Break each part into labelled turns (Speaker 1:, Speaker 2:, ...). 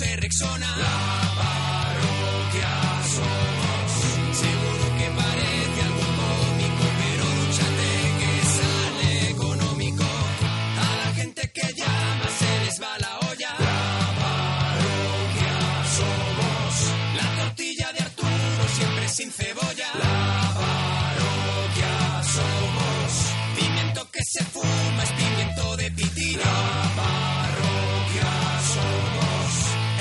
Speaker 1: de Rexona. La parroquia somos. Seguro que parece algo cómico, pero dúchate que sale económico. A la gente que llama se les va la olla. La parroquia somos. La tortilla de Arturo siempre sin cebolla. La parroquia somos. Pimiento que se fuma es pimiento de pitina. La parroquia somos.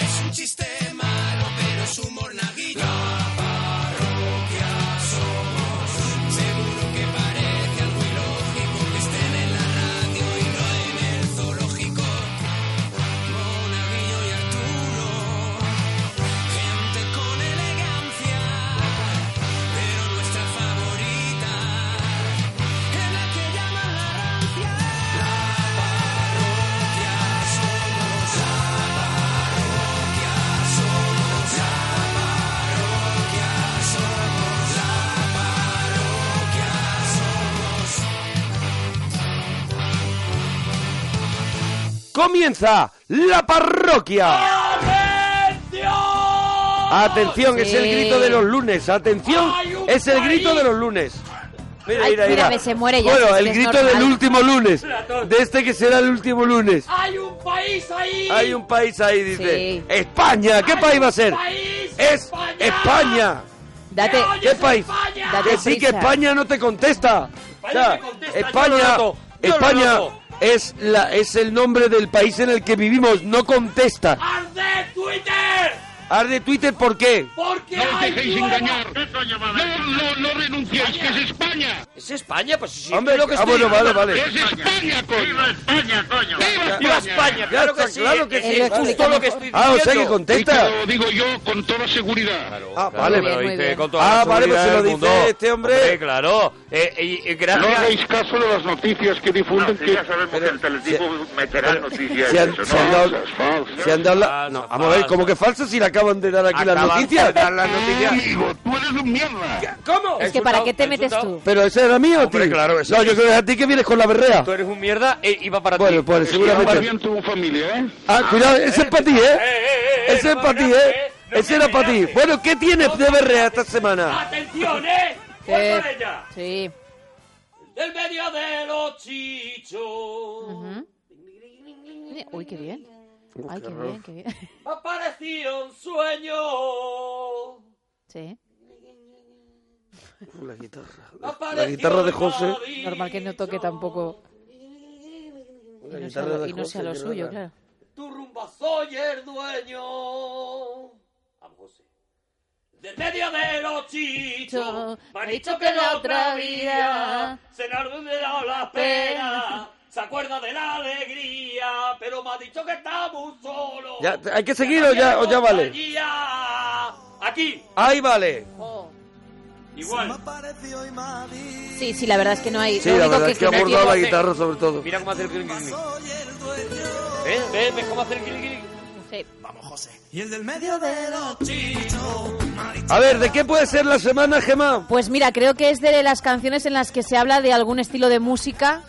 Speaker 1: Es un chiste malo, pero es un monaguillo. La parroquia somos. Seguro que parece algo ilógico que estén en la radio y no en el zoológico. Monaguillo y Arturo, gente con elegancia, pero nuestra favorita es la que llaman la rancia.
Speaker 2: Comienza la parroquia. Atención, es el
Speaker 3: Sí.
Speaker 2: grito de los lunes. Atención, es el grito de los lunes. Mira,
Speaker 3: Ay, mira,
Speaker 2: mira, mira.
Speaker 3: ve, se muere ya,
Speaker 2: Bueno,
Speaker 3: si es
Speaker 2: el
Speaker 3: que es
Speaker 2: grito
Speaker 3: normal.
Speaker 2: del último lunes. De este que será el último lunes.
Speaker 4: ¡Hay un país ahí!
Speaker 2: Hay un país ahí, dice.
Speaker 3: Sí.
Speaker 2: España, ¿qué país va a ser?
Speaker 4: país!
Speaker 2: Es España.
Speaker 3: Date,
Speaker 2: ¿Qué país?
Speaker 3: date
Speaker 2: Que sí, que
Speaker 3: prisa.
Speaker 2: España no te contesta. O sea,
Speaker 4: España te contesta,
Speaker 2: España,
Speaker 4: yo lo noto, yo lo
Speaker 2: España
Speaker 4: noto.
Speaker 2: es, la, es el nombre del país en el que vivimos. No contesta.
Speaker 4: ¡Arde Twitter!
Speaker 2: Arde Twitter, ¿por qué?
Speaker 4: Porque
Speaker 5: No os
Speaker 4: hay
Speaker 5: dejéis
Speaker 4: nueva-
Speaker 5: engañar. No, no, no renunciéis, que es España.
Speaker 4: Es España, pues sí.
Speaker 2: Hombre,
Speaker 4: es lo que
Speaker 2: ah,
Speaker 4: estoy
Speaker 2: bueno, vale,
Speaker 4: diciendo.
Speaker 2: vale.
Speaker 5: Es España, coño.
Speaker 4: ¡Viva España!
Speaker 2: Ya
Speaker 4: Claro que
Speaker 2: está,
Speaker 4: sí.
Speaker 2: claro que
Speaker 6: Eh,
Speaker 4: es
Speaker 2: sí.
Speaker 4: justo Eh, lo que estoy diciendo.
Speaker 2: Ah, o sea que
Speaker 5: Y te
Speaker 2: contesta.
Speaker 5: lo digo yo con toda seguridad.
Speaker 2: Ah,
Speaker 7: Claro,
Speaker 2: vale.
Speaker 3: bien,
Speaker 7: pero
Speaker 3: muy
Speaker 7: dice
Speaker 3: bien.
Speaker 7: con toda la
Speaker 2: Ah, vale, pues se lo
Speaker 7: seguridad del
Speaker 2: dice
Speaker 7: mundo.
Speaker 2: este hombre.
Speaker 7: claro. Eh, eh, eh,
Speaker 5: No
Speaker 7: gracias.
Speaker 5: hagáis caso de las noticias que difunden que...
Speaker 2: que el teletipo
Speaker 5: meterá noticias.
Speaker 2: Se han, se han dado,
Speaker 5: Falsas, falsas.
Speaker 2: se han dado la...
Speaker 7: Falsa,
Speaker 2: No, vamos a ver,
Speaker 7: falsa.
Speaker 2: ¿cómo que falso si le acaban de dar aquí las
Speaker 7: Acaban
Speaker 2: noticias?
Speaker 7: de dar las noticias.
Speaker 5: Amigo, tú eres un mierda.
Speaker 4: ¿Cómo?
Speaker 3: Es que para qué te metes tú.
Speaker 2: ¿Pero ese era mío,
Speaker 7: Hombre,
Speaker 2: tío?
Speaker 7: claro, eso
Speaker 2: no, yo
Speaker 7: es.
Speaker 2: creo que es a ti que vienes con la berrea.
Speaker 7: Tú eres un mierda eh, y va para
Speaker 2: Bueno,
Speaker 7: ti.
Speaker 2: pues
Speaker 5: Es que más
Speaker 2: seguramente...
Speaker 5: bien tu familia, ¿eh?
Speaker 2: Ah, cuidado, ese es para ti, ¿eh?
Speaker 7: eh, eh,
Speaker 2: Ese es
Speaker 7: no
Speaker 2: para ti,
Speaker 7: me
Speaker 2: ¿eh?
Speaker 7: hagas, no
Speaker 2: Ese
Speaker 7: me
Speaker 2: era para ti.
Speaker 7: hagas.
Speaker 2: Bueno, ¿qué tienes de berrea esta semana?
Speaker 4: ¡Atención, eh!
Speaker 3: Eh,
Speaker 4: ¡Voy con ella!
Speaker 3: sí.
Speaker 4: Del medio de los chichos
Speaker 3: Ujú. Uy, qué bien. Ay, qué bien, qué bien.
Speaker 4: apareció un sueño.
Speaker 3: Sí.
Speaker 2: La guitarra.
Speaker 4: Apareció
Speaker 2: La guitarra de
Speaker 4: una
Speaker 2: José.
Speaker 4: dicha.
Speaker 3: Normal que no toque tampoco. Y
Speaker 2: La
Speaker 3: no sea
Speaker 2: guitarra
Speaker 3: lo,
Speaker 2: de
Speaker 3: y no sea
Speaker 2: José,
Speaker 3: lo
Speaker 2: qué
Speaker 3: suyo,
Speaker 2: rara.
Speaker 3: claro.
Speaker 4: Tu rumba soy el dueño. Vamos, José. Del medio de los chichos, me han dicho que en la otra vida se le ha olvidado la pena, se acuerda de la alegría, pero me ha dicho que está muy solo.
Speaker 2: Ya, ¿hay que seguir o ya- o ya vale?
Speaker 4: Compañía. Aquí,
Speaker 2: Ahí vale.
Speaker 4: igual.
Speaker 3: Sí, sí, la verdad es que no hay.
Speaker 2: Sí,
Speaker 3: lo
Speaker 2: la
Speaker 3: único
Speaker 2: verdad es que ha
Speaker 3: no
Speaker 2: abordado la
Speaker 3: tiene-
Speaker 2: guitarra sobre todo.
Speaker 7: Mira cómo hace el gring, gring, gring. ¿Ves? ¿Ves? ¿Ves cómo hace el gring, gring?
Speaker 3: Sí.
Speaker 2: A ver, ¿de qué puede ser la semana, Gemma?
Speaker 3: Pues mira, creo que es de las canciones en las que se habla de algún estilo de música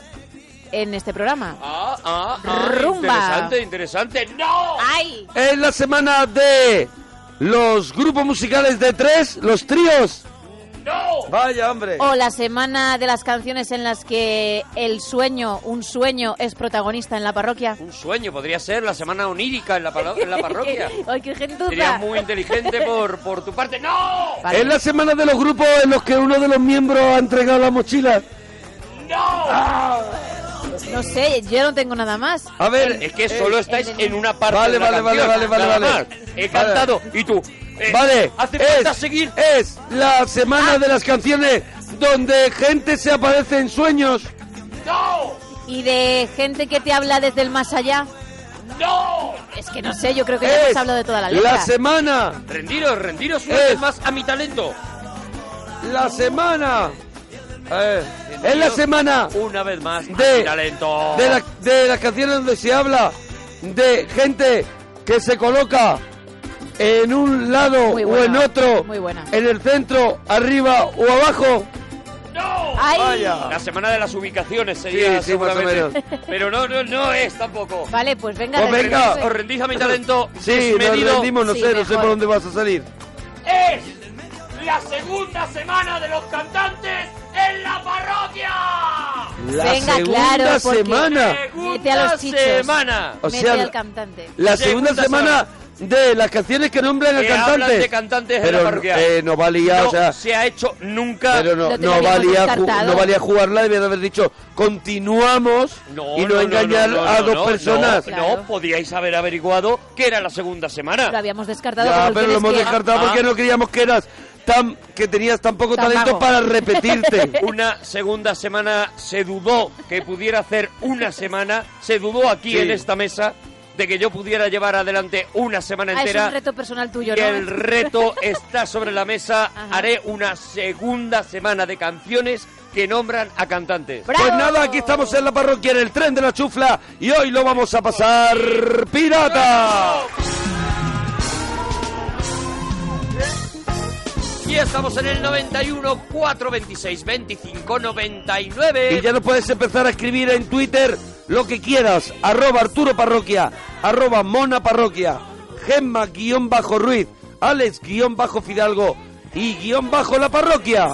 Speaker 3: en este programa.
Speaker 7: Ah, ah, ah,
Speaker 3: Rumba.
Speaker 7: Interesante, interesante. ¡No!
Speaker 3: ¡Ay!
Speaker 2: Es la semana de los grupos musicales de tres, los tríos.
Speaker 7: ¡No!
Speaker 2: Vaya, hombre.
Speaker 3: O la semana de las canciones en las que el sueño, un sueño, es protagonista en la parroquia.
Speaker 7: Un sueño, podría ser la semana onírica en la, paro- en la parroquia.
Speaker 3: ¡Ay, qué gentuza!
Speaker 7: Sería muy inteligente por, por tu parte. ¡No!
Speaker 3: Vale.
Speaker 2: Es la semana de los grupos en los que uno de los miembros ha entregado la mochila.
Speaker 3: No sé, yo no tengo nada más.
Speaker 2: A ver,
Speaker 7: Es que solo estáis en una parte
Speaker 2: Eh, Vale,
Speaker 7: de la
Speaker 2: vale, vale,
Speaker 7: canción,
Speaker 2: vale, vale,
Speaker 7: nada
Speaker 2: vale.
Speaker 7: más. He
Speaker 2: Vale.
Speaker 7: cantado y tú. eh,
Speaker 2: Vale,
Speaker 7: Hace
Speaker 2: es-
Speaker 7: falta seguir.
Speaker 2: Es la semana de las canciones donde gente se aparece en sueños.
Speaker 3: Y de gente que te habla desde el más allá.
Speaker 7: ¡No!
Speaker 3: Es que no sé, yo creo que ya
Speaker 2: Es
Speaker 3: hemos hablado de toda la
Speaker 2: la
Speaker 3: letra.
Speaker 2: semana,
Speaker 7: Rendiros, rendiros una
Speaker 2: Es-
Speaker 7: vez más a mi talento.
Speaker 2: la semana. Eh, es la semana
Speaker 7: Una vez más a
Speaker 2: de,
Speaker 7: mi talento.
Speaker 2: de, la- de las canciones donde se habla de gente que se coloca en un lado
Speaker 3: Muy
Speaker 2: o
Speaker 3: buena,
Speaker 2: en otro,
Speaker 3: muy buena.
Speaker 2: en el centro, arriba o abajo.
Speaker 6: ¡No!
Speaker 3: Ay. Vaya.
Speaker 6: La semana de las ubicaciones
Speaker 2: Sí, sí,
Speaker 6: sería
Speaker 2: más
Speaker 6: seguramente.
Speaker 2: o menos.
Speaker 6: Pero no, no, no es tampoco.
Speaker 3: Vale, pues venga.
Speaker 2: Pues
Speaker 3: del
Speaker 2: venga.
Speaker 3: regreso.
Speaker 6: Os rendís a mi talento.
Speaker 2: Sí, nos
Speaker 6: Oh, desmedido.
Speaker 2: rendimos, no
Speaker 3: Sí,
Speaker 2: sé, no sé
Speaker 3: mejor.
Speaker 2: por dónde vas a salir.
Speaker 6: Es la segunda semana de los cantantes en la parroquia.
Speaker 2: La
Speaker 3: Venga,
Speaker 2: segunda
Speaker 3: claro, porque-
Speaker 2: semana.
Speaker 3: Mete a
Speaker 6: Segunda
Speaker 3: los chichos.
Speaker 6: semana.
Speaker 2: O
Speaker 3: Mete
Speaker 2: sea,
Speaker 3: al cantante.
Speaker 2: La
Speaker 6: Segunda
Speaker 2: segunda semana de las canciones que nombran al
Speaker 6: Que hablan
Speaker 2: cantante.
Speaker 6: de cantantes en
Speaker 2: pero
Speaker 6: la parroquia.
Speaker 2: eh, no valía,
Speaker 6: no
Speaker 2: o sea,
Speaker 6: se ha hecho nunca.
Speaker 2: pero no,
Speaker 3: Lo
Speaker 2: no
Speaker 3: teníamos
Speaker 2: valía, ju-
Speaker 3: descartado.
Speaker 2: no valía jugarla, debían haber dicho continuamos
Speaker 6: No,
Speaker 2: y no, engañar
Speaker 6: no, no,
Speaker 2: a
Speaker 6: no,
Speaker 2: dos
Speaker 6: no,
Speaker 2: personas.
Speaker 6: No,
Speaker 3: Claro.
Speaker 6: no, podíais haber averiguado que era la segunda semana.
Speaker 3: Lo habíamos descartado.
Speaker 2: Ya,
Speaker 3: como
Speaker 2: pero lo
Speaker 3: quieres
Speaker 2: hemos
Speaker 3: que-
Speaker 2: descartado
Speaker 6: Ah.
Speaker 2: porque no queríamos que eras tan que tenías tan poco
Speaker 3: Tan vago.
Speaker 2: talento para repetirte.
Speaker 6: Una segunda semana se dudó que pudiera hacer una semana, se dudó aquí
Speaker 2: Sí.
Speaker 6: en esta mesa de que yo pudiera llevar adelante una semana
Speaker 3: Ah, es
Speaker 6: entera.
Speaker 3: un reto personal tuyo,
Speaker 6: y
Speaker 3: ¿no?
Speaker 6: el reto está sobre la mesa.
Speaker 3: Ajá.
Speaker 6: Haré una segunda semana de canciones que nombran a cantantes.
Speaker 3: ¡Bravo!
Speaker 2: Pues nada, aquí estamos en la parroquia en el tren de la chufla y hoy lo vamos a pasar pirata.
Speaker 6: Y estamos en el 91 426 25 99.
Speaker 2: Y ya nos puedes empezar a escribir en Twitter lo que quieras. Arroba Arturo Parroquia, arroba Mona Parroquia, Gemma guión bajo Ruiz, Alex guión bajo Fidalgo y guión bajo La Parroquia.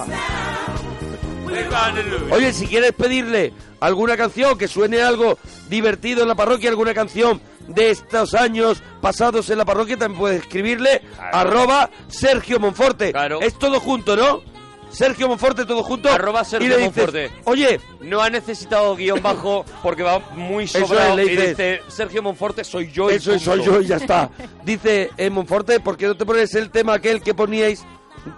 Speaker 2: Oye, si quieres pedirle alguna canción que suene algo divertido en la parroquia, alguna canción de estos años pasados en la parroquia, también puedes escribirle arroba Sergio Monforte.
Speaker 6: Claro.
Speaker 2: Es todo junto, ¿no? Sergio Monforte, todo junto.
Speaker 6: Arroba Sergio
Speaker 2: y le dices,
Speaker 6: Monforte.
Speaker 2: Oye,
Speaker 6: No ha necesitado guión bajo porque va muy
Speaker 2: Eso es,
Speaker 6: sobrado.
Speaker 2: le
Speaker 6: y
Speaker 2: dices,
Speaker 6: dice, Sergio Monforte, soy yo. y
Speaker 2: Eso es, soy
Speaker 6: punto".
Speaker 2: yo y ya está. Dice eh, Monforte, ¿por qué no te pones el tema aquel que poníais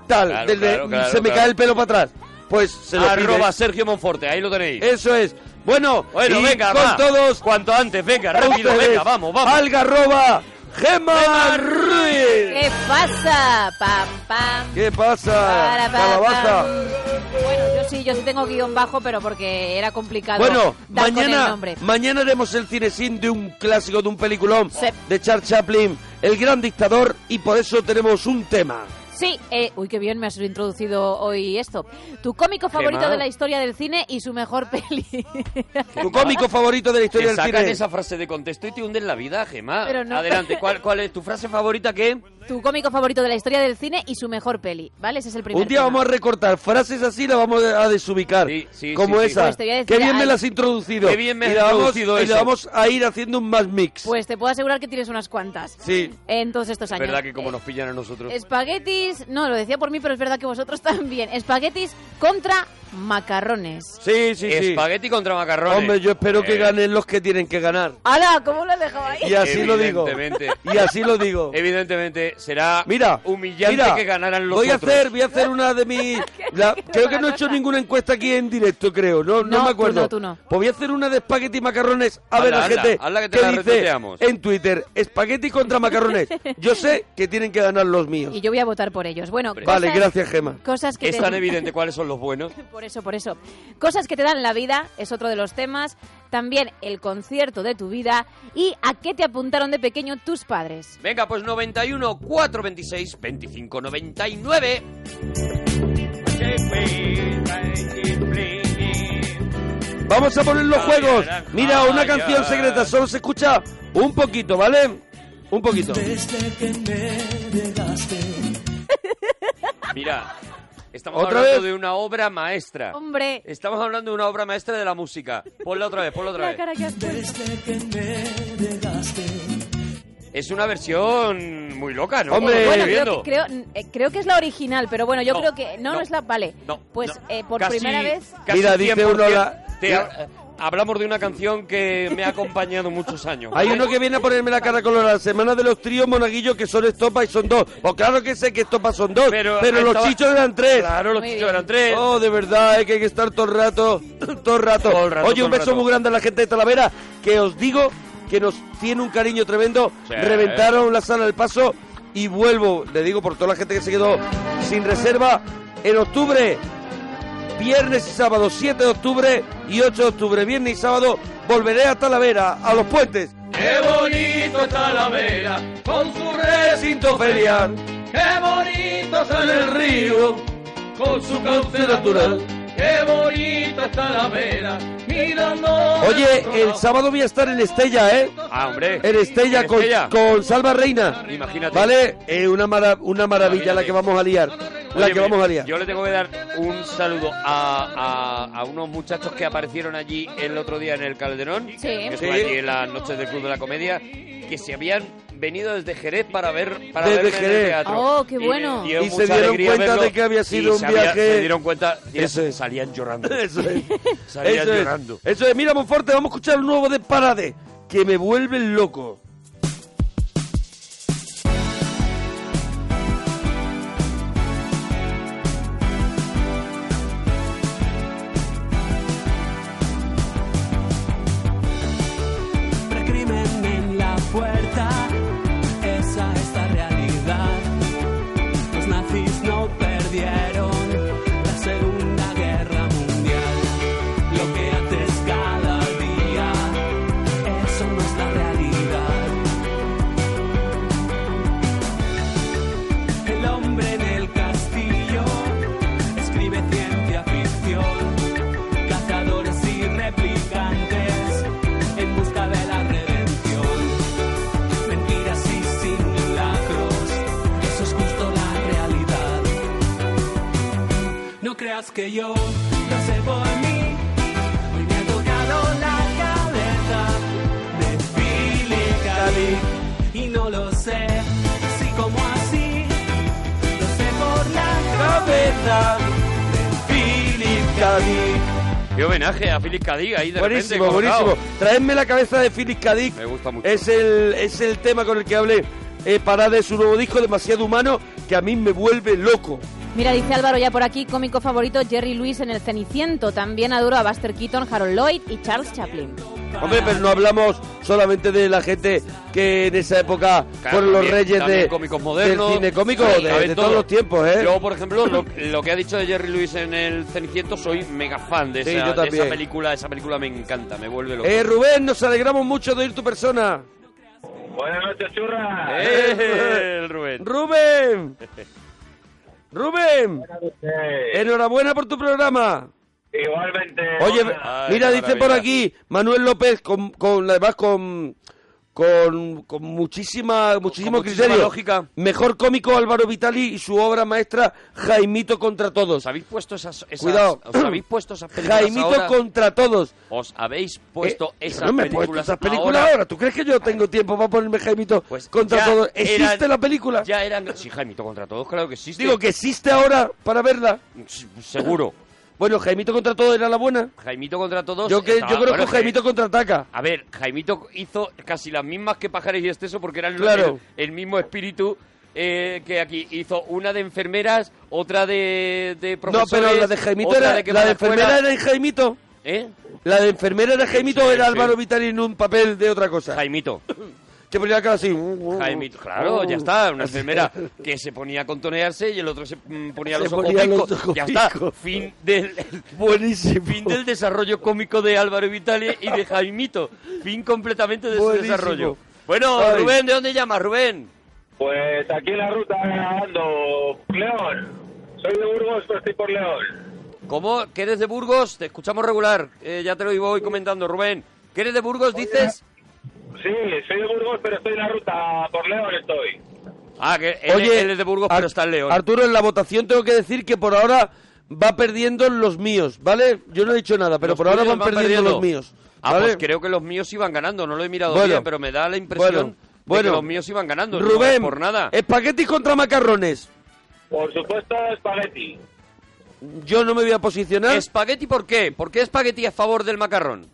Speaker 2: tal?
Speaker 6: Claro,
Speaker 2: del de,
Speaker 6: claro, claro,
Speaker 2: se me
Speaker 6: claro.
Speaker 2: cae el pelo para atrás. Pues se lo
Speaker 6: Arroba
Speaker 2: pides.
Speaker 6: Sergio Monforte, ahí lo tenéis.
Speaker 2: Eso es. Bueno,
Speaker 6: bueno,
Speaker 2: y
Speaker 6: venga,
Speaker 2: con
Speaker 6: va.
Speaker 2: todos.
Speaker 6: Cuanto antes, venga, rápido,
Speaker 2: ustedes,
Speaker 6: venga, vamos, vamos.
Speaker 2: Algarroba, Gema
Speaker 6: Gemma
Speaker 2: Ruiz.
Speaker 3: ¿Qué pasa? Pam, pam.
Speaker 2: ¿Qué pasa?
Speaker 3: para, para,
Speaker 2: Calabaza.
Speaker 3: pam. Bueno, yo sí, yo sí tengo guión bajo, pero porque era complicado.
Speaker 2: Bueno,
Speaker 3: dar con el
Speaker 2: mañana,
Speaker 3: nombre.
Speaker 2: mañana haremos el cinesín de un clásico, de un peliculón
Speaker 3: Sí.
Speaker 2: de Charles Chaplin, El Gran Dictador, y por eso tenemos un tema.
Speaker 3: Sí, eh, uy, qué bien me has introducido hoy esto. Tu cómico favorito
Speaker 6: mal.
Speaker 3: de la historia del cine y su mejor peli.
Speaker 2: Tu cómico favorito de la historia
Speaker 6: Te
Speaker 2: del
Speaker 6: sacan
Speaker 2: cine.
Speaker 6: esa frase de contexto y te hunden la vida, Gemma.
Speaker 3: Pero no.
Speaker 6: Adelante, ¿cuál, cuál es tu frase favorita que
Speaker 3: tu cómico favorito de la historia del cine y su mejor peli, ¿vale? Ese es el primer
Speaker 2: Un día
Speaker 3: tema.
Speaker 2: vamos a recortar frases así, las vamos a desubicar.
Speaker 6: Sí, sí,
Speaker 2: como
Speaker 6: sí, sí.
Speaker 2: esa.
Speaker 3: Pues te voy a decir,
Speaker 2: Qué bien me
Speaker 3: ay,
Speaker 2: las has introducido.
Speaker 6: qué bien me
Speaker 2: Y
Speaker 6: has
Speaker 2: la vamos-
Speaker 6: introducido
Speaker 2: Y le
Speaker 6: eso.
Speaker 2: vamos a ir haciendo un más mix.
Speaker 3: Pues te puedo asegurar que tienes unas cuantas.
Speaker 2: Sí.
Speaker 3: En todos estos
Speaker 6: Es
Speaker 3: años.
Speaker 6: verdad que como
Speaker 3: Eh,
Speaker 6: nos pillan a nosotros.
Speaker 3: Espaguetis, no, lo decía por mí, pero es verdad que vosotros también. Espaguetis contra macarrones.
Speaker 2: sí, sí, sí.
Speaker 6: Espagueti contra macarrones.
Speaker 2: Hombre, yo espero que
Speaker 6: Eh,
Speaker 2: ganen los que tienen que ganar.
Speaker 3: ¡Hala! ¿Cómo lo has dejado ahí?
Speaker 2: Y así lo digo.
Speaker 6: Evidentemente.
Speaker 2: Y así lo digo.
Speaker 6: Evidentemente será
Speaker 2: Mira,
Speaker 6: humillante
Speaker 2: mira,
Speaker 6: que ganaran los
Speaker 2: voy
Speaker 6: otros.
Speaker 2: a hacer, voy a hacer una de mis. la- creo que no he hecho ninguna encuesta aquí en directo, creo. No, no,
Speaker 3: No,
Speaker 2: me
Speaker 3: tú
Speaker 2: acuerdo.
Speaker 3: no, tú no.
Speaker 2: Pues voy a hacer una de espagueti y macarrones. A
Speaker 6: Hazla,
Speaker 2: ver, la
Speaker 6: hazla,
Speaker 2: gente
Speaker 6: hazla que te
Speaker 2: ¿qué
Speaker 6: la
Speaker 2: dice
Speaker 6: retuiteamos.
Speaker 2: en Twitter, espagueti contra macarrones. Yo sé que tienen que ganar los míos.
Speaker 3: Y yo voy a votar por ellos. Bueno,
Speaker 2: Vale,
Speaker 3: cosas-
Speaker 2: gracias, Gema.
Speaker 3: Cosas que
Speaker 6: Es
Speaker 3: te-
Speaker 6: tan evidente cuáles son los buenos.
Speaker 3: Por eso, por eso. Cosas que te dan la vida es otro de los temas. También el concierto de tu vida y a qué te apuntaron de pequeño tus padres.
Speaker 6: Venga, pues 91 426 25 99.
Speaker 2: Vamos a poner los
Speaker 6: Ay,
Speaker 2: juegos.
Speaker 6: naranja,
Speaker 2: Mira, una
Speaker 6: ay,
Speaker 2: canción
Speaker 6: ay.
Speaker 2: secreta. Solo se escucha un poquito, ¿vale? Un poquito.
Speaker 1: Desde que me llegaste.
Speaker 6: Mira, estamos
Speaker 2: ¿Otra
Speaker 6: hablando
Speaker 2: vez?
Speaker 6: de una obra maestra.
Speaker 3: Hombre,
Speaker 6: Estamos hablando de una obra maestra de la música. Ponla otra vez, ponla otra
Speaker 3: la
Speaker 6: vez.
Speaker 3: cara que has puesto.
Speaker 1: Desde que me llegaste.
Speaker 6: Es una versión muy loca, ¿no?
Speaker 2: Hombre,
Speaker 6: Como
Speaker 3: Bueno,
Speaker 6: estoy
Speaker 3: creo
Speaker 6: viendo.
Speaker 3: que, creo, eh, creo que es la original, pero bueno, yo
Speaker 6: No,
Speaker 3: creo que... No,
Speaker 6: no,
Speaker 3: no, es la... Vale.
Speaker 6: No,
Speaker 3: pues
Speaker 6: no.
Speaker 3: eh, por
Speaker 6: Casi-
Speaker 3: primera vez...
Speaker 6: casi
Speaker 2: Mira, dice
Speaker 6: 100%.
Speaker 2: uno la-
Speaker 6: Te ha- hablamos de una canción que me ha acompañado muchos años.
Speaker 2: Hay uno que viene a ponerme la cara colorada. Semana de los tríos monaguillos que son estopa y son dos. Pues claro que sé que estopa son dos. Pero, los
Speaker 6: estaba-
Speaker 2: chichos eran tres.
Speaker 6: Claro, los
Speaker 3: Muy
Speaker 6: chichos
Speaker 3: bien.
Speaker 6: eran tres.
Speaker 2: Oh, de verdad, eh, que hay que estar todo el rato. Todo el rato.
Speaker 6: Todo el rato,
Speaker 2: Oye,
Speaker 6: todo
Speaker 2: un
Speaker 6: el
Speaker 2: beso
Speaker 6: rato.
Speaker 2: muy grande a la gente de Talavera. Que os digo que nos tiene un cariño tremendo.
Speaker 6: Sí.
Speaker 2: Reventaron la sala del paso. Y vuelvo, le digo por toda la gente que se quedó sin reserva. En octubre, viernes y sábado, 7 de octubre y 8 de octubre, viernes y sábado, volveré a Talavera, a los puentes. ¡Qué bonito es Talavera con su recinto ferial! ¡Qué bonito sale el río con su cauce natural!
Speaker 4: Qué bonita está la vera, mirando.
Speaker 2: Oye, el sábado voy a estar en Estella, ¿eh?
Speaker 6: Ah, hombre.
Speaker 2: En Estella,
Speaker 6: En
Speaker 2: con,
Speaker 6: Estella.
Speaker 2: con Salva Reina.
Speaker 6: Imagínate.
Speaker 2: ¿Vale? Eh, una, mara- una maravilla la que vamos a liar. La
Speaker 6: Oye,
Speaker 2: que vamos a liar.
Speaker 6: Yo le tengo que dar un saludo a, a- a unos muchachos que aparecieron allí el otro día en el Calderón,
Speaker 3: Sí.
Speaker 6: que
Speaker 2: Sí.
Speaker 6: estuvo allí en las noches del Club de la Comedia, que se habían venido desde Jerez para ver para
Speaker 2: Desde
Speaker 6: verme en el
Speaker 2: Jerez.
Speaker 6: teatro.
Speaker 3: Oh, qué bueno.
Speaker 6: dio
Speaker 2: Y se
Speaker 6: mucha
Speaker 2: dieron
Speaker 6: alegría
Speaker 2: cuenta
Speaker 6: verlo,
Speaker 2: de que había
Speaker 6: y
Speaker 2: sido un
Speaker 6: se había-
Speaker 2: viaje-
Speaker 6: Se dieron cuenta, mira,
Speaker 2: Eso es.
Speaker 6: salían llorando.
Speaker 2: Eso es.
Speaker 6: Salían
Speaker 2: Eso es.
Speaker 6: llorando.
Speaker 2: Eso es. Mira, Monforte, vamos a escuchar un nuevo de Parade, que me vuelve loco.
Speaker 1: Precrimen en la puerta, esa es la realidad. Los nazis no perdieron la Segunda Guerra Mundial. Lo que haces cada día, eso no es la realidad. El hombre en el castillo escribe ciencia ficción, cazadores y replicantes en busca de la redención. Mentiras y simulacros, eso es justo la realidad. No creas que yo lo sé por mí, hoy me ha tocado la cabeza de Philly Cali y no lo sé, así como así, lo sé por la cabeza de Philip Cali.
Speaker 6: Qué homenaje a Philip Cadiz ahí de
Speaker 2: Buenísimo,
Speaker 6: repente. colgado.
Speaker 2: buenísimo. Traedme la cabeza de Philip Cadiz.
Speaker 6: Me gusta mucho.
Speaker 2: Es el, es el tema con el que hablé. Eh, Parade es un nuevo disco demasiado humano que a mí me vuelve loco.
Speaker 3: Mira, dice Álvaro ya por aquí, cómico favorito Jerry Lewis en El Ceniciento. También adoro a Buster Keaton, Harold Lloyd y Charles Chaplin.
Speaker 2: Hombre, pero no hablamos solamente de la gente que en esa época
Speaker 6: Claro,
Speaker 2: fueron los
Speaker 6: también-
Speaker 2: reyes
Speaker 6: también
Speaker 2: de,
Speaker 6: cómicos
Speaker 2: del
Speaker 6: modernos,
Speaker 2: cine cómico,
Speaker 6: Sí,
Speaker 2: de,
Speaker 6: caben
Speaker 2: de
Speaker 6: todo.
Speaker 2: todos los tiempos, ¿eh?
Speaker 6: Yo, por ejemplo, lo, lo que ha dicho de Jerry Lewis en el Ceniciento, soy mega fan de,
Speaker 2: Sí,
Speaker 6: esa,
Speaker 2: yo
Speaker 6: de
Speaker 2: también.
Speaker 6: esa película. Esa película me encanta, me vuelve loco.
Speaker 2: Eh, Rubén, nos alegramos mucho de oír tu persona.
Speaker 8: Buenas noches, churra.
Speaker 6: Eh, el Rubén.
Speaker 2: Rubén. Rubén,
Speaker 8: Eh,
Speaker 2: enhorabuena por tu programa.
Speaker 8: Igualmente.
Speaker 2: Oye,
Speaker 8: hola.
Speaker 6: Ay,
Speaker 2: mira,
Speaker 6: qué
Speaker 2: dice por
Speaker 6: maravilla.
Speaker 2: aquí Manuel López con, con además con con, con muchísima muchísimo
Speaker 6: muchísima
Speaker 2: criterio.
Speaker 6: lógica.
Speaker 2: Mejor cómico Álvaro Vitali y su obra maestra Jaimito contra todos.
Speaker 6: ¿Os habéis puesto esas, esas-
Speaker 2: Cuidado.
Speaker 6: os habéis puesto esas películas
Speaker 2: Jaimito
Speaker 6: ahora?
Speaker 2: contra todos.
Speaker 6: Os habéis puesto
Speaker 2: Eh,
Speaker 6: esas
Speaker 2: yo no me he
Speaker 6: películas
Speaker 2: puesto esas películas ahora. ¿Tú crees que yo tengo tiempo para ponerme Jaimito
Speaker 6: Pues
Speaker 2: contra
Speaker 6: ya
Speaker 2: todos? ¿Existe
Speaker 6: eran-
Speaker 2: la película?
Speaker 6: Ya eran... Sí, Jaimito contra todos, claro que existe.
Speaker 2: Digo que existe ahora para verla.
Speaker 6: S- Seguro.
Speaker 2: Bueno, Jaimito contra todos era la buena.
Speaker 6: Jaimito contra todos...
Speaker 2: Yo, que, yo
Speaker 6: estaba-
Speaker 2: creo
Speaker 6: bueno,
Speaker 2: que Jaimito contraataca.
Speaker 6: A ver, Jaimito hizo casi las mismas que Pajares y Esteso porque eran
Speaker 2: Claro.
Speaker 6: el, el mismo espíritu eh, que aquí. Hizo una de enfermeras, otra de, de
Speaker 2: No,
Speaker 6: profesores...
Speaker 2: pero la de Jaimito
Speaker 6: otra
Speaker 2: era.
Speaker 6: que
Speaker 2: la
Speaker 6: van
Speaker 2: de
Speaker 6: afuera.
Speaker 2: enfermera era Uh, en Jaimito.
Speaker 6: ¿Eh?
Speaker 2: La de enfermera era Jaimito
Speaker 6: Sí,
Speaker 2: o era
Speaker 6: sí.
Speaker 2: Álvaro Vitali en un papel de otra cosa.
Speaker 6: Jaimito.
Speaker 2: Que ponía la cara así. uh,
Speaker 6: Jaimito, claro, ya está. Una enfermera que se ponía a contonearse y el otro se mm, ponía
Speaker 2: Se
Speaker 6: los ojos
Speaker 2: ponía los
Speaker 6: picos.
Speaker 2: ojos
Speaker 6: Ya está.
Speaker 2: picos.
Speaker 6: Fin del,
Speaker 2: Buenísimo.
Speaker 6: fin del desarrollo cómico de Álvaro Vitale y de Jaimito. Fin completamente de su
Speaker 2: Buenísimo.
Speaker 6: desarrollo. Bueno,
Speaker 2: Ay.
Speaker 6: Rubén, ¿de dónde llamas, Rubén?
Speaker 8: Pues aquí en la ruta grabando León. Soy de Burgos, pero estoy por León.
Speaker 6: ¿Cómo? ¿Que eres de Burgos? Te escuchamos regular. Eh, ya te lo voy comentando, Rubén. ¿Que eres de Burgos, dices?
Speaker 8: Sí, soy de Burgos, pero estoy en la ruta por León estoy.
Speaker 6: Ah, que él,
Speaker 2: Oye,
Speaker 6: él es de Burgos,
Speaker 2: Ar-
Speaker 6: pero está en León.
Speaker 2: Arturo, en la votación tengo que decir que por ahora va perdiendo los míos, ¿vale? Yo no he dicho nada, pero
Speaker 6: Los
Speaker 2: por ahora
Speaker 6: tuyos
Speaker 2: van, perdiendo, los míos.
Speaker 6: Ah,
Speaker 2: ¿vale?
Speaker 6: pues creo que los míos iban ganando. No lo he mirado
Speaker 2: Bueno.
Speaker 6: bien, pero me da la impresión
Speaker 2: Bueno,
Speaker 6: de
Speaker 2: bueno.
Speaker 6: que los míos iban ganando. No es
Speaker 2: Rubén,
Speaker 6: por nada.
Speaker 2: espaguetis contra macarrones.
Speaker 8: Por supuesto, espagueti.
Speaker 2: Yo no me voy a posicionar.
Speaker 6: ¿Espagueti por qué? ¿Por qué espagueti a favor del macarrón?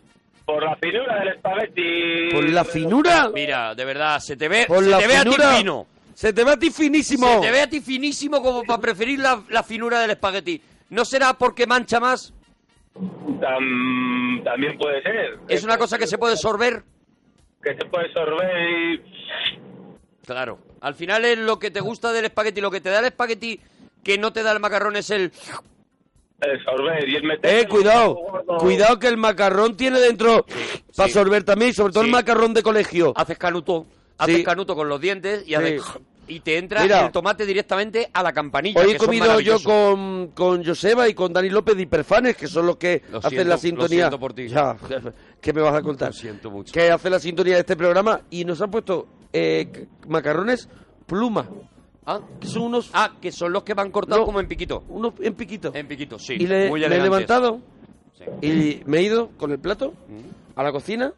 Speaker 8: Por la finura del espagueti.
Speaker 2: Por la finura.
Speaker 6: Mira, de verdad, se te ve,
Speaker 2: Por
Speaker 6: se
Speaker 2: la
Speaker 6: te ve a
Speaker 2: finura.
Speaker 6: ti fino.
Speaker 2: Se te va a ti finísimo.
Speaker 6: Se te ve a ti finísimo como para preferir la, la finura del espagueti. ¿No será porque mancha más?
Speaker 8: Tam- también puede ser.
Speaker 6: ¿Es una cosa que se puede sorber?
Speaker 8: Que se puede sorber y...
Speaker 6: Claro. Al final es lo que te gusta del espagueti, lo que te da el espagueti que no te da el macarrón es el...
Speaker 8: El sorber y el meter...
Speaker 2: Eh, cuidado, cuidado que el macarrón tiene dentro para
Speaker 6: sí.
Speaker 2: sorber también, y sobre todo
Speaker 6: Sí.
Speaker 2: el macarrón de colegio.
Speaker 6: Haces canuto, haces
Speaker 2: Sí.
Speaker 6: canuto con los dientes y
Speaker 2: Sí.
Speaker 6: haces... y te entra
Speaker 2: Mira.
Speaker 6: el tomate directamente a la campanilla.
Speaker 2: Hoy
Speaker 6: que
Speaker 2: he
Speaker 6: son
Speaker 2: comido yo
Speaker 6: maravillosos.
Speaker 2: con, con Joseba y con Dani López de Hiperfanes, que son los que
Speaker 6: Lo
Speaker 2: hacen
Speaker 6: siento,
Speaker 2: la
Speaker 6: lo
Speaker 2: sintonía.
Speaker 6: siento por ti.
Speaker 2: Ya, ¿Qué me vas a contar?
Speaker 6: Lo siento mucho.
Speaker 2: Que hacen la sintonía de este programa y nos han puesto eh, c- macarrones pluma.
Speaker 6: Ah,
Speaker 2: Que son unos,
Speaker 6: ah, que son los que van cortados
Speaker 2: No.
Speaker 6: como en piquito.
Speaker 2: unos en piquito.
Speaker 6: En piquito, sí.
Speaker 2: y le,
Speaker 6: muy
Speaker 2: me he
Speaker 6: elegantes.
Speaker 2: levantado
Speaker 6: Sí.
Speaker 2: y me he ido con el plato
Speaker 6: Mm.
Speaker 2: a la cocina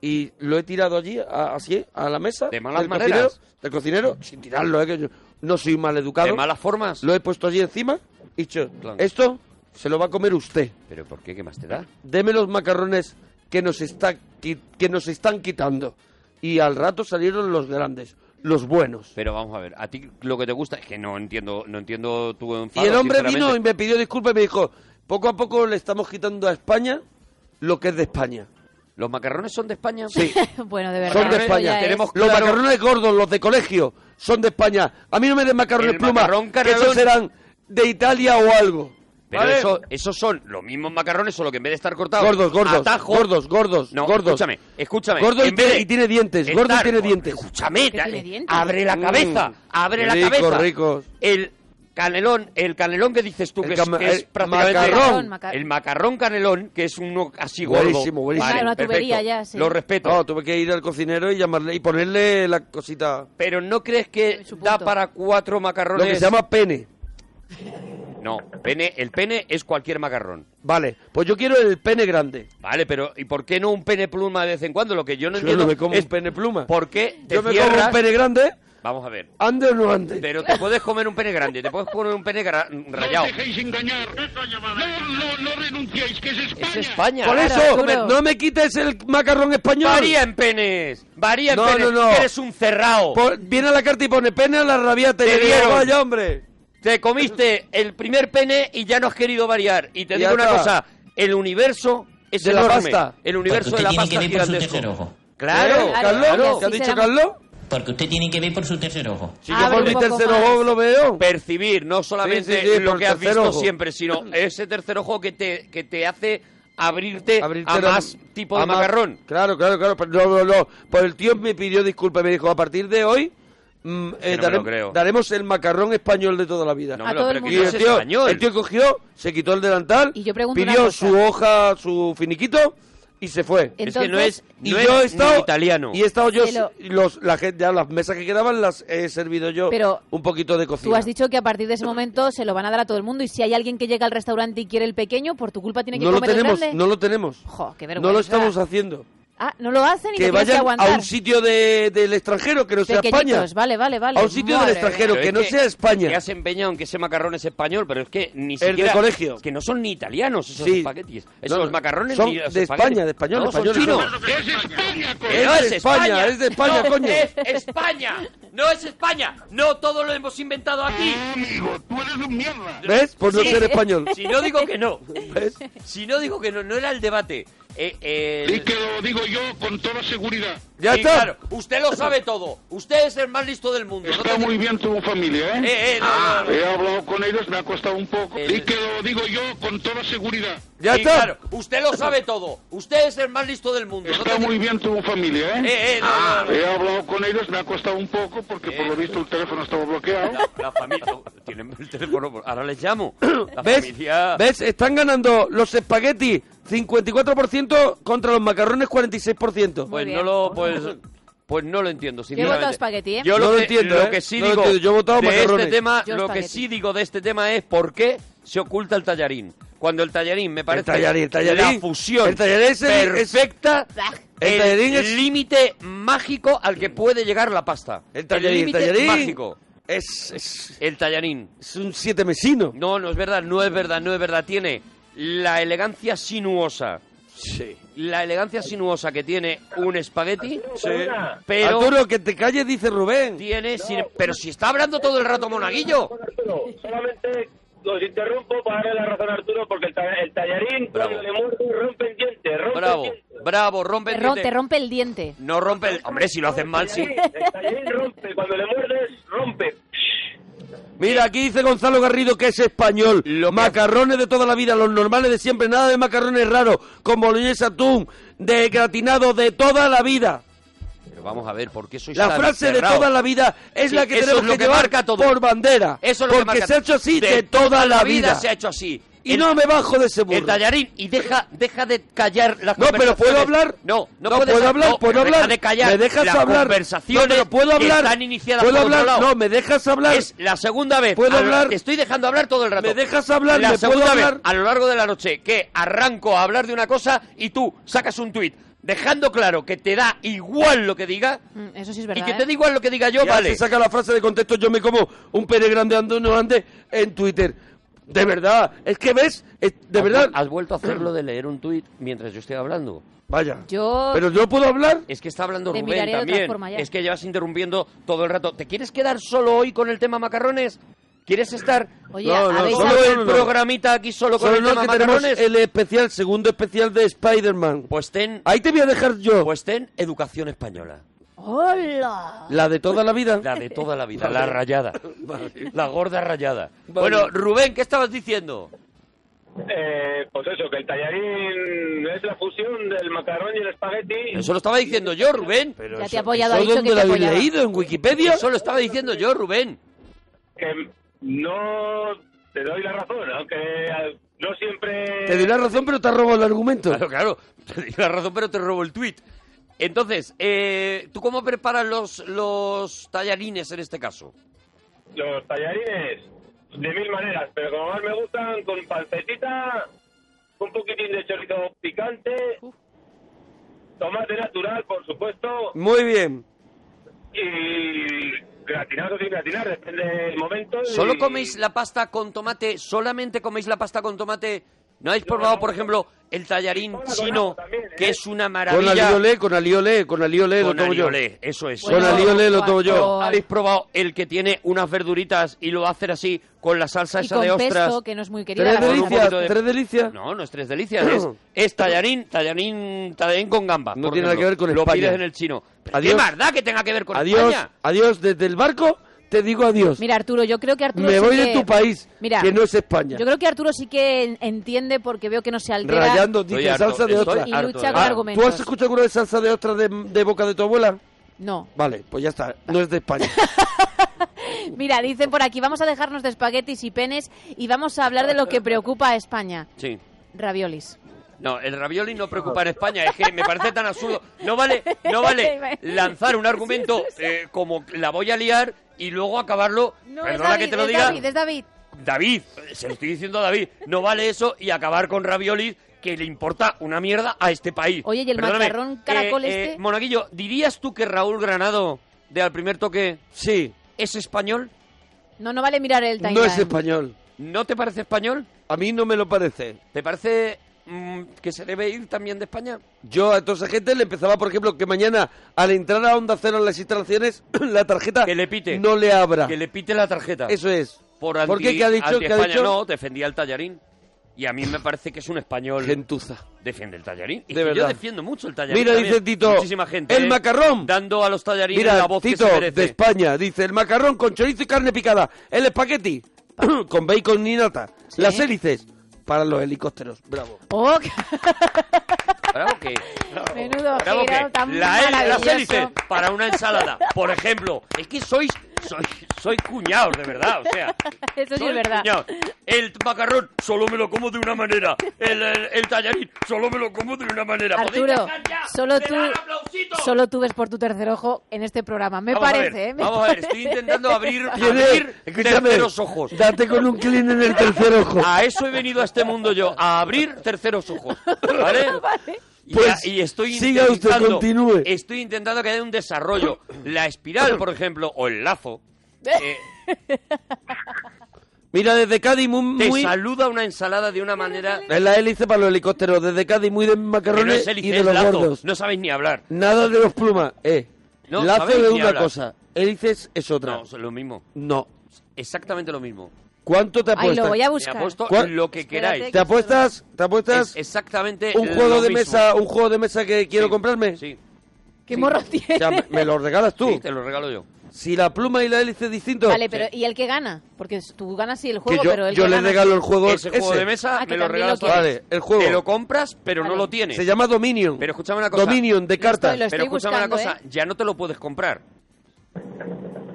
Speaker 2: y lo he tirado allí, a- así, a la mesa.
Speaker 6: De malas
Speaker 2: del
Speaker 6: maneras.
Speaker 2: Cocinero, del cocinero, sin tirarlo, eh, que yo no soy mal educado.
Speaker 6: De malas formas.
Speaker 2: Lo he puesto allí encima y dicho,
Speaker 6: Claro.
Speaker 2: esto se lo va a comer usted.
Speaker 6: Pero ¿por qué? ¿Qué más te da?
Speaker 2: Deme los macarrones que nos, está, qui- que nos están quitando. Y al rato salieron los grandes, los buenos.
Speaker 6: Pero vamos a ver, a ti lo que te gusta es que no entiendo, no entiendo tu enfado.
Speaker 2: Y el hombre vino
Speaker 6: sinceramente.
Speaker 2: y me pidió disculpas y me dijo, poco a poco le estamos quitando a España lo que es de España.
Speaker 6: ¿Los macarrones son de España?
Speaker 2: Sí,
Speaker 3: Bueno, de verdad.
Speaker 2: son de
Speaker 3: esto ya
Speaker 2: España.
Speaker 3: es-
Speaker 6: Tenemos-
Speaker 2: Los
Speaker 6: claro-
Speaker 2: macarrones gordos, los de colegio, son de España. A mí no me den macarrones
Speaker 6: El
Speaker 2: pluma,
Speaker 6: macarrón
Speaker 2: que esos
Speaker 6: canelón-
Speaker 2: serán de Italia o algo.
Speaker 6: Pero
Speaker 2: ¿Vale?
Speaker 6: eso- esos son los mismos macarrones, solo que en vez de estar cortados.
Speaker 2: Gordos, gordos,
Speaker 6: atajo-
Speaker 2: gordos, gordos,
Speaker 6: No,
Speaker 2: gordos.
Speaker 6: escúchame, escúchame.
Speaker 2: Gordo y
Speaker 6: En vez
Speaker 2: tiene-
Speaker 6: de
Speaker 2: y tiene dientes, gordo y tiene
Speaker 6: gordo,
Speaker 2: dientes.
Speaker 6: Escúchame,
Speaker 3: ¿Qué
Speaker 6: ya-
Speaker 3: tiene dientes?
Speaker 6: abre la
Speaker 2: Mm,
Speaker 6: cabeza, abre la
Speaker 2: rico,
Speaker 6: cabeza.
Speaker 2: rico.
Speaker 6: El canelón, el canelón que dices tú
Speaker 2: El
Speaker 6: que, es,
Speaker 2: cama-
Speaker 6: que es
Speaker 2: el
Speaker 6: prácticamente
Speaker 2: macarrón.
Speaker 3: Maca-
Speaker 6: el macarrón canelón, que es uno así gordo.
Speaker 2: Buenísimo, buenísimo.
Speaker 6: Vale,
Speaker 3: Claro, la tubería
Speaker 6: perfecto.
Speaker 3: ya, sí.
Speaker 6: Lo respeto.
Speaker 2: No, tuve que ir al cocinero y llamarle y ponerle la cosita.
Speaker 6: Pero no crees que
Speaker 3: Su punto.
Speaker 6: da para cuatro
Speaker 2: Lo
Speaker 6: macarrones.
Speaker 2: que se llama pene.
Speaker 6: No, pene, el pene es cualquier macarrón.
Speaker 2: Vale, pues yo quiero el pene grande.
Speaker 6: Vale, pero ¿y por qué no un pene pluma de vez en cuando? Lo que yo no
Speaker 2: Yo
Speaker 6: entiendo
Speaker 2: no me como
Speaker 6: es
Speaker 2: un pene pluma.
Speaker 6: ¿Por qué te
Speaker 2: Yo me
Speaker 6: cierras?
Speaker 2: como un pene grande,
Speaker 6: Vamos a ver.
Speaker 2: ande o no ande.
Speaker 6: Pero te puedes comer un pene grande, te puedes comer un pene gra-
Speaker 5: No
Speaker 6: rayado.
Speaker 5: os dejéis engañar. No, no, no renunciéis, que es
Speaker 6: Es
Speaker 5: España.
Speaker 6: España.
Speaker 2: Por
Speaker 3: Ahora,
Speaker 2: eso,
Speaker 3: Arturo.
Speaker 2: no me quites el macarrón español.
Speaker 6: Varía en penes. Varía en
Speaker 2: No,
Speaker 6: penes.
Speaker 2: no, no.
Speaker 6: Eres un cerrado.
Speaker 2: Por- viene a la carta y pone pene a la rabiata. Y
Speaker 6: Te
Speaker 2: yo digo,
Speaker 6: dieron.
Speaker 2: vaya, hombre.
Speaker 6: Te comiste el primer pene y ya no has querido variar. Y te
Speaker 2: Y
Speaker 6: digo
Speaker 2: ya
Speaker 6: una
Speaker 2: está.
Speaker 6: cosa. El universo es
Speaker 2: De la
Speaker 6: enorme.
Speaker 2: pasta.
Speaker 6: El universo de la
Speaker 9: tiene
Speaker 6: pasta
Speaker 9: que
Speaker 6: es
Speaker 9: ver por su
Speaker 6: gigantesco.
Speaker 9: tercer ojo.
Speaker 6: Claro.
Speaker 2: ¿Eh, Carlos,
Speaker 3: claro.
Speaker 2: ¿qué ha
Speaker 3: Sí,
Speaker 2: dicho
Speaker 3: será-
Speaker 2: Carlos?
Speaker 9: Porque usted tiene que ver por su tercer ojo.
Speaker 2: Si yo
Speaker 3: Abre
Speaker 2: por
Speaker 3: un
Speaker 2: mi
Speaker 3: poco
Speaker 2: tercer
Speaker 3: más.
Speaker 2: ojo lo veo.
Speaker 6: Percibir, no solamente
Speaker 2: Sí, sí, sí,
Speaker 6: lo
Speaker 2: por
Speaker 6: que
Speaker 2: el
Speaker 6: has
Speaker 2: tercer
Speaker 6: visto
Speaker 2: ojo.
Speaker 6: siempre, sino ese tercer ojo que te, que te hace abrirte,
Speaker 2: Abrirte
Speaker 6: a
Speaker 2: la-
Speaker 6: más tipo de
Speaker 2: a más-
Speaker 6: macarrón.
Speaker 2: Claro, claro, claro. pero no, no, no. Pues el tío me pidió disculpas. Me dijo, a partir de hoy mm, eh,
Speaker 6: me lo
Speaker 2: darem-
Speaker 6: creo.
Speaker 2: daremos el macarrón español de toda la vida.
Speaker 6: No,
Speaker 3: A
Speaker 6: me lo-
Speaker 3: todo
Speaker 6: pero
Speaker 3: el
Speaker 6: que
Speaker 2: y
Speaker 3: mundo.
Speaker 6: no
Speaker 2: el
Speaker 6: es
Speaker 2: tío,
Speaker 6: español.
Speaker 2: el tío cogió, se quitó el delantal,
Speaker 3: Y yo pregunto una
Speaker 2: pidió
Speaker 3: cosa.
Speaker 2: su hoja, su finiquito y se fue.
Speaker 3: Eh,
Speaker 6: Es que no es,
Speaker 3: Entonces-
Speaker 2: Y
Speaker 6: no
Speaker 2: yo he
Speaker 6: es
Speaker 2: estado
Speaker 6: ni italiano.
Speaker 2: y he estado yo
Speaker 3: Se lo-
Speaker 2: los la gente ya las mesas que quedaban las he servido yo
Speaker 3: Pero
Speaker 2: un poquito de cocina.
Speaker 3: Tú has dicho que a partir de ese momento se lo van a dar a todo el mundo y si hay alguien que llega al restaurante y quiere el pequeño, por tu culpa tiene que
Speaker 2: no lo
Speaker 3: comer
Speaker 2: tenemos,
Speaker 3: el grande.
Speaker 2: no lo tenemos.
Speaker 3: Jo, qué vergüenza.
Speaker 2: no lo estamos haciendo.
Speaker 3: Ah, no lo hacen y te tienes
Speaker 2: Que
Speaker 3: que
Speaker 2: vayan a
Speaker 3: aguantar.
Speaker 2: un sitio de- del extranjero que no sea España.
Speaker 3: Pequeñitos, vale, vale, vale.
Speaker 2: A un sitio del
Speaker 3: Madre
Speaker 2: extranjero.
Speaker 3: mía.
Speaker 2: que no
Speaker 6: es
Speaker 2: sea España.
Speaker 6: Te has empeñado en que ese macarrón es español, pero es que ni
Speaker 2: de
Speaker 6: siquiera.
Speaker 2: colegio.
Speaker 6: Es que no son ni italianos esos
Speaker 2: Sí.
Speaker 6: espaguetis. Esos
Speaker 2: No, no,
Speaker 6: macarrones
Speaker 2: son
Speaker 6: ni los
Speaker 2: de
Speaker 6: espaguetis.
Speaker 2: España, de español,
Speaker 6: No, son
Speaker 2: españoles
Speaker 6: chinos.
Speaker 2: son.
Speaker 5: Es España, coño.
Speaker 6: Que
Speaker 2: Es
Speaker 6: no
Speaker 2: de España, es de España,
Speaker 6: No,
Speaker 2: coño.
Speaker 6: Es España, no es España. No todo lo hemos inventado aquí.
Speaker 5: Amigo, tú eres un mierda.
Speaker 2: ¿Ves? Por no
Speaker 6: Sí.
Speaker 2: ser español.
Speaker 6: Si no digo que no,
Speaker 2: ¿Ves?
Speaker 6: si no digo que no, no era el debate. Eh, eh,
Speaker 5: Y que lo digo yo con toda seguridad.
Speaker 2: Ya
Speaker 6: sí,
Speaker 2: está.
Speaker 6: claro, usted lo sabe todo. Usted es el más listo del mundo. No
Speaker 5: Está
Speaker 6: te-
Speaker 5: muy bien tu familia, ¿eh?
Speaker 6: Eh, eh, no,
Speaker 5: Ah,
Speaker 6: no, no.
Speaker 5: He hablado con ellos, me ha costado un poco.
Speaker 6: Eh,
Speaker 5: Y que lo digo yo con toda seguridad.
Speaker 2: Ya
Speaker 6: Sí,
Speaker 2: está.
Speaker 6: claro, usted lo sabe todo. Usted es el más listo del mundo. No
Speaker 5: Está
Speaker 6: te-
Speaker 5: muy bien tu familia, ¿eh?
Speaker 6: Eh, eh, no,
Speaker 5: Ah,
Speaker 6: no, no.
Speaker 5: He hablado con ellos, me ha costado un poco porque por lo visto el teléfono estaba bloqueado.
Speaker 6: La familia. Tienen el teléfono. Ahora les llamo. La
Speaker 2: ¿Ves?
Speaker 6: familia.
Speaker 2: ¿Ves? Están ganando los espaguetis 54% contra los macarrones 46%.
Speaker 6: Pues
Speaker 3: Muy
Speaker 6: no
Speaker 3: bien.
Speaker 6: lo. Pues, pues no lo entiendo, sinceramente.
Speaker 3: votado espagueti, ¿eh?
Speaker 6: Yo
Speaker 2: No
Speaker 6: lo,
Speaker 2: lo
Speaker 6: que-
Speaker 2: entiendo,
Speaker 6: lo
Speaker 2: ¿eh?
Speaker 6: que sí
Speaker 2: No lo
Speaker 6: digo
Speaker 2: entiendo. Yo he votado
Speaker 6: de
Speaker 2: macarrones.
Speaker 6: este tema,
Speaker 3: Yo
Speaker 6: lo que
Speaker 3: espagueti.
Speaker 6: sí digo de este tema es por qué se oculta el tallarín. Cuando el tallarín me parece
Speaker 2: tallarín, el tallarín.
Speaker 6: la fusión
Speaker 2: El tallarín es el- es-
Speaker 6: perfecta,
Speaker 2: El tallarín es-
Speaker 6: el límite mágico al que puede llegar la pasta.
Speaker 2: El tallarín, el
Speaker 6: límite
Speaker 2: tallarín
Speaker 6: mágico.
Speaker 2: Es, es,
Speaker 6: El tallarín.
Speaker 2: es un siete mesino.
Speaker 6: No, no es verdad, no es verdad, no es verdad. Tiene la elegancia sinuosa.
Speaker 2: Sí.
Speaker 6: La elegancia sinuosa que tiene un espagueti, pero
Speaker 2: Arturo, que te calles, dice Rubén.
Speaker 6: tiene... sin- Pero si está hablando todo el rato Monaguillo.
Speaker 8: Arturo, solamente los interrumpo para darle la razón a Arturo porque el, ta- el tallarín
Speaker 6: Bravo.
Speaker 8: cuando le muerde rompe el diente, rompe
Speaker 6: Bravo,
Speaker 8: el diente.
Speaker 6: bravo, rompe
Speaker 3: Te,
Speaker 6: el
Speaker 3: rom-
Speaker 6: diente.
Speaker 3: te rompe el diente.
Speaker 6: No rompe el... Hombre, si lo hacen mal, sí.
Speaker 8: El tallarín rompe, cuando le muerdes rompe.
Speaker 2: Mira, aquí dice Gonzalo Garrido que es español. Los macarrones de toda la vida, los normales de siempre, nada de macarrones raros, con boloñesa atún, de gratinado de toda la vida.
Speaker 6: Pero vamos a ver, ¿por qué sois
Speaker 2: La
Speaker 6: tan
Speaker 2: frase de
Speaker 6: cerrados?
Speaker 2: toda la vida es
Speaker 6: Sí,
Speaker 2: la que
Speaker 6: eso
Speaker 2: tenemos
Speaker 6: es lo
Speaker 2: que, llevar
Speaker 6: marca todo.
Speaker 2: por bandera.
Speaker 6: Eso es lo
Speaker 2: porque
Speaker 6: que marca
Speaker 2: se ha hecho así de, toda la vida.
Speaker 6: se ha hecho así.
Speaker 2: Y no me bajo de ese burro.
Speaker 6: El tallarín, y deja, deja de callar las
Speaker 2: No, pero ¿puedo
Speaker 6: conversaciones.
Speaker 2: hablar?
Speaker 6: No, no,
Speaker 2: No,
Speaker 6: puedes
Speaker 2: puedo hablar,
Speaker 6: no,
Speaker 2: puedo
Speaker 6: pero
Speaker 2: hablar.
Speaker 6: Deja de callar.
Speaker 2: ¿Me dejas
Speaker 6: las
Speaker 2: hablar?
Speaker 6: conversaciones
Speaker 2: No, pero ¿puedo
Speaker 6: que
Speaker 2: hablar?
Speaker 6: están iniciadas
Speaker 2: ¿Puedo
Speaker 6: por otro
Speaker 2: hablar?
Speaker 6: lado.
Speaker 2: No, ¿me dejas hablar?
Speaker 6: Es la segunda vez.
Speaker 2: ¿Puedo
Speaker 6: a lo-
Speaker 2: hablar?
Speaker 6: Te estoy dejando hablar todo el rato.
Speaker 2: ¿Me dejas hablar?
Speaker 6: La
Speaker 2: ¿Me puedo
Speaker 6: segunda vez,
Speaker 2: hablar?
Speaker 6: a lo largo de la noche, que arranco a hablar de una cosa y tú sacas un tuit dejando claro que te da igual lo que diga
Speaker 3: Mm, Eso sí es
Speaker 6: y
Speaker 3: verdad.
Speaker 6: que
Speaker 3: ¿eh?
Speaker 6: te da igual lo que diga yo,
Speaker 2: Ya
Speaker 6: vale.
Speaker 2: se saca la frase de contexto, yo me como un pene grande andando antes en Twitter. De verdad, es que ves, es- de
Speaker 6: Has vu-
Speaker 2: verdad,
Speaker 6: Has vuelto a hacerlo de leer un tuit mientras yo estoy hablando.
Speaker 2: vaya.
Speaker 3: Yo-
Speaker 2: Pero yo puedo hablar.
Speaker 6: Es que está hablando
Speaker 3: Te
Speaker 6: Rubén
Speaker 3: miraré de otra
Speaker 6: también.
Speaker 3: forma ya.
Speaker 6: Es que llevas interrumpiendo todo el rato. ¿Te quieres quedar solo hoy con el tema macarrones? ¿Quieres estar
Speaker 3: Oye,
Speaker 2: No, no,
Speaker 3: habéis
Speaker 2: solo
Speaker 3: hablado-
Speaker 2: el-
Speaker 6: el programita aquí solo con
Speaker 2: Solo
Speaker 6: el
Speaker 2: no,
Speaker 6: tema
Speaker 2: que tenemos
Speaker 6: macarrones?
Speaker 2: el especial, segundo especial de Spider-Man.
Speaker 6: Pues ten,
Speaker 2: Ahí te voy a dejar yo.
Speaker 6: pues ten educación española.
Speaker 3: ¡Hola!
Speaker 2: la de toda la vida.
Speaker 6: Ah. La de toda la vida, la rayada. La gorda rayada. Bueno, Rubén, ¿qué estabas diciendo?
Speaker 8: Eh, pues eso, que el tallarín es la fusión del macarrón y el espagueti.
Speaker 6: Eso lo estaba diciendo yo, Rubén.
Speaker 3: Ya te ha apoyado, ha
Speaker 2: ¿Eso
Speaker 3: dicho que
Speaker 2: dónde
Speaker 3: te
Speaker 2: lo habéis
Speaker 3: apoyaba.
Speaker 2: leído? ¿En Wikipedia?
Speaker 6: Eso lo estaba diciendo yo, Rubén.
Speaker 8: Que no te doy la razón, aunque eh, no siempre...
Speaker 2: Te doy la razón, pero te has robado el argumento.
Speaker 6: Claro, claro. Te di la razón, pero te robo el tuit. Entonces, eh, ¿tú cómo preparas los, los tallarines en este caso?
Speaker 8: Los tallarines, de mil maneras, pero como más me gustan, con pancetita, un poquitín de chorizo picante, tomate natural, por supuesto,
Speaker 2: Muy bien.
Speaker 8: y gratinado sin gratinar, depende del momento. y-
Speaker 6: ¿Solo coméis la pasta con tomate? ¿Solamente coméis la pasta con tomate? ¿No habéis probado, por ejemplo, el tallarín
Speaker 8: Hola,
Speaker 6: chino,
Speaker 8: Donato, también, ¿eh?
Speaker 6: que es una
Speaker 2: Con
Speaker 6: maravilla?
Speaker 2: aliolé, con aliolé, con aliolé, lo
Speaker 6: Con
Speaker 2: tomo yo.
Speaker 6: aliolé, eso es.
Speaker 2: Con
Speaker 3: Bueno,
Speaker 2: aliolé lo tomo yo.
Speaker 3: cuatro-
Speaker 6: ¿Habéis probado el que tiene unas verduritas y lo hacen así con la salsa
Speaker 3: Y
Speaker 6: esa
Speaker 3: con
Speaker 6: de ostras?
Speaker 3: pesto, que no es muy querida.
Speaker 2: Tres
Speaker 3: la
Speaker 6: con un
Speaker 3: verdad.
Speaker 2: delicias,
Speaker 6: poquito de-
Speaker 2: tres delicias.
Speaker 6: No, no es tres delicias, es, es tallarín, tallarín, tallarín con gamba.
Speaker 2: No
Speaker 6: por
Speaker 2: tiene nada
Speaker 6: ejemplo.
Speaker 2: que ver con
Speaker 6: Lo
Speaker 2: España.
Speaker 6: pides en el chino. Pero
Speaker 2: Adiós.
Speaker 6: ¿Qué maldad que tenga que ver con
Speaker 2: adiós,
Speaker 6: España?
Speaker 2: adiós, desde el barco te digo adiós.
Speaker 3: Mira, Arturo, yo creo que Arturo.
Speaker 2: Me
Speaker 3: sí
Speaker 2: voy
Speaker 3: que-
Speaker 2: de tu país,
Speaker 3: Mira,
Speaker 2: que no es España.
Speaker 3: Yo creo que Arturo sí que en- entiende porque veo que no se altera.
Speaker 2: Rayando,
Speaker 6: Estoy
Speaker 2: dice
Speaker 6: harto,
Speaker 2: salsa de
Speaker 6: estoy
Speaker 2: otra.
Speaker 3: Y
Speaker 6: harto
Speaker 3: lucha
Speaker 6: de-
Speaker 3: con
Speaker 6: Ah,
Speaker 2: ¿Tú
Speaker 3: argumentos.
Speaker 2: has escuchado alguna vez salsa de otra de, de boca de tu abuela?
Speaker 3: No.
Speaker 2: Vale, pues ya está, no es de España.
Speaker 3: Mira, dicen por aquí, vamos a dejarnos de espaguetis y penes y vamos a hablar de lo que preocupa a España.
Speaker 6: Sí.
Speaker 3: Raviolis.
Speaker 6: No, el ravioli no preocupa en España, es que me parece tan absurdo. No vale, no vale lanzar un argumento eh, como la voy a liar y luego acabarlo. perdona que te lo diga.
Speaker 3: David, es David.
Speaker 6: David, se lo estoy diciendo a David, no vale eso y acabar con raviolis que le importa una mierda a este país.
Speaker 3: Oye, ¿y el
Speaker 6: Perdóname, eh,
Speaker 3: macarrón caracol este?
Speaker 6: Monaguillo, ¿dirías tú que Raúl Granado, de al primer toque,
Speaker 2: Sí,
Speaker 6: es español?
Speaker 3: No, no vale mirar el timeline.
Speaker 2: no es español.
Speaker 6: ¿No te parece español?
Speaker 2: A mí no me lo parece.
Speaker 6: ¿Te parece mm, que se debe ir también de España?
Speaker 2: Yo a toda esa gente le empezaba, por ejemplo, que mañana al entrar a Onda Cero en las instalaciones, la tarjeta
Speaker 6: Que le pite.
Speaker 2: no le abra.
Speaker 6: Que le pite la tarjeta.
Speaker 2: Eso es.
Speaker 6: Por anti,
Speaker 2: qué? ¿Qué ha dicho?
Speaker 6: anti
Speaker 2: ¿Qué ha
Speaker 6: España.
Speaker 2: dicho?
Speaker 6: No, defendía el tallarín. Y a mí me parece que es un español.
Speaker 2: Gentuza.
Speaker 6: Defiende el tallarín. Y
Speaker 2: De
Speaker 6: que
Speaker 2: verdad.
Speaker 6: Yo defiendo mucho el tallarín.
Speaker 2: Mira,
Speaker 6: también.
Speaker 2: dice Tito,
Speaker 6: Muchísima gente.
Speaker 2: el
Speaker 6: ¿eh?
Speaker 2: macarrón.
Speaker 6: Dando a los tallarines la
Speaker 2: Mira,
Speaker 6: voz
Speaker 2: Tito
Speaker 6: que se
Speaker 2: de
Speaker 6: merece.
Speaker 2: España dice el macarrón con chorizo y carne picada, el espagueti con bacon y nata, las hélices para los helicópteros. Bravo.
Speaker 3: Oh,
Speaker 6: Bravo que.
Speaker 3: menudo
Speaker 6: Bravo
Speaker 3: giro
Speaker 6: que.
Speaker 3: tan
Speaker 6: La hel- las
Speaker 3: maravilloso.
Speaker 6: hélices para una ensalada, por ejemplo. Es que sois. Soy, soy cuñados, de verdad, o sea.
Speaker 3: Eso sí
Speaker 6: sois
Speaker 3: es verdad.
Speaker 6: cuñados. El macarrón solo me lo como de una manera. El, el, el tallarín solo me lo como de una manera. ¿Podéis
Speaker 3: Arturo,
Speaker 6: dejar ya
Speaker 3: solo
Speaker 6: de
Speaker 3: tú,
Speaker 6: dar aplausitos?
Speaker 3: solo tú ves por tu tercer ojo en este programa. Me
Speaker 6: Vamos a
Speaker 3: parece,
Speaker 6: ver,
Speaker 3: ¿eh? Me
Speaker 6: vamos a ver,
Speaker 3: parece.
Speaker 6: estoy intentando abrir,
Speaker 2: Tiene-
Speaker 6: abrir
Speaker 2: escúchame,
Speaker 6: terceros ojos.
Speaker 2: Date con un clean en el tercer ojo.
Speaker 6: A eso he venido a este mundo yo, a abrir terceros ojos, ¿vale? Y,
Speaker 2: Pues,
Speaker 6: a- y estoy
Speaker 2: siga usted,
Speaker 6: intentando-
Speaker 2: continúe.
Speaker 6: Estoy intentando que haya un desarrollo. La espiral, por ejemplo, o el lazo, eh,
Speaker 2: Mira, desde Cádiz muy...
Speaker 6: te
Speaker 2: muy
Speaker 6: saluda una ensalada de una manera...
Speaker 2: es la hélice para los helicópteros, desde Cádiz muy de
Speaker 6: Que no
Speaker 2: macarrones
Speaker 6: es hélice,
Speaker 2: y de
Speaker 6: es
Speaker 2: los
Speaker 6: lazo.
Speaker 2: gordos.
Speaker 6: No sabéis ni hablar.
Speaker 2: Nada de los plumas, eh.
Speaker 6: No,
Speaker 2: Lazo
Speaker 6: ¿sabéis?
Speaker 2: es
Speaker 6: Ni
Speaker 2: una
Speaker 6: hablar.
Speaker 2: cosa, hélices es otra.
Speaker 6: No, es lo mismo.
Speaker 2: No.
Speaker 6: Exactamente lo mismo.
Speaker 2: ¿Cuánto te
Speaker 3: Ay,
Speaker 2: apuestas?
Speaker 3: lo voy a
Speaker 6: Me
Speaker 3: buscar.
Speaker 6: apuesto
Speaker 2: ¿Cuál?
Speaker 6: lo que
Speaker 3: Espérate,
Speaker 6: queráis.
Speaker 2: ¿Te apuestas? ¿Te apuestas?
Speaker 6: Es exactamente
Speaker 2: un
Speaker 6: lo
Speaker 2: juego de
Speaker 6: mismo.
Speaker 2: mesa, un juego de mesa que quiero
Speaker 6: Sí,
Speaker 2: comprarme.
Speaker 6: Sí.
Speaker 3: ¿Qué morro
Speaker 2: O
Speaker 3: tiene?
Speaker 2: sea, me, me lo regalas tú.
Speaker 6: Sí, te lo regalo yo.
Speaker 2: Si la pluma y la hélice es distinto.
Speaker 3: Vale, pero ¿y el que gana? Porque tú ganas sí el
Speaker 2: Que
Speaker 3: juego,
Speaker 2: yo,
Speaker 3: pero el
Speaker 2: yo
Speaker 3: que
Speaker 2: le
Speaker 3: gana-
Speaker 2: regalo el juego
Speaker 6: Ese juego de mesa
Speaker 3: Ah, que
Speaker 6: me lo
Speaker 3: también
Speaker 6: regalas
Speaker 3: lo
Speaker 6: tú.
Speaker 3: quieres.
Speaker 2: Vale, el juego.
Speaker 6: Te lo compras, pero no
Speaker 3: Vale.
Speaker 6: lo tienes.
Speaker 2: Se llama Dominion.
Speaker 6: Pero escúchame una cosa.
Speaker 2: Dominion de cartas.
Speaker 3: Lo estoy
Speaker 6: pero escúchame una
Speaker 3: buscando, ¿eh?
Speaker 6: cosa, ya no te lo puedes comprar.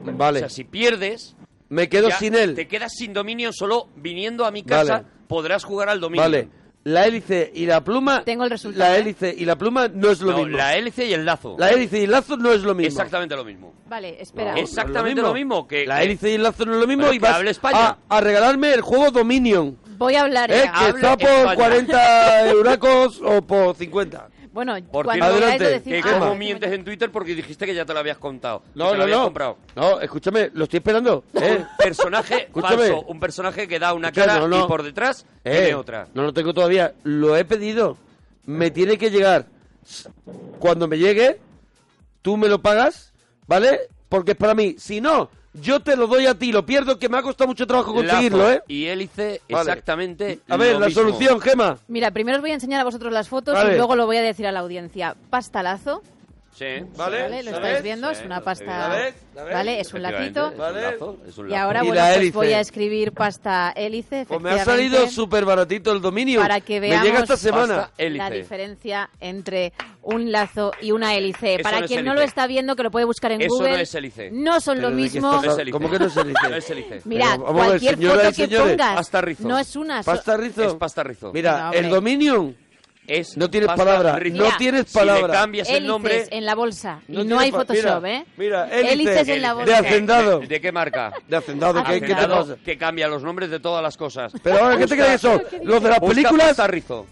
Speaker 2: Vale.
Speaker 6: O sea, si pierdes,
Speaker 2: Me quedo
Speaker 6: ya
Speaker 2: sin él.
Speaker 6: te quedas sin dominio solo viniendo a mi casa,
Speaker 2: Vale.
Speaker 6: podrás jugar al dominio.
Speaker 2: Vale. La hélice y la pluma.
Speaker 3: Tengo el resultado,
Speaker 2: La
Speaker 3: ¿eh?
Speaker 2: hélice y la pluma no es lo
Speaker 6: No,
Speaker 2: mismo.
Speaker 6: la hélice y el lazo.
Speaker 2: La hélice y el lazo no es lo mismo.
Speaker 6: Exactamente lo mismo.
Speaker 3: Vale, espera.
Speaker 2: No, no es
Speaker 6: Exactamente lo mismo que-
Speaker 2: la
Speaker 6: que-
Speaker 2: hélice y el lazo no es lo mismo
Speaker 6: Pero
Speaker 2: y
Speaker 6: que
Speaker 2: vas
Speaker 6: hable España.
Speaker 2: A, a regalarme el juego Dominion.
Speaker 3: Voy a hablar
Speaker 2: Eh,
Speaker 3: ya.
Speaker 2: que
Speaker 6: hable
Speaker 2: está por
Speaker 6: España.
Speaker 2: 40 euracos o por 50.
Speaker 3: Bueno,
Speaker 6: Por
Speaker 3: cuando veáis
Speaker 2: cierto,
Speaker 3: lo
Speaker 2: adelante,
Speaker 6: Que
Speaker 3: decimos.
Speaker 2: ¿qué
Speaker 3: Ah,
Speaker 6: como
Speaker 3: decimos-
Speaker 2: más?
Speaker 6: mientes en Twitter porque dijiste que ya te lo habías contado. que
Speaker 2: No,
Speaker 6: te lo
Speaker 2: no,
Speaker 6: habías
Speaker 2: no.
Speaker 6: comprado.
Speaker 2: No, escúchame, lo estoy esperando. ¿eh?
Speaker 6: Un personaje
Speaker 2: Escúchame.
Speaker 6: falso, un personaje que da una
Speaker 2: Escúchame,
Speaker 6: cara
Speaker 2: no, no.
Speaker 6: y por detrás
Speaker 2: Eh,
Speaker 6: tiene otra.
Speaker 2: No lo tengo todavía. Lo he pedido. Me tiene que llegar. Cuando me llegue, tú me lo pagas, ¿vale? Porque es para mí. Si no, yo te lo doy a ti. Lo pierdo, que me ha costado mucho trabajo conseguirlo,
Speaker 6: Lazo
Speaker 2: ¿eh?
Speaker 6: Y hélice
Speaker 2: Vale.
Speaker 6: exactamente.
Speaker 2: A ver,
Speaker 6: lo
Speaker 2: la
Speaker 6: mismo.
Speaker 2: solución, Gema.
Speaker 3: Mira, primero os voy a enseñar a vosotros las fotos
Speaker 2: Vale.
Speaker 3: y luego lo voy a decir a la audiencia. Pastalazo,
Speaker 6: Sí.
Speaker 2: Vale,
Speaker 3: ¿vale? Lo
Speaker 2: ¿la
Speaker 3: estáis
Speaker 2: ves?
Speaker 3: viendo, es
Speaker 6: Sí,
Speaker 3: una
Speaker 6: lo
Speaker 3: pasta,
Speaker 6: estoy
Speaker 2: viendo. ¿La ves? ¿La ves?
Speaker 3: ¿vale? Es un
Speaker 6: Efectivamente,
Speaker 3: latito.
Speaker 2: Vale.
Speaker 6: Es un lazo, es un
Speaker 3: Y
Speaker 6: lazo.
Speaker 3: ahora,
Speaker 2: Y
Speaker 3: bueno,
Speaker 2: la
Speaker 3: pues
Speaker 2: hélice.
Speaker 3: voy a escribir pasta hélice,
Speaker 2: Pues me ha salido
Speaker 3: efectivamente,
Speaker 2: súper baratito el dominio.
Speaker 3: Para que
Speaker 2: Me llega
Speaker 3: veamos-
Speaker 2: esta semana.
Speaker 6: Basta. hélice.
Speaker 3: la diferencia entre un lazo y una hélice.
Speaker 6: Eso
Speaker 3: Para
Speaker 6: no es
Speaker 3: quien no lo
Speaker 6: hélice.
Speaker 3: está viendo, que lo puede buscar en
Speaker 6: Eso no
Speaker 3: Google.
Speaker 6: es hélice.
Speaker 3: No son
Speaker 2: Pero
Speaker 3: lo
Speaker 2: de qué
Speaker 3: mismo.
Speaker 2: estás
Speaker 6: No es hélice.
Speaker 2: ¿Cómo que no es hélice?
Speaker 6: No es hélice.
Speaker 3: Mira,
Speaker 2: Pero vamos a ver,
Speaker 3: cualquier
Speaker 2: señoras y
Speaker 3: foto que
Speaker 2: señores,
Speaker 3: pongas
Speaker 6: pasta rizo.
Speaker 3: no es una so-
Speaker 2: Pasta rizo.
Speaker 6: Es pasta rizo.
Speaker 2: Mira,
Speaker 3: No,
Speaker 2: el
Speaker 3: hombre.
Speaker 2: Dominion
Speaker 6: Es
Speaker 2: no tienes
Speaker 6: pasta
Speaker 2: palabra.
Speaker 6: rizo.
Speaker 2: No
Speaker 3: Mira,
Speaker 2: tienes
Speaker 6: Si le
Speaker 2: palabra.
Speaker 6: cambias el
Speaker 3: hélices
Speaker 6: nombre.
Speaker 3: en la bolsa. Y
Speaker 2: No
Speaker 3: no
Speaker 2: tiene
Speaker 3: hay
Speaker 2: pa-
Speaker 3: Photoshop,
Speaker 2: mira,
Speaker 3: ¿eh?
Speaker 2: mira, hélice.
Speaker 3: Hélices en la
Speaker 2: De
Speaker 3: bolsa.
Speaker 2: hacen- Hacendado.
Speaker 6: ¿De, de qué marca?
Speaker 2: De hacendado, ¿qué, qué te
Speaker 6: Hacendado
Speaker 2: pasa?
Speaker 6: que cambia los nombres de todas las cosas.
Speaker 2: Pero ahora, ¿qué te
Speaker 6: Busca-
Speaker 2: crees que son? ¿Los de las
Speaker 6: busca
Speaker 2: películas?
Speaker 6: Pasta rizo.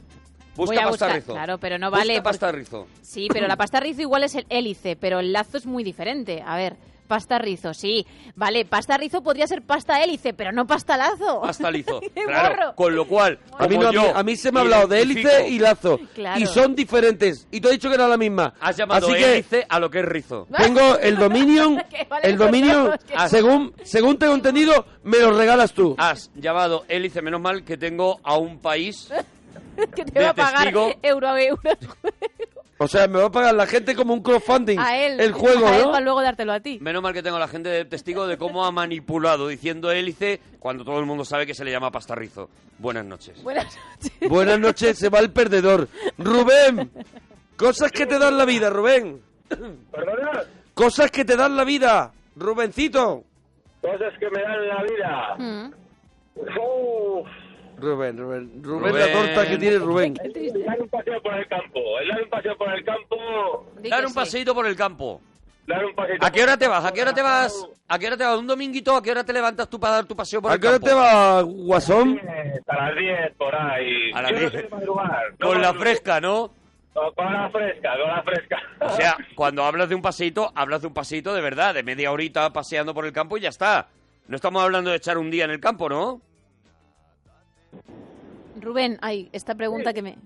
Speaker 6: Busca
Speaker 3: Voy a
Speaker 6: pasta
Speaker 3: buscar,
Speaker 6: rizo.
Speaker 3: claro, pero no vale, porque-
Speaker 6: Busca pasta rizo.
Speaker 3: Sí, pero la pasta rizo igual es el hélice, pero el lazo es muy diferente. A ver, pasta rizo, sí. Vale, pasta rizo podría ser pasta hélice, pero no pasta lazo.
Speaker 6: Pasta lizo.
Speaker 3: ¡Qué
Speaker 6: claro.
Speaker 3: morro!
Speaker 6: Con lo cual,
Speaker 2: A mí,
Speaker 6: como
Speaker 2: no, a, mí,
Speaker 6: yo
Speaker 2: a mí se me ha hablado de hélice y
Speaker 6: identifico-
Speaker 2: lazo.
Speaker 3: Claro.
Speaker 2: Y son diferentes. Y te he dicho que era la misma.
Speaker 6: Has llamado
Speaker 2: Así que
Speaker 6: hélice a lo que es rizo.
Speaker 2: tengo el Dominion.
Speaker 3: Que vale
Speaker 2: El Dominion,
Speaker 3: los dos.
Speaker 2: según, según tengo entendido, me lo regalas tú.
Speaker 6: Has llamado hélice, menos mal que tengo a un país.
Speaker 3: que te
Speaker 6: de
Speaker 3: va a pagar
Speaker 6: testigo.
Speaker 3: euro a euro
Speaker 2: O sea, me va a pagar la gente como un crowdfunding.
Speaker 3: a él.
Speaker 2: El juego,
Speaker 3: a él
Speaker 2: ¿no?
Speaker 3: para luego dártelo a ti.
Speaker 6: Menos mal que tengo a la gente de testigo de cómo ha manipulado diciendo hélice cuando todo el mundo sabe que se le llama pasta rizo. Buenas noches.
Speaker 3: Buenas noches.
Speaker 2: Buenas noches, se va el perdedor. Rubén, cosas que te dan la vida, Rubén.
Speaker 8: ¿Perdona?
Speaker 2: Cosas que te dan la vida, Rubencito.
Speaker 8: Cosas que me dan la vida.
Speaker 3: Mm,
Speaker 8: Uf,
Speaker 2: Rubén, Rubén, Rubén,
Speaker 6: Rubén.
Speaker 2: la torta que tiene Rubén.
Speaker 8: dar un paseo por el campo. El dar un paseo por el campo.
Speaker 3: Di
Speaker 6: Dar
Speaker 3: que
Speaker 6: un
Speaker 3: sí.
Speaker 6: paseíto por el campo.
Speaker 8: Dar un paseo.
Speaker 6: ¿A qué hora te vas? ¿A qué hora te vas? ¿A qué hora te vas? ¿Un dominguito? ¿A qué hora te levantas tú para dar tu paseo por
Speaker 2: ¿A
Speaker 6: el
Speaker 2: qué hora
Speaker 6: campo?
Speaker 2: te va, Guasón?
Speaker 8: A Eh, las 10 por ahí.
Speaker 6: A las
Speaker 8: Yo no
Speaker 6: 10.
Speaker 8: soy de madrugar. No
Speaker 6: Con la
Speaker 8: madrugo.
Speaker 6: fresca, ¿no?
Speaker 8: No, Con la fresca, con la fresca.
Speaker 6: O sea, cuando hablas de un paseíto, hablas de un paseíto de verdad, de media horita paseando por el campo y ya está. No estamos hablando de echar un día en el campo, ¿no?
Speaker 3: Rubén, ay, esta pregunta que me...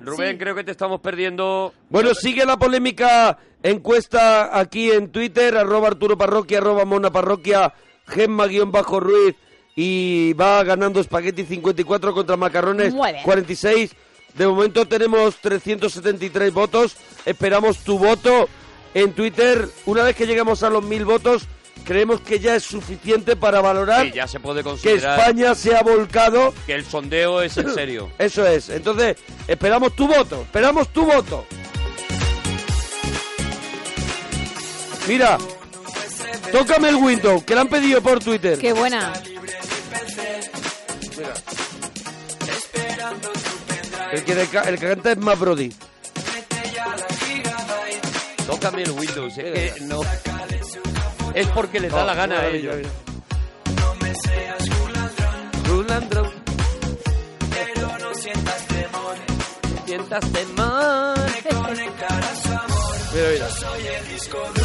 Speaker 6: Rubén,
Speaker 3: Sí.
Speaker 6: creo que te estamos perdiendo.
Speaker 2: Bueno, sigue la polémica encuesta aquí en Twitter, arroba Arturo Parroquia, arroba Mona Parroquia, Gemma-Ruiz y va ganando Espagueti 54 contra Macarrones
Speaker 3: Muy bien.
Speaker 2: 46. De momento tenemos 373 votos, esperamos tu voto en Twitter. Una vez que lleguemos a los mil votos, creemos que ya es suficiente para valorar
Speaker 6: Sí, ya se puede
Speaker 2: que
Speaker 6: considerar
Speaker 2: España se ha volcado
Speaker 6: que el sondeo es en serio.
Speaker 2: eso es. Entonces, esperamos tu voto. Esperamos tu voto. Mira, tócame el Windows, que lo han pedido por Twitter.
Speaker 3: Qué buena.
Speaker 2: Mira. El que, deca- el que canta es más Brody.
Speaker 6: Tócame el Windows, es que no. Es porque
Speaker 2: Oh,
Speaker 6: les da la gana a ellos. Sientas temor.
Speaker 2: Mira, mira.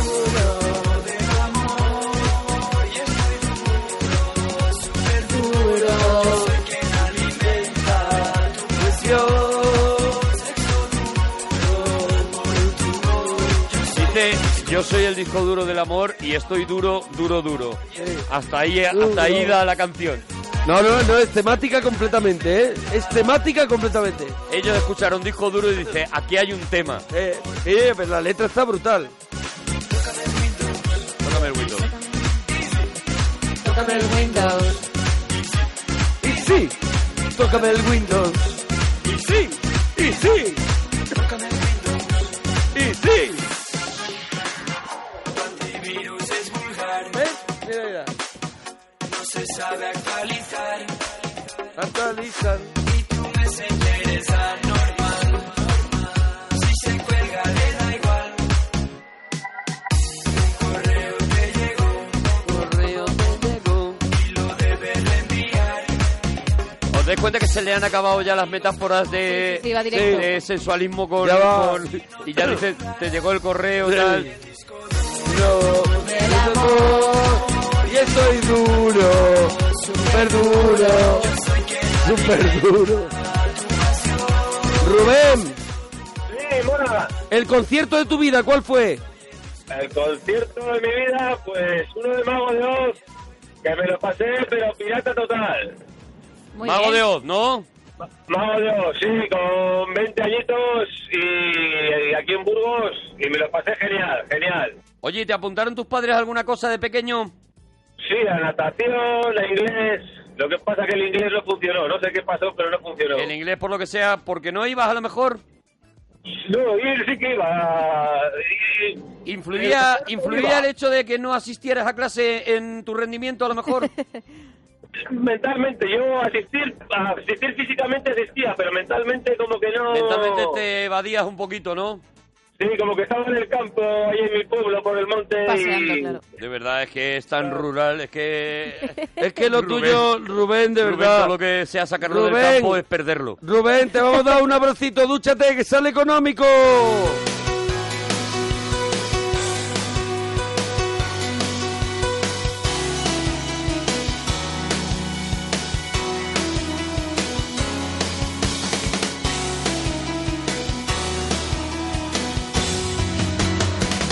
Speaker 6: Dice, yo soy el disco duro del amor y estoy duro, duro, duro. Hasta ahí,
Speaker 2: Duro.
Speaker 6: hasta ahí da la canción.
Speaker 2: No, no, no, es temática completamente, ¿eh? Es temática completamente.
Speaker 6: Ellos escucharon disco duro y dice, aquí hay un tema.
Speaker 2: Eh, eh, pero la letra está brutal.
Speaker 6: Tócame el Windows.
Speaker 1: Tócame el Windows.
Speaker 2: Y sí, tócame el Windows. Y sí, y sí,
Speaker 1: Tócame el Windows.
Speaker 2: y sí.
Speaker 1: Tu antivirus es vulgar.
Speaker 2: ¿Eh? Mira, mira.
Speaker 1: No se sabe actualizar.
Speaker 2: Actualizan.
Speaker 1: Y tu messenger es anormal. Si se cuelga, le da igual. Un correo te llegó.
Speaker 2: Correo te llegó.
Speaker 1: Y lo debes reenviar.
Speaker 6: ¿Os dais cuenta que se le han acabado ya las metáforas de,
Speaker 3: Sí, sí, sí, va directo.
Speaker 6: de sensualismo con,
Speaker 2: Ya va.
Speaker 6: con- Y ya dice, te llegó el correo,
Speaker 2: Sí.
Speaker 6: tal.
Speaker 2: Duro, el amor. Y estoy duro, super duro, super duro. Rubén,
Speaker 8: Sí, mona.
Speaker 2: el concierto de tu vida, ¿cuál fue?
Speaker 8: El concierto de mi vida, pues uno de Mago de Oz, que me lo pasé, pero pirata total.
Speaker 3: Muy
Speaker 6: Mago
Speaker 3: bien.
Speaker 6: de Oz, ¿no?
Speaker 8: Mago de Oz, sí, con 20 añitos y, y aquí en Burgos, y me lo pasé genial, genial.
Speaker 6: Oye, ¿te apuntaron tus padres alguna cosa de pequeño?
Speaker 8: Sí, la natación, la inglés. Lo que pasa que el inglés no funcionó, no sé qué pasó, pero no funcionó.
Speaker 6: El inglés, por lo que sea, porque no ibas a lo mejor.
Speaker 8: No, y él sí que iba. y-
Speaker 6: ¿Influiría,
Speaker 8: Pero-
Speaker 6: ¿Influiría el hecho de que no asistieras a clase en tu rendimiento, a lo mejor?
Speaker 8: Mentalmente, yo asistir, asistir físicamente asistía, pero mentalmente como que no.
Speaker 6: Mentalmente te evadías un poquito, ¿no?
Speaker 8: Sí, como que estaba en el campo, ahí en mi pueblo, por el monte.
Speaker 3: Paseando,
Speaker 8: y-
Speaker 3: claro.
Speaker 6: De verdad, es que es tan rural, es que...
Speaker 2: Es que lo
Speaker 6: Rubén.
Speaker 2: tuyo, Rubén, de
Speaker 6: Rubén,
Speaker 2: verdad.
Speaker 6: todo lo que sea sacarlo del
Speaker 2: Rubén.
Speaker 6: campo es perderlo.
Speaker 2: Rubén, te vamos a dar un abracito, dúchate, que sale económico.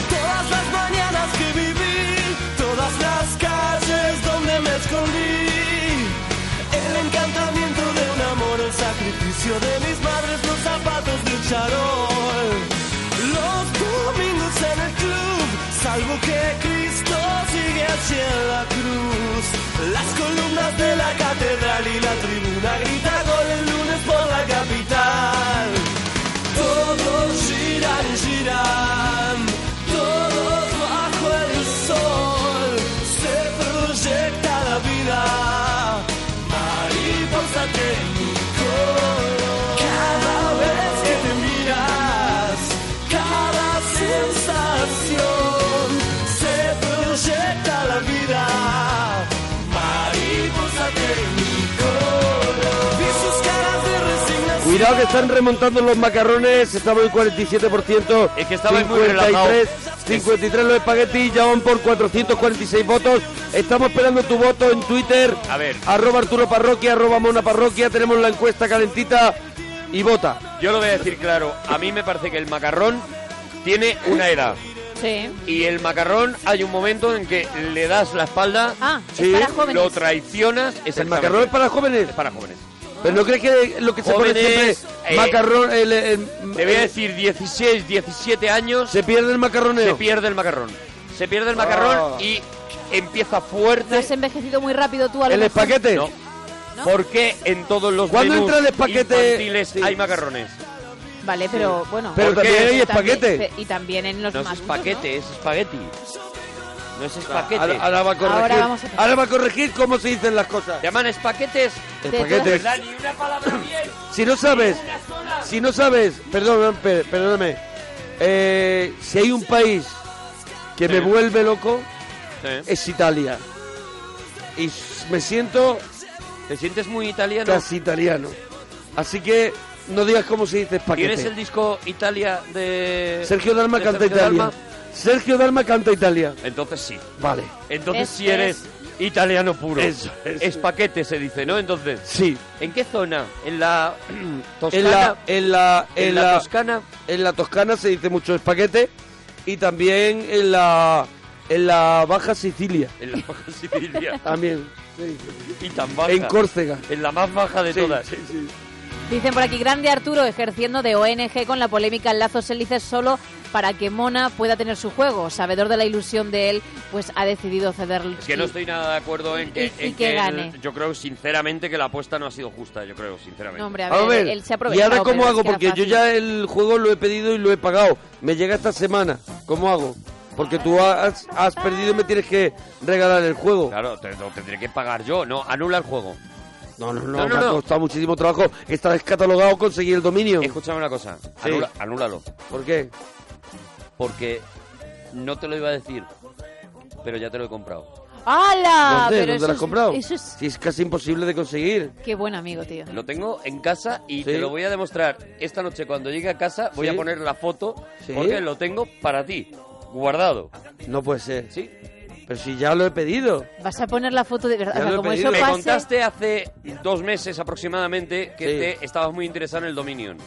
Speaker 1: Todas las mañanas que viví, todas las calles donde me escondí. El encantamiento de un amor, el sacrificio de mis madres, los zapatos de un charol. Los domingos en el club, salvo que Cristo sigue hacia la cruz. Las columnas de la catedral y la tribuna grita gol el lunes por la capital. Todos giran, giran, todos bajo el sol. Se proyecta la vida, mariposa técnico. Cada vez que te miras, cada sensación. Se proyecta la vida, mariposa técnico. Vi sus caras de resignación.
Speaker 2: Cuidado que están remontando los macarrones, estaba el 47%.
Speaker 6: Es que estabais muy
Speaker 2: 53,
Speaker 6: relajados.
Speaker 2: 53 los espaguetis, ya van por 446 votos. Estamos esperando tu voto en Twitter.
Speaker 6: A ver.
Speaker 2: Arroba Arturo Parroquia, arroba Mona Parroquia. Tenemos la encuesta calentita y vota.
Speaker 6: Yo lo voy a decir claro, a mí me parece que el macarrón tiene una edad.
Speaker 3: Sí.
Speaker 6: Y el macarrón hay un momento en que le das la espalda,
Speaker 3: Ah,
Speaker 2: Sí,
Speaker 3: es para jóvenes.
Speaker 6: lo traicionas.
Speaker 2: El
Speaker 6: exactamente.
Speaker 2: macarrón es para jóvenes.
Speaker 6: Es para jóvenes.
Speaker 2: Pero no crees que lo que se pone siempre
Speaker 6: Jóvenes, eh,
Speaker 2: macarrón. El, el-
Speaker 6: Te voy a
Speaker 2: el-
Speaker 6: decir 16, 17 años, se,
Speaker 2: se pierde el macarroneo.
Speaker 6: pierde el macarrón. Se pierde el
Speaker 2: Ah.
Speaker 6: macarrón y empieza fuerte.
Speaker 3: ¿No has envejecido muy rápido tú a lo
Speaker 2: el
Speaker 3: mejor?
Speaker 2: espaguete.
Speaker 6: No. ¿Por qué en todos los
Speaker 2: ¿Cuándo
Speaker 6: menús
Speaker 2: entra el espaguete?
Speaker 6: infantiles
Speaker 2: Sí.
Speaker 6: hay macarrones?
Speaker 3: Vale, pero bueno.
Speaker 2: Pero
Speaker 6: ¿Por qué?
Speaker 2: también hay
Speaker 3: Y también-
Speaker 2: espaguete.
Speaker 3: Y también en los
Speaker 6: No es
Speaker 3: más.
Speaker 6: espaguete, es espagueti. No es espaguete.
Speaker 2: Ahora, ahora va a corregir.
Speaker 3: Ahora vamos a-
Speaker 2: Ahora va a corregir cómo se dicen las cosas.
Speaker 6: Llaman espaquetes.
Speaker 2: Espaguetes.
Speaker 6: ¿Verdad? Ni una palabra bien.
Speaker 2: Si no sabes, si no sabes, perdón, per- perdóname, eh, si hay un país que me
Speaker 6: Sí.
Speaker 2: vuelve loco
Speaker 6: Sí.
Speaker 2: es Italia. Y s- me siento
Speaker 6: ¿Te sientes muy italiano?
Speaker 2: casi italiano. Así que no digas cómo se dice
Speaker 6: ¿Tienes el
Speaker 2: espaguete.
Speaker 6: disco Italia de
Speaker 2: Sergio Dalma
Speaker 6: de
Speaker 2: canta
Speaker 6: Sergio
Speaker 2: Italia.
Speaker 6: Dalma?
Speaker 2: Sergio Dalma canta Italia.
Speaker 6: Entonces sí.
Speaker 2: Vale.
Speaker 6: Entonces
Speaker 3: Es-
Speaker 6: sí eres italiano puro.
Speaker 2: Eso, eso.
Speaker 6: Espaquete se dice, ¿no? Entonces.
Speaker 2: Sí.
Speaker 6: ¿En qué zona? ¿En la Toscana?
Speaker 2: En la, en la, en
Speaker 6: ¿En la
Speaker 2: la-
Speaker 6: Toscana?
Speaker 2: en la Toscana se dice mucho espaguete y también en la, en la Baja Sicilia.
Speaker 6: En la Baja Sicilia.
Speaker 2: También. se dice.
Speaker 6: y tan baja.
Speaker 2: En Córcega.
Speaker 6: En la más baja de
Speaker 2: Sí,
Speaker 6: todas.
Speaker 2: sí, sí.
Speaker 3: Dicen por aquí, grande Arturo ejerciendo de ONG con la polémica Lazos Hélices solo para que Mona pueda tener su juego. Sabedor de la ilusión de él, pues ha decidido ceder.
Speaker 6: Es que no estoy nada de acuerdo en que,
Speaker 3: y
Speaker 6: en
Speaker 3: que
Speaker 6: él-
Speaker 3: gane.
Speaker 6: yo creo sinceramente que la apuesta no ha sido justa, yo creo sinceramente.
Speaker 3: No, hombre, a ver,
Speaker 2: A ver,
Speaker 3: él se ha
Speaker 2: ¿y
Speaker 3: aprovechado.
Speaker 2: ahora cómo
Speaker 3: pero es
Speaker 2: hago?
Speaker 3: que era
Speaker 2: Porque yo
Speaker 3: fácil.
Speaker 2: ya el juego lo he pedido y lo he pagado. Me llega esta semana. ¿Cómo hago? Porque tú has, has perdido y me tienes que regalar el juego.
Speaker 6: Claro, te, lo tendré que pagar yo, no, anula el juego.
Speaker 2: No, no, no,
Speaker 6: No, no,
Speaker 2: me ha
Speaker 6: no.
Speaker 2: costado muchísimo trabajo. Está descatalogado conseguir el dominio.
Speaker 6: Escúchame una cosa,
Speaker 2: Sí.
Speaker 6: anula- anúlalo,
Speaker 2: ¿Por qué?
Speaker 6: porque no te lo iba a decir, pero ya te lo he comprado.
Speaker 3: ¡Hala!
Speaker 2: ¿Dónde?
Speaker 3: Pero
Speaker 2: ¿Dónde
Speaker 3: eso
Speaker 2: lo has
Speaker 3: es-
Speaker 2: comprado?
Speaker 3: Eso es...
Speaker 2: Si es casi imposible de conseguir.
Speaker 3: Qué buen amigo, tío.
Speaker 6: Lo tengo en casa y
Speaker 2: Sí.
Speaker 6: te lo voy a demostrar esta noche cuando llegue a casa, voy
Speaker 2: Sí.
Speaker 6: a poner la foto
Speaker 2: Sí.
Speaker 6: porque lo tengo para ti, guardado.
Speaker 2: No puede ser.
Speaker 6: Sí.
Speaker 2: Pero si ya lo he pedido.
Speaker 3: Vas a poner la foto de verdad.
Speaker 2: Ya
Speaker 3: O sea,
Speaker 2: lo he
Speaker 3: como
Speaker 2: pedido.
Speaker 3: eso
Speaker 6: Me
Speaker 3: pase...
Speaker 6: contaste hace dos meses aproximadamente que
Speaker 2: Sí.
Speaker 6: te estabas muy interesado en el Dominion.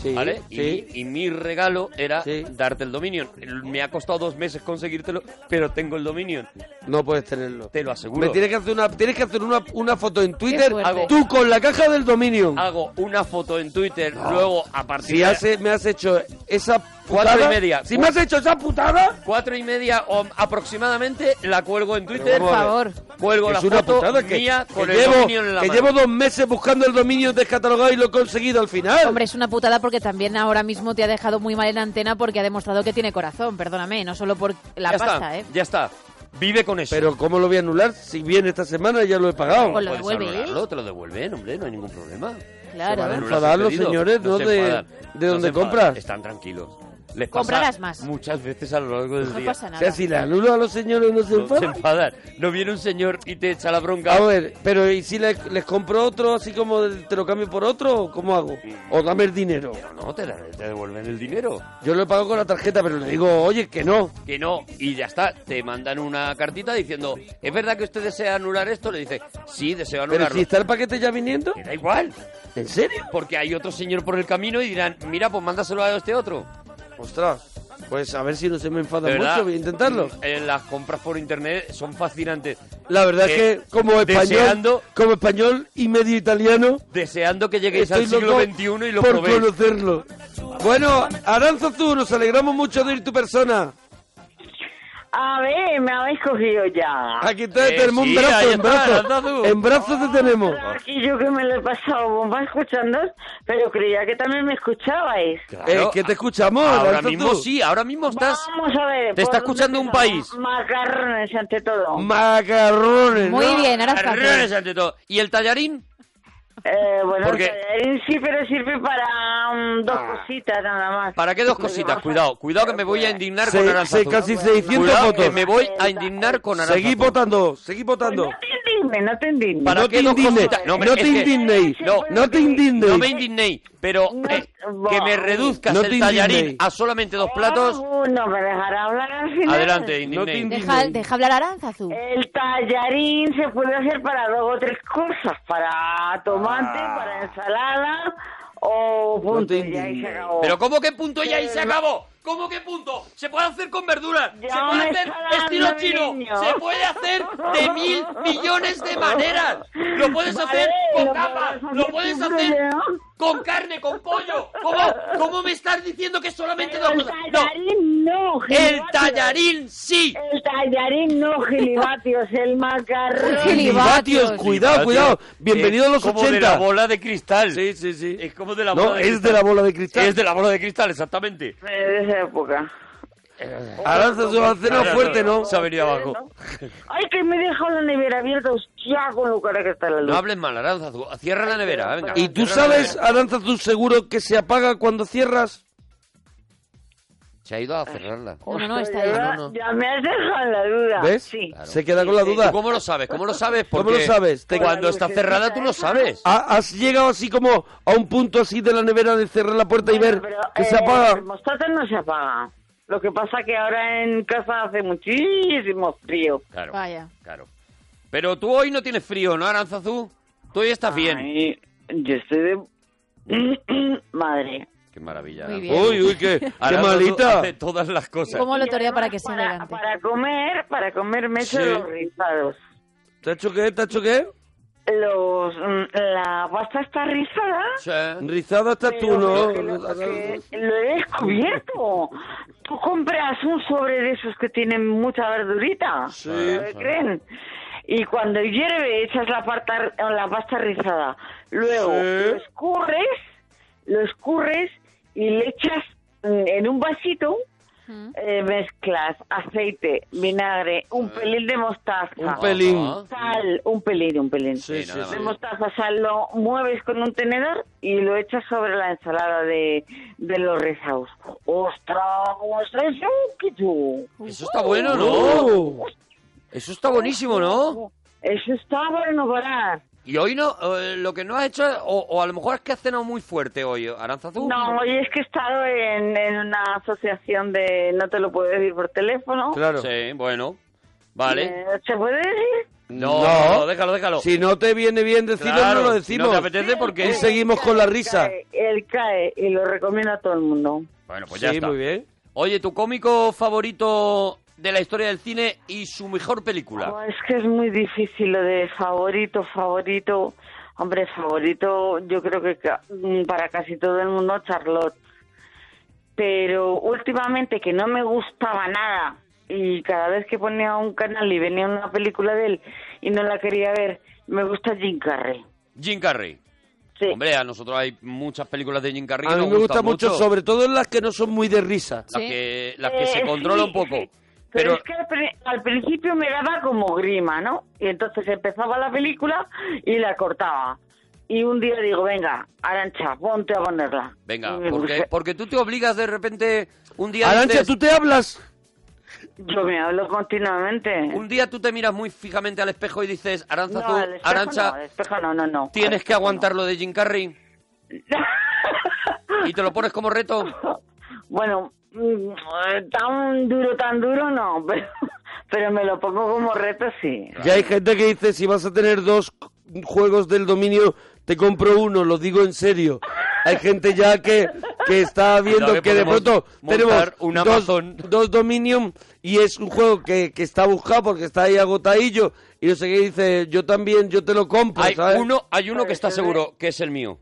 Speaker 2: Sí,
Speaker 6: ¿Vale?
Speaker 2: sí.
Speaker 6: Y, y mi regalo era
Speaker 2: Sí.
Speaker 6: darte el Dominion. El- Me ha costado dos meses conseguírtelo, pero tengo el Dominion.
Speaker 2: No puedes tenerlo.
Speaker 6: Te lo aseguro.
Speaker 2: Me tienes que hacer una, tienes que hacer una, una foto en Twitter.
Speaker 3: fuerte.
Speaker 2: Tú con la caja del dominio.
Speaker 6: Hago una foto en Twitter, luego a partir
Speaker 2: Si
Speaker 6: de
Speaker 2: has- me has hecho esa putada.
Speaker 6: eh. Cuatro y media.
Speaker 2: Si me has hecho esa putada.
Speaker 6: cuatro y media o aproximadamente, la cuelgo en Twitter.
Speaker 2: vamos
Speaker 3: a ver. Por
Speaker 6: Cuelgo la
Speaker 2: es una
Speaker 6: foto
Speaker 2: putada que,
Speaker 6: mía
Speaker 2: que
Speaker 6: con el
Speaker 2: llevo,
Speaker 6: Dominion en la
Speaker 2: que
Speaker 6: mano.
Speaker 2: llevo dos meses buscando el dominio descatalogado y lo he conseguido al final.
Speaker 3: Hombre, es una putada porque también ahora mismo te ha dejado muy mal en antena porque ha demostrado que tiene corazón, perdóname, no solo por la
Speaker 6: ya
Speaker 3: pasta,
Speaker 6: está,
Speaker 3: ¿eh?
Speaker 6: ya está. Vive con eso.
Speaker 2: Pero ¿cómo lo voy a anular si viene esta semana y ya lo he pagado?
Speaker 3: Pues lo
Speaker 6: Puedes
Speaker 3: devuelve,
Speaker 6: anularlo, te lo devuelven, hombre, no hay ningún problema.
Speaker 3: Claro.
Speaker 2: Se van a
Speaker 6: Anulas el
Speaker 2: enfadar los
Speaker 6: pedido,
Speaker 2: señores, ¿no?
Speaker 6: se
Speaker 2: de-
Speaker 6: enfadan,
Speaker 2: de
Speaker 6: no
Speaker 2: donde
Speaker 6: se enfadan,
Speaker 2: compras.
Speaker 6: Están tranquilos. Les pasa
Speaker 3: Comprarás más.
Speaker 6: Muchas veces a lo largo del
Speaker 3: No
Speaker 6: día.
Speaker 3: pasa
Speaker 2: o
Speaker 3: nada.
Speaker 2: sea, si la anulo a los señores no se
Speaker 6: No se
Speaker 2: enfadan.
Speaker 6: enfadan. No viene un señor y te echa la bronca.
Speaker 2: A ver, pero ¿y si le- les, compro otro así como de- te lo cambio por otro? o ¿Cómo hago? O dame el dinero.
Speaker 6: No, te, la- te devuelven el dinero.
Speaker 2: Yo lo pago con la tarjeta, pero le digo, oye, que no.
Speaker 6: Que no, y ya está. Te mandan una cartita diciendo, ¿es verdad que usted desea anular esto? Le dice, sí, deseo
Speaker 2: Pero
Speaker 6: anularlo.
Speaker 2: si está el paquete ya viniendo,
Speaker 6: Que da igual,
Speaker 2: ¿en serio?
Speaker 6: porque hay otro señor por el camino y dirán, mira, pues mándaselo a este otro.
Speaker 2: Ostras, pues a ver si no se me enfada
Speaker 6: De verdad,
Speaker 2: mucho, voy a intentarlo.
Speaker 6: eh, las compras por internet son fascinantes.
Speaker 2: La verdad
Speaker 6: Eh,
Speaker 2: es que como español,
Speaker 6: deseando-
Speaker 2: como español y medio italiano,
Speaker 6: Deseando que lleguéis
Speaker 2: estoy
Speaker 6: al siglo
Speaker 2: loco
Speaker 6: XXI y lo
Speaker 2: por
Speaker 6: probéis.
Speaker 2: conocerlo. Bueno, Aranzo Azul, nos alegramos mucho de ir tu persona.
Speaker 10: A ver, me habéis cogido ya.
Speaker 2: Aquí te
Speaker 6: Eh,
Speaker 2: tenemos un
Speaker 6: sí, ahí
Speaker 2: brazo, en
Speaker 6: está, Aranzo
Speaker 2: brazos.
Speaker 6: Azul.
Speaker 2: En brazos te tenemos.
Speaker 10: Aquí yo que me lo he pasado bomba escuchando, pero creía que también me escuchabais.
Speaker 2: Eh,
Speaker 6: Claro,
Speaker 2: que te escuchamos,
Speaker 6: Ahora
Speaker 2: Aranzo
Speaker 6: mismo
Speaker 2: Azul.
Speaker 6: sí, ahora mismo estás...
Speaker 10: Vamos a ver. ¿por
Speaker 6: te
Speaker 10: dónde
Speaker 6: está escuchando un
Speaker 10: empezamos?
Speaker 6: país.
Speaker 10: Macarrones, ante todo.
Speaker 2: Macarrones.
Speaker 3: Muy
Speaker 2: ¿no?
Speaker 3: bien, ahora está.
Speaker 6: Arrones ante todo. ¿Y el tallarín?
Speaker 10: Eh, bueno,
Speaker 6: Porque-
Speaker 10: el tallarín sí, pero sirve para mm, dos
Speaker 2: Ah.
Speaker 10: cositas nada más.
Speaker 6: ¿Para qué dos cositas? Cuidado, cuidado que me voy a indignar con
Speaker 2: Se-
Speaker 6: Aranzazú.
Speaker 2: se- casi 600
Speaker 6: Cuidado
Speaker 2: votos.
Speaker 6: que me voy a indignar con Aranzazú.
Speaker 2: Seguí votando, seguí
Speaker 10: Pues
Speaker 2: votando.
Speaker 10: no te indignes, no te indignes.
Speaker 6: ¿Para
Speaker 2: no
Speaker 6: qué
Speaker 2: te
Speaker 6: dos
Speaker 2: indignes,
Speaker 6: cositas? No,
Speaker 2: no,
Speaker 6: hombre,
Speaker 2: te
Speaker 6: es que-
Speaker 2: indignéis,
Speaker 6: no.
Speaker 2: no, te indignéis.
Speaker 6: No me indignéis, pero
Speaker 10: No,
Speaker 6: eh, que me
Speaker 10: bueno.
Speaker 6: reduzcas
Speaker 2: No te
Speaker 6: el
Speaker 2: indignéis.
Speaker 6: tallarín a solamente
Speaker 2: Eh,
Speaker 6: dos platos.
Speaker 10: Oh, no me dejará hablar al final.
Speaker 6: Adelante,
Speaker 2: No te
Speaker 6: indignéis.
Speaker 3: Deja, deja hablar a Aranzazu.
Speaker 10: El tallarín se puede hacer para dos o tres cosas, para tomate,
Speaker 6: Ah.
Speaker 10: para ensalada o punto
Speaker 2: te
Speaker 10: y ya ahí se
Speaker 2: indignes.
Speaker 10: acabó.
Speaker 6: Pero ¿cómo que punto ya y se acabó? ¿Cómo que punto? Se puede hacer con verduras,
Speaker 10: Ya
Speaker 6: se puede
Speaker 10: me
Speaker 6: hacer
Speaker 10: está dando
Speaker 6: estilo
Speaker 10: el
Speaker 6: chino,
Speaker 10: niño.
Speaker 6: se puede hacer de mil millones de maneras. Lo puedes hacer con gambas, lo puedes hacer con carne, con pollo. ¿Cómo, cómo me estás diciendo que solamente dos
Speaker 10: El
Speaker 6: cosas? No,
Speaker 10: tallarín no,
Speaker 6: el
Speaker 10: gilipollas.
Speaker 6: tallarín sí.
Speaker 10: El tallarín no, gilipatios, el macarrón.
Speaker 2: Silvatios,
Speaker 3: Silvatios.
Speaker 2: cuidado, cuidado. Bienvenido a los 80.
Speaker 6: bola de cristal.
Speaker 2: Sí, sí, sí.
Speaker 6: Es como de la
Speaker 2: No, es de la bola de cristal.
Speaker 6: Es de la bola de cristal, exactamente.
Speaker 10: De esa época.
Speaker 2: Aranza se va a hacer más fuerte, ¿no?
Speaker 6: Se ha venido abajo.
Speaker 10: Ay, que me he dejado la nevera abierta, hostia, con lo cara que está la luz.
Speaker 6: No hables mal, Aranza. tú. Cierra la nevera, venga.
Speaker 2: ¿Y tú
Speaker 6: Cierra la
Speaker 2: sabes,
Speaker 6: nevera.
Speaker 2: Aranza, tú seguro que se apaga cuando cierras?
Speaker 6: Se ha ido a cerrarla.
Speaker 3: No, no, no,
Speaker 10: Ostras,
Speaker 3: está ahí.
Speaker 10: ya,
Speaker 6: No, no.
Speaker 10: ya me has dejado en la duda.
Speaker 2: ¿Ves?
Speaker 10: Sí.
Speaker 2: Se queda con la
Speaker 6: ¿Y
Speaker 2: duda.
Speaker 6: cómo lo sabes? ¿Cómo lo sabes?
Speaker 2: ¿Cómo
Speaker 6: Porque
Speaker 2: lo sabes? Te-
Speaker 6: Cuando
Speaker 10: Con la
Speaker 6: está cerrada
Speaker 10: lucecita
Speaker 6: tú lo
Speaker 10: esa.
Speaker 6: sabes.
Speaker 2: Ha- ¿Has llegado así como a un punto así de la nevera de cerrar la puerta y ver
Speaker 10: Pero,
Speaker 2: que se
Speaker 10: eh,
Speaker 2: apaga?
Speaker 10: El mostaza no se apaga. Lo que pasa que ahora en casa hace muchísimo frío.
Speaker 6: Claro.
Speaker 3: Vaya.
Speaker 6: Claro. Pero tú hoy no tienes frío, ¿no, Aranzazú? Tú hoy estás bien.
Speaker 10: Ay, yo estoy de... Madre.
Speaker 6: Qué maravilla.
Speaker 3: Muy
Speaker 6: Aranzazú.
Speaker 3: bien.
Speaker 2: Uy, uy, qué, qué
Speaker 6: Aranzazú
Speaker 2: malita.
Speaker 6: hace todas las cosas.
Speaker 3: ¿Cómo lo torea
Speaker 10: Además,
Speaker 3: para que sea
Speaker 10: para-
Speaker 3: elegante?
Speaker 10: Para comer, para comer me he hecho
Speaker 2: Sí.
Speaker 10: los rizados.
Speaker 2: ¿Te ha hecho qué? ¿Te ha hecho qué?
Speaker 10: los, mm, la pasta está rizada.
Speaker 2: Rizada está tú, ¿no?
Speaker 10: Lo he descubierto. Tú compras un sobre de esos que tienen mucha verdurita.
Speaker 2: Sí.
Speaker 10: ¿Qué creen? Y cuando hierve, echas la, parta- la pasta rizada. Luego
Speaker 2: Sí.
Speaker 10: lo escurres, lo escurres y le echas mm, en un vasito. eh, mezclas aceite, vinagre, un pelín de mostaza,
Speaker 2: Un pelín.
Speaker 10: sal, un pelín, un pelín,
Speaker 2: sí,
Speaker 10: de
Speaker 2: sí.
Speaker 10: mostaza, sal, lo mueves con un tenedor y lo echas sobre la ensalada de, de los rezados. ¡Ostras, cómo está eso! ¡Qué tú!
Speaker 6: Eso está bueno, ¿no? Eso está buenísimo, ¿no?
Speaker 10: Eso está bueno para...
Speaker 6: Y hoy no, eh, lo que no has hecho, o, o a lo mejor es que has cenado muy fuerte hoy, Aranzazu.
Speaker 10: No, y es que he estado en, en una asociación de... No te lo puedo decir por teléfono.
Speaker 6: Sí, bueno. Vale.
Speaker 10: Eh, ¿Se puede decir?
Speaker 6: No,
Speaker 2: No.
Speaker 6: no, déjalo, déjalo.
Speaker 2: Si no te viene bien decirlo,
Speaker 6: Claro,
Speaker 2: no lo
Speaker 6: si
Speaker 2: decimos.
Speaker 6: no te apetece, porque-
Speaker 2: Y seguimos con la risa.
Speaker 10: Cae, él cae y lo recomiendo a todo el mundo.
Speaker 6: Bueno, pues ya
Speaker 2: Sí,
Speaker 6: está.
Speaker 2: muy bien.
Speaker 6: Oye, tu cómico favorito de la historia del cine y su mejor película.
Speaker 2: Ah.
Speaker 10: No, es que es muy difícil lo de favorito, favorito. Hombre, favorito, yo creo que ca- mm, para casi todo el mundo, Charlotte. Pero últimamente que no me gustaba nada y cada vez que ponía un canal y venía una película de él y no la quería ver, me gusta Jim Carrey.
Speaker 6: Jim Carrey.
Speaker 10: Sí.
Speaker 6: Hombre, a nosotros hay muchas películas de Jim Carrey. que
Speaker 2: A mí
Speaker 6: nos
Speaker 2: me gusta
Speaker 6: gustan
Speaker 2: mucho, sobre todo en las que no son muy de risa.
Speaker 6: Las que, las que
Speaker 10: Eh,
Speaker 6: se
Speaker 10: sí,
Speaker 6: controla un poco.
Speaker 10: sí. Pero,
Speaker 6: Pero,
Speaker 10: es que al, pri- al principio me daba como grima, ¿no? Y entonces empezaba la película y la cortaba. Y un día digo, venga, Arancha, ponte a ponerla.
Speaker 6: venga,
Speaker 10: Y me
Speaker 6: porque,
Speaker 10: puse-
Speaker 6: porque tú te obligas de repente un día...
Speaker 2: Arancha,
Speaker 6: dices-
Speaker 2: ¿tú te hablas?
Speaker 10: Yo me hablo continuamente.
Speaker 6: Un día tú te miras muy fijamente al espejo y dices, Aranza,
Speaker 10: No, al espejo
Speaker 6: Arancha,
Speaker 10: no, al espejo no, no, no.
Speaker 6: tienes que aguantar lo de Jim Carrey. y te lo pones como reto.
Speaker 10: Bueno, mm, eh, tan duro, tan duro no, pero, pero me lo pongo como reto, sí.
Speaker 2: Ya hay gente que dice, si vas a tener dos c- juegos del dominio, te compro uno, lo digo en serio. Hay gente ya que, que está viendo
Speaker 6: que
Speaker 2: que, de
Speaker 6: podemos
Speaker 2: pronto tenemos
Speaker 6: montar un
Speaker 2: dos, dos Dominion y es un juego que, que está buscado porque está ahí agotadillo y no sé qué dice, yo también, yo te lo compro,
Speaker 6: Hay
Speaker 2: ¿sabes?
Speaker 6: uno, hay uno que está seguro que es el mío.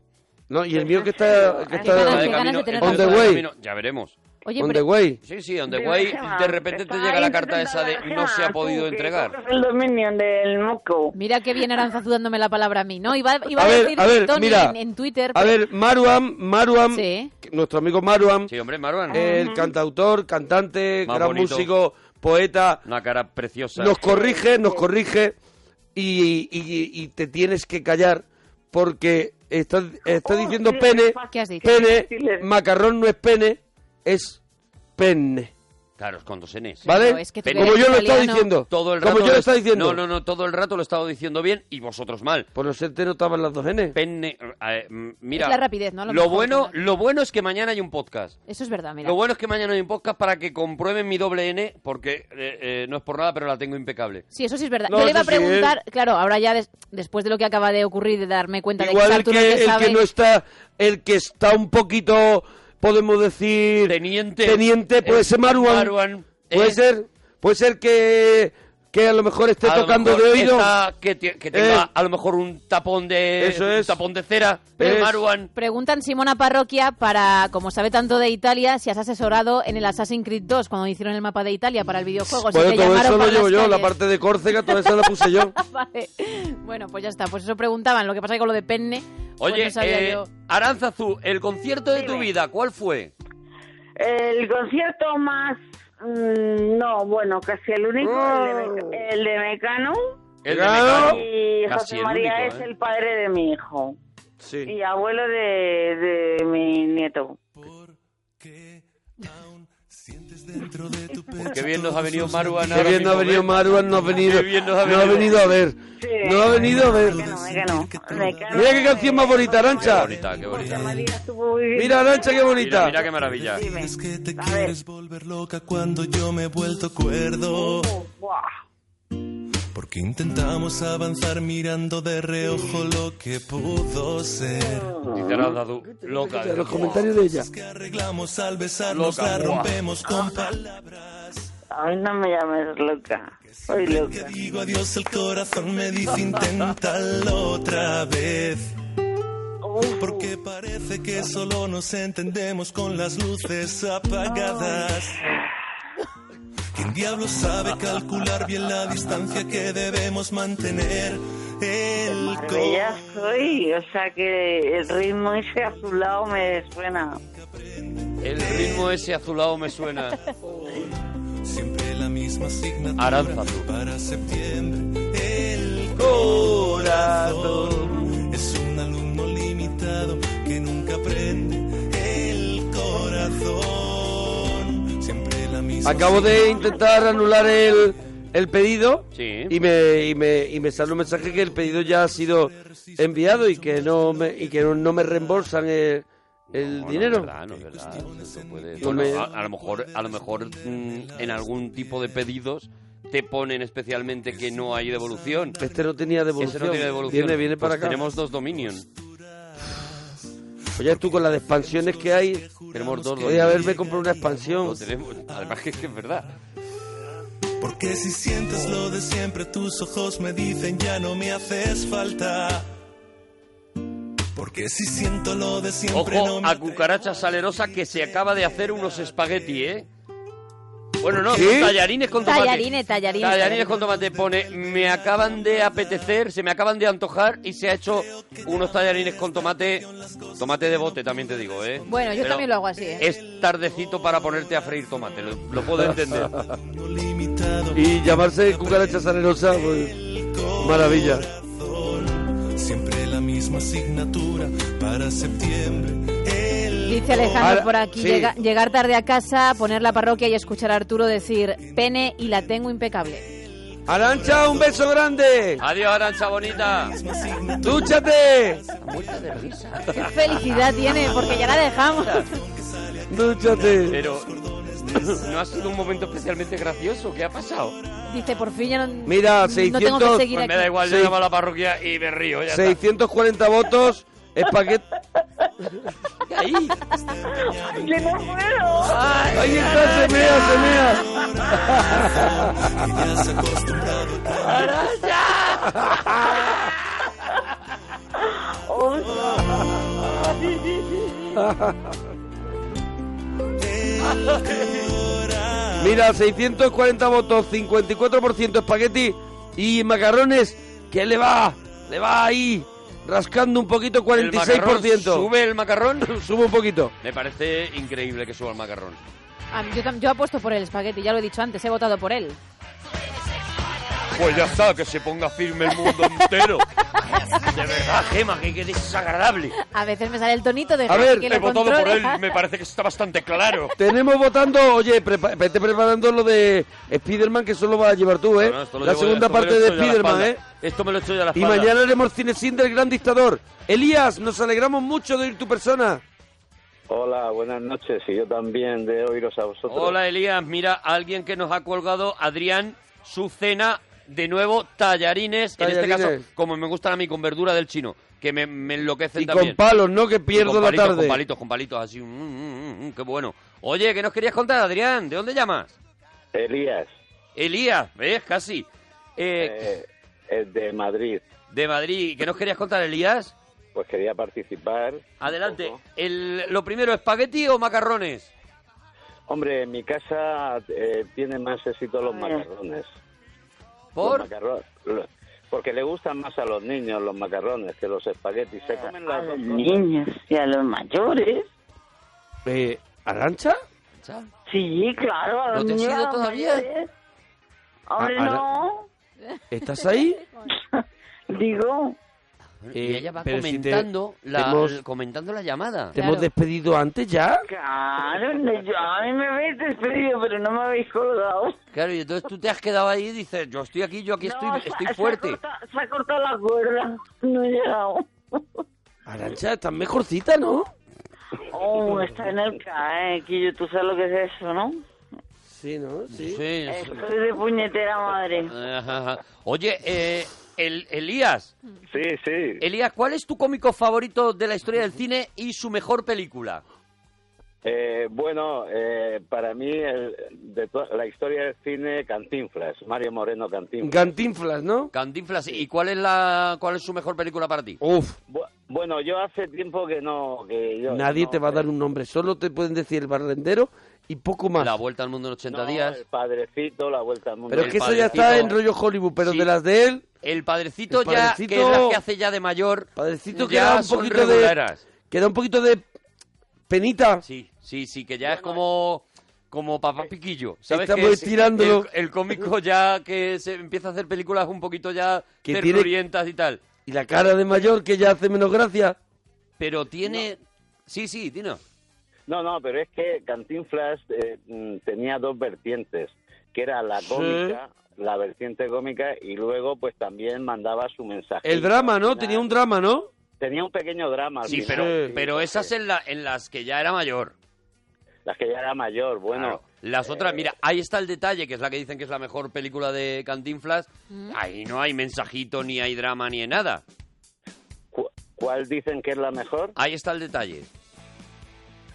Speaker 2: No, y el mío que está... Que
Speaker 3: Qué ganas, qué
Speaker 2: está
Speaker 3: ganas de tener
Speaker 2: on the
Speaker 3: razón.
Speaker 2: way.
Speaker 6: Camino- Ya veremos.
Speaker 3: Oye,
Speaker 2: on the
Speaker 3: pero-
Speaker 2: way.
Speaker 6: Sí, sí, donde
Speaker 10: Dime,
Speaker 6: guay
Speaker 10: Gema,
Speaker 6: de repente
Speaker 10: está
Speaker 6: te llega la
Speaker 10: ahí
Speaker 6: carta esa de
Speaker 10: intentando
Speaker 6: no se ha
Speaker 10: Gema,
Speaker 6: podido
Speaker 10: tú, que
Speaker 6: entregar.
Speaker 10: coges El dominio del moco.
Speaker 3: Mira que bien Aranzazu dándome la palabra a mí, ¿no? Iba, iba a,
Speaker 2: a ver,
Speaker 3: decir
Speaker 2: a ver,
Speaker 3: Tony
Speaker 2: mira.
Speaker 3: en, en Twitter.
Speaker 2: A ver, Maruam, Maruam,
Speaker 3: Sí.
Speaker 2: que- nuestro amigo Maruam,
Speaker 6: Sí, hombre, Marwan.
Speaker 2: el cantautor, cantante,
Speaker 6: Más
Speaker 2: gran
Speaker 6: bonito.
Speaker 2: músico, poeta,
Speaker 6: Una cara preciosa.
Speaker 2: nos corrige, nos corrige y, y- y te tienes que callar porque está, está
Speaker 10: Oh,
Speaker 2: diciendo
Speaker 10: sí,
Speaker 2: pene,
Speaker 3: ¿Qué has dicho?
Speaker 2: pene, macarrón no es pene, es pene,
Speaker 6: Claro, es con dos Ns.
Speaker 2: ¿vale?
Speaker 3: Pero es que tú
Speaker 2: Como
Speaker 3: eres
Speaker 2: yo lo estaba
Speaker 3: italiano.
Speaker 2: diciendo,
Speaker 6: Todo el rato
Speaker 2: como yo lo
Speaker 6: es-
Speaker 2: estaba diciendo.
Speaker 6: No, no, no, todo el rato lo he estado diciendo bien y vosotros mal.
Speaker 2: Por no ser te notaban las dos N.
Speaker 6: Penne, eh, mm, mira.
Speaker 3: Es la rapidez, ¿no? A lo
Speaker 6: Lo,
Speaker 3: mejor,
Speaker 6: bueno,
Speaker 3: Fernando.
Speaker 6: lo bueno es que mañana hay un podcast.
Speaker 3: Eso es verdad, mira.
Speaker 6: Lo bueno es que mañana hay un podcast para que comprueben mi doble N, porque eh, eh, no es por nada, pero la tengo impecable.
Speaker 3: Sí, eso sí es verdad.
Speaker 2: No,
Speaker 3: Yo le iba a
Speaker 2: eso sí,
Speaker 3: preguntar, claro, ahora ya des- después de lo que acaba de ocurrir, de darme cuenta
Speaker 2: Igual
Speaker 3: de
Speaker 2: el
Speaker 3: Arturo
Speaker 2: que, el
Speaker 3: sabe...
Speaker 2: que no está, el que está un poquito, podemos decir,
Speaker 6: Teniente.
Speaker 2: teniente, puede
Speaker 6: Eh,
Speaker 2: ser Maruan,
Speaker 6: Maruan,
Speaker 2: puede
Speaker 6: eh.
Speaker 2: ser, puede ser que, que a lo mejor esté
Speaker 6: A lo
Speaker 2: tocando
Speaker 6: mejor
Speaker 2: de oído.
Speaker 6: está- que, te- que tenga
Speaker 2: Eh.
Speaker 6: a lo mejor un tapón de
Speaker 2: Eso
Speaker 6: un
Speaker 2: es.
Speaker 6: tapón de cera de
Speaker 2: Es.
Speaker 6: Marwan.
Speaker 3: Preguntan Simona Parroquia para, como sabe tanto de Italia, si has asesorado en el Assassin's Creed 2 cuando hicieron el mapa de Italia para el videojuego. Pues si
Speaker 2: Bueno,
Speaker 3: te
Speaker 2: todo
Speaker 3: llamaron
Speaker 2: eso lo
Speaker 3: para
Speaker 2: llevo
Speaker 3: las
Speaker 2: yo, la
Speaker 3: calles.
Speaker 2: parte de Córcega, toda esa la puse yo.
Speaker 3: Vale. Bueno, pues ya está. Pues eso preguntaban. Lo que pasa es que con lo de Penne. pues
Speaker 6: Oye,
Speaker 3: no sabía
Speaker 6: eh,
Speaker 3: yo.
Speaker 6: Aranzazu, el concierto de tu vida, ¿cuál fue?
Speaker 10: El concierto más... mm, no, bueno, casi el único, el, de, Meca- el de Mecano.
Speaker 6: El
Speaker 2: Oh. Claro.
Speaker 6: Mecano.
Speaker 10: Y
Speaker 6: Casi
Speaker 10: José
Speaker 6: el
Speaker 10: María
Speaker 6: único,
Speaker 10: es
Speaker 6: ¿eh?
Speaker 10: el padre de mi hijo
Speaker 2: Sí.
Speaker 10: y abuelo de, de mi nieto.
Speaker 6: Qué bien nos ha venido Marwan.
Speaker 2: Qué
Speaker 6: ahora
Speaker 2: bien no ha
Speaker 6: mismo,
Speaker 2: venido
Speaker 6: ¿eh?
Speaker 2: Maruan, no ha venido,
Speaker 6: Qué bien nos ha
Speaker 2: no ha
Speaker 6: venido.
Speaker 2: venido a ver,
Speaker 10: Sí.
Speaker 2: no ha venido a ver.
Speaker 10: Mecano, Mecano, Mecano.
Speaker 2: Mira qué canción más bonita,
Speaker 6: Qué
Speaker 2: Arancha.
Speaker 6: bonita, qué
Speaker 10: José
Speaker 6: bonita.
Speaker 10: María estuvo muy bien.
Speaker 2: Mira, Arancha, qué
Speaker 6: Mira,
Speaker 2: bonita.
Speaker 6: mira qué maravilla.
Speaker 10: Dime,
Speaker 7: que te
Speaker 10: a ver.
Speaker 7: quieres volver loca cuando yo me he vuelto cuerdo.
Speaker 10: Oh, buah.
Speaker 7: Porque intentamos avanzar mirando de reojo lo que pudo ser.
Speaker 6: Dice Aranzazu, loca.
Speaker 2: Los comentarios de ella.
Speaker 7: Que arreglamos al besarnos,
Speaker 6: Loca,
Speaker 7: la
Speaker 6: buah.
Speaker 7: rompemos con palabras.
Speaker 10: A mí Ah. no me llames loca. Soy
Speaker 7: Que
Speaker 10: loca.
Speaker 7: digo adiós, el corazón me dice inténtalo otra vez. Porque parece que solo nos entendemos con las luces apagadas. ¿Quién diablo sabe calcular bien la distancia que debemos mantener? El
Speaker 10: Marbella soy, o sea que el ritmo ese azulado me suena.
Speaker 6: El ritmo ese azulado me suena.
Speaker 7: Siempre la misma asignatura
Speaker 6: Aránzazu.
Speaker 7: para septiembre. El corazón es un alumno limitado que nunca aprende. El corazón siempre la misma.
Speaker 2: Acabo de intentar anular el, el pedido
Speaker 6: Sí.
Speaker 2: y me, y, me, y me sale un mensaje que el pedido ya ha sido enviado y que no me, y que no, no me reembolsan el, el dinero.
Speaker 6: No, no es verdad, no es verdad, eso puede-
Speaker 2: Con
Speaker 6: Bueno,
Speaker 2: el-
Speaker 6: a, a lo mejor, a lo mejor mm, en algún tipo de pedidos te ponen especialmente que no hay devolución.
Speaker 2: Este no tenía devolución.
Speaker 6: Ese no tiene devolución.
Speaker 2: Viene, viene para
Speaker 6: Pues
Speaker 2: acá.
Speaker 6: Tenemos dos Dominion.
Speaker 2: Oye, tú con las de expansiones que hay,
Speaker 6: Tenemos dos
Speaker 2: podría haberme comprado una expansión.
Speaker 6: Lo tenemos. Además que es que es verdad.
Speaker 7: Porque si sientes lo de siempre, tus ojos me dicen ya no me haces falta. Porque si siento lo de siempre, no
Speaker 6: Ojo
Speaker 7: me
Speaker 6: a Cucaracha Salerosa que se acaba de hacer unos espagueti, ¿eh? Bueno, no,
Speaker 2: ¿Sí?
Speaker 6: son tallarines con tomate.
Speaker 3: Tallarines, tallarines,
Speaker 6: Tallarines con tomate. Pone, me acaban de apetecer, se me acaban de antojar y se ha hecho unos tallarines con tomate. Tomate de bote, también te digo, ¿eh?
Speaker 3: Bueno, yo
Speaker 6: Pero
Speaker 3: también lo hago así, ¿eh?
Speaker 6: Es tardecito para ponerte a freír tomate, lo, lo puedo entender.
Speaker 2: Y llamarse cucaracha salerosa, pues, maravilla.
Speaker 7: Siempre la misma asignatura para septiembre. El
Speaker 3: Dice Alejandro
Speaker 2: Ahora-
Speaker 3: por aquí,
Speaker 2: sí.
Speaker 3: llega- llegar tarde a casa, poner la parroquia y escuchar a Arturo decir, pene y la tengo impecable.
Speaker 2: Arancha, un beso grande.
Speaker 6: Adiós, Arancha Bonita.
Speaker 2: Dúchate.
Speaker 3: Qué felicidad tiene, porque ya la dejamos.
Speaker 2: Dúchate.
Speaker 6: Pero no ha sido un momento especialmente gracioso. ¿Qué ha pasado?
Speaker 3: Dice, por fin ya no,
Speaker 2: Mira,
Speaker 3: no tengo que
Speaker 2: 600,
Speaker 3: seguir
Speaker 6: Pues
Speaker 3: aquí.
Speaker 6: me da igual, yo
Speaker 2: Sí.
Speaker 6: llamo a la parroquia y me río. Ya está.
Speaker 2: 640 votos. Espagueti.
Speaker 6: Ahí.
Speaker 10: ¡Que no puedo!
Speaker 2: Ahí está, se mea, se mea.
Speaker 7: ya se ha acostumbrado
Speaker 2: Mira, 640 votos, 54% espagueti y macarrones. Que le va, le va ahí, rascando un poquito,
Speaker 6: El macarrón,
Speaker 2: 46%.
Speaker 6: ¿Sube el macarrón?
Speaker 2: Sube un poquito.
Speaker 6: Me parece increíble que suba el macarrón.
Speaker 3: Ah, Yo, tam- yo apuesto por el espagueti, ya lo he dicho antes, he votado por él.
Speaker 6: Pues ya está, que se ponga firme el mundo entero. De verdad, Gema, que, que desagradable.
Speaker 3: A veces me sale el tonito de
Speaker 2: A ver,
Speaker 3: que
Speaker 6: He
Speaker 3: lo
Speaker 6: votado por él,
Speaker 3: controle.
Speaker 6: me parece que está bastante claro.
Speaker 2: Tenemos votando, oye, prepa- vete preparando lo de Spiderman, que solo vas a llevar tú, ¿eh?
Speaker 6: No, no, esto lo
Speaker 2: la
Speaker 6: llevo-
Speaker 2: segunda
Speaker 6: esto me lo
Speaker 2: parte de
Speaker 6: echo yo a la
Speaker 2: Spiderman, ¿eh?
Speaker 6: espalda. Esto me lo echo yo a la
Speaker 2: Y
Speaker 6: espalda.
Speaker 2: mañana haremos Cine Sin del Gran Dictador. Elías, nos alegramos mucho de oír tu persona.
Speaker 11: Hola, buenas noches. Y yo también de oíros a vosotros.
Speaker 6: Hola, Elías. Mira, alguien que nos ha colgado, Adrián, su cena, de nuevo, tallarines. En este
Speaker 2: Tallarines.
Speaker 6: caso, como me gustan a mí, con verdura del chino, que me, me enloquecen
Speaker 2: Y
Speaker 6: también.
Speaker 2: con palos, ¿no? Que pierdo
Speaker 6: Y con
Speaker 2: la
Speaker 6: palitos,
Speaker 2: tarde.
Speaker 6: Con palitos, con palitos, así. mm, mm, mm, mm, qué bueno. Oye, ¿qué nos querías contar, Adrián? ¿De dónde llamas?
Speaker 11: Elías,
Speaker 6: Elías, ¿ves? Casi. Eh,
Speaker 11: eh, eh, de Madrid.
Speaker 6: De Madrid. ¿Qué nos querías contar, Elías?
Speaker 11: Pues quería participar.
Speaker 6: Adelante.
Speaker 11: Ojo.
Speaker 6: El- lo primero, ¿espagueti o macarrones?
Speaker 11: Hombre, en mi casa eh, tiene más éxito los macarrones.
Speaker 6: ¿Por?
Speaker 11: Los macarro- lo- porque le gustan más a los niños los macarrones que los espaguetis. Se comen
Speaker 10: A
Speaker 11: las
Speaker 10: los
Speaker 11: dos
Speaker 10: niños y a los mayores.
Speaker 2: Eh, ¿Arancha?
Speaker 10: Sí, claro, a los
Speaker 6: ¿No te has
Speaker 10: niños y a
Speaker 6: ido
Speaker 10: los
Speaker 6: todavía?
Speaker 10: mayores. Hombre,
Speaker 2: Ah, ahora-
Speaker 10: no.
Speaker 2: ¿Estás ahí? Eh,
Speaker 10: Digo,
Speaker 6: y ella va
Speaker 2: pero si te-
Speaker 6: comentando, la,
Speaker 2: te hemos-
Speaker 6: comentando la llamada.
Speaker 2: ¿Te
Speaker 3: Claro.
Speaker 2: hemos despedido antes ya?
Speaker 10: claro, no, yo, a mí me habéis despedido, pero no me habéis colgado.
Speaker 6: Claro, y entonces tú te has quedado ahí y dices, yo estoy aquí, yo aquí estoy,
Speaker 10: No, se-
Speaker 6: estoy
Speaker 10: se ha
Speaker 6: fuerte.
Speaker 10: corta- Se ha cortado la cuerda. No he llegado.
Speaker 2: Arancha, estás mejorcita, ¿no?
Speaker 10: Oh, está en el CAE, Quillo, tú sabes lo que es eso, ¿no?
Speaker 2: Sí, ¿no?
Speaker 6: Sí,
Speaker 2: Sí.
Speaker 6: sí.
Speaker 10: Estoy eh, de puñetera madre.
Speaker 6: Ajá, ajá. Oye, eh, el- Elías,
Speaker 11: Sí, sí.
Speaker 6: Elías, ¿cuál es tu cómico favorito de la historia del cine y su mejor película?
Speaker 11: Eh, bueno, eh, para mí el- de to- la historia del cine Cantinflas, Mario Moreno Cantinflas.
Speaker 2: Cantinflas, ¿no?
Speaker 6: Cantinflas. ¿Y cuál es la cuál es su mejor película para ti?
Speaker 2: Uf,
Speaker 11: Bu- bueno, yo hace tiempo que no... Que Eh, yo,
Speaker 2: nadie
Speaker 11: no,
Speaker 2: te va a dar un nombre, solo te pueden decir el barrendero y poco más.
Speaker 6: La Vuelta al Mundo en 80
Speaker 11: no,
Speaker 6: días.
Speaker 11: El padrecito, la vuelta al mundo.
Speaker 2: Pero es que eso ya está en rollo Hollywood, pero de las de él,
Speaker 6: El Padrecito,
Speaker 2: El
Speaker 6: ya,
Speaker 2: Padrecito-
Speaker 6: que es la que hace ya de mayor.
Speaker 2: Padrecito
Speaker 6: Padrecito
Speaker 2: que da un poquito de que da un poquito de penita.
Speaker 6: Sí, sí, sí, que ya es como, como papá piquillo. ¿sabes?
Speaker 2: Estamos
Speaker 6: Que es-
Speaker 2: estirándolo.
Speaker 6: El, el cómico ya que se empieza a hacer películas un poquito ya
Speaker 2: Que tiene-
Speaker 6: ternurientas y tal.
Speaker 2: Y la cara de mayor que ya hace menos gracia.
Speaker 6: Pero tiene... Sí, sí, Dino.
Speaker 11: No, no, pero es que Cantinflas eh, mm, tenía dos vertientes, que era la cómica, la vertiente cómica, y luego pues también mandaba su mensaje.
Speaker 2: El drama, ¿no? Tenía un drama, ¿no?
Speaker 11: Tenía un pequeño drama. al
Speaker 6: Sí,
Speaker 11: final,
Speaker 6: pero,
Speaker 11: sí,
Speaker 6: pero esas en, la- en las que ya era mayor.
Speaker 11: Las que ya era mayor, bueno. eh,
Speaker 6: Claro. Las otras, mira, ahí está el detalle, que es la que dicen que es la mejor película de Cantinflas. Ahí no hay mensajito, ni hay drama, ni hay nada.
Speaker 11: cu- ¿Cuál dicen que es la mejor?
Speaker 6: Ahí está el detalle.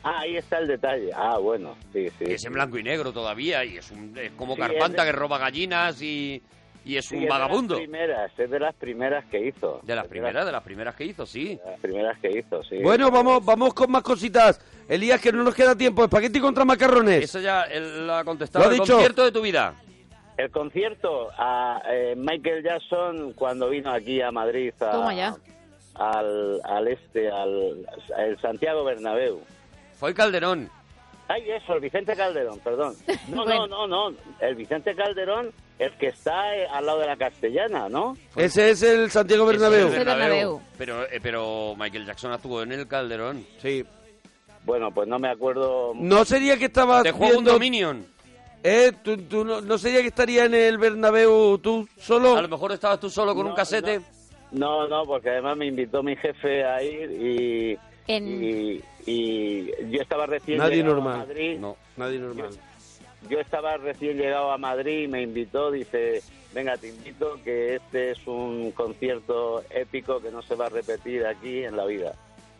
Speaker 11: Ah, ahí está el detalle. Ah, bueno, sí, sí.
Speaker 6: que es en blanco y negro todavía y es, un, es como
Speaker 11: Sí,
Speaker 6: Carpanta
Speaker 11: es de-
Speaker 6: que roba gallinas y, y es
Speaker 11: Sí,
Speaker 6: un vagabundo.
Speaker 11: Es de las primeras, es de las primeras que hizo.
Speaker 6: De las primeras, de las primeras que hizo, sí.
Speaker 11: De las primeras que hizo, sí.
Speaker 2: Bueno, vamos, vamos con más cositas. Elías, que no nos queda tiempo. Espagueti contra macarrones.
Speaker 6: Eso ya el- lo ha contestado.
Speaker 2: Lo ha
Speaker 6: el
Speaker 2: dicho.
Speaker 6: concierto de tu vida.
Speaker 11: El concierto a eh, Michael Jackson cuando vino aquí a Madrid a-
Speaker 3: Toma ya.
Speaker 11: Al, al este, al, al Santiago Bernabéu.
Speaker 6: Fue Calderón.
Speaker 11: Ay, eso, el Vicente Calderón, perdón. No,
Speaker 3: Bueno.
Speaker 11: no, no, no. El Vicente Calderón, el que está eh, al lado de la Castellana, ¿no?
Speaker 2: Ese es el Santiago Bernabéu.
Speaker 6: Ese es el
Speaker 3: Bernabéu.
Speaker 6: Pero, eh, pero Michael Jackson actuó en el Calderón.
Speaker 2: Sí.
Speaker 11: Bueno, pues no me acuerdo.
Speaker 2: No sería que estabas
Speaker 6: Te juego un
Speaker 2: viendo-
Speaker 6: Dominion.
Speaker 2: Eh, tú, tú no, no sería que estaría en el Bernabéu tú solo.
Speaker 6: A lo mejor estabas tú solo con
Speaker 11: No,
Speaker 6: un casete.
Speaker 11: No, no, porque además me invitó mi jefe a ir y.
Speaker 3: En-
Speaker 11: y- y yo estaba recién
Speaker 2: Mm. Nadie
Speaker 11: llegado
Speaker 2: normal.
Speaker 11: a Madrid.
Speaker 6: No.
Speaker 2: Nadie normal.
Speaker 11: Yo estaba recién llegado a Madrid y me invitó, dice, venga, te invito, que este es un concierto épico que no se va a repetir aquí en la vida.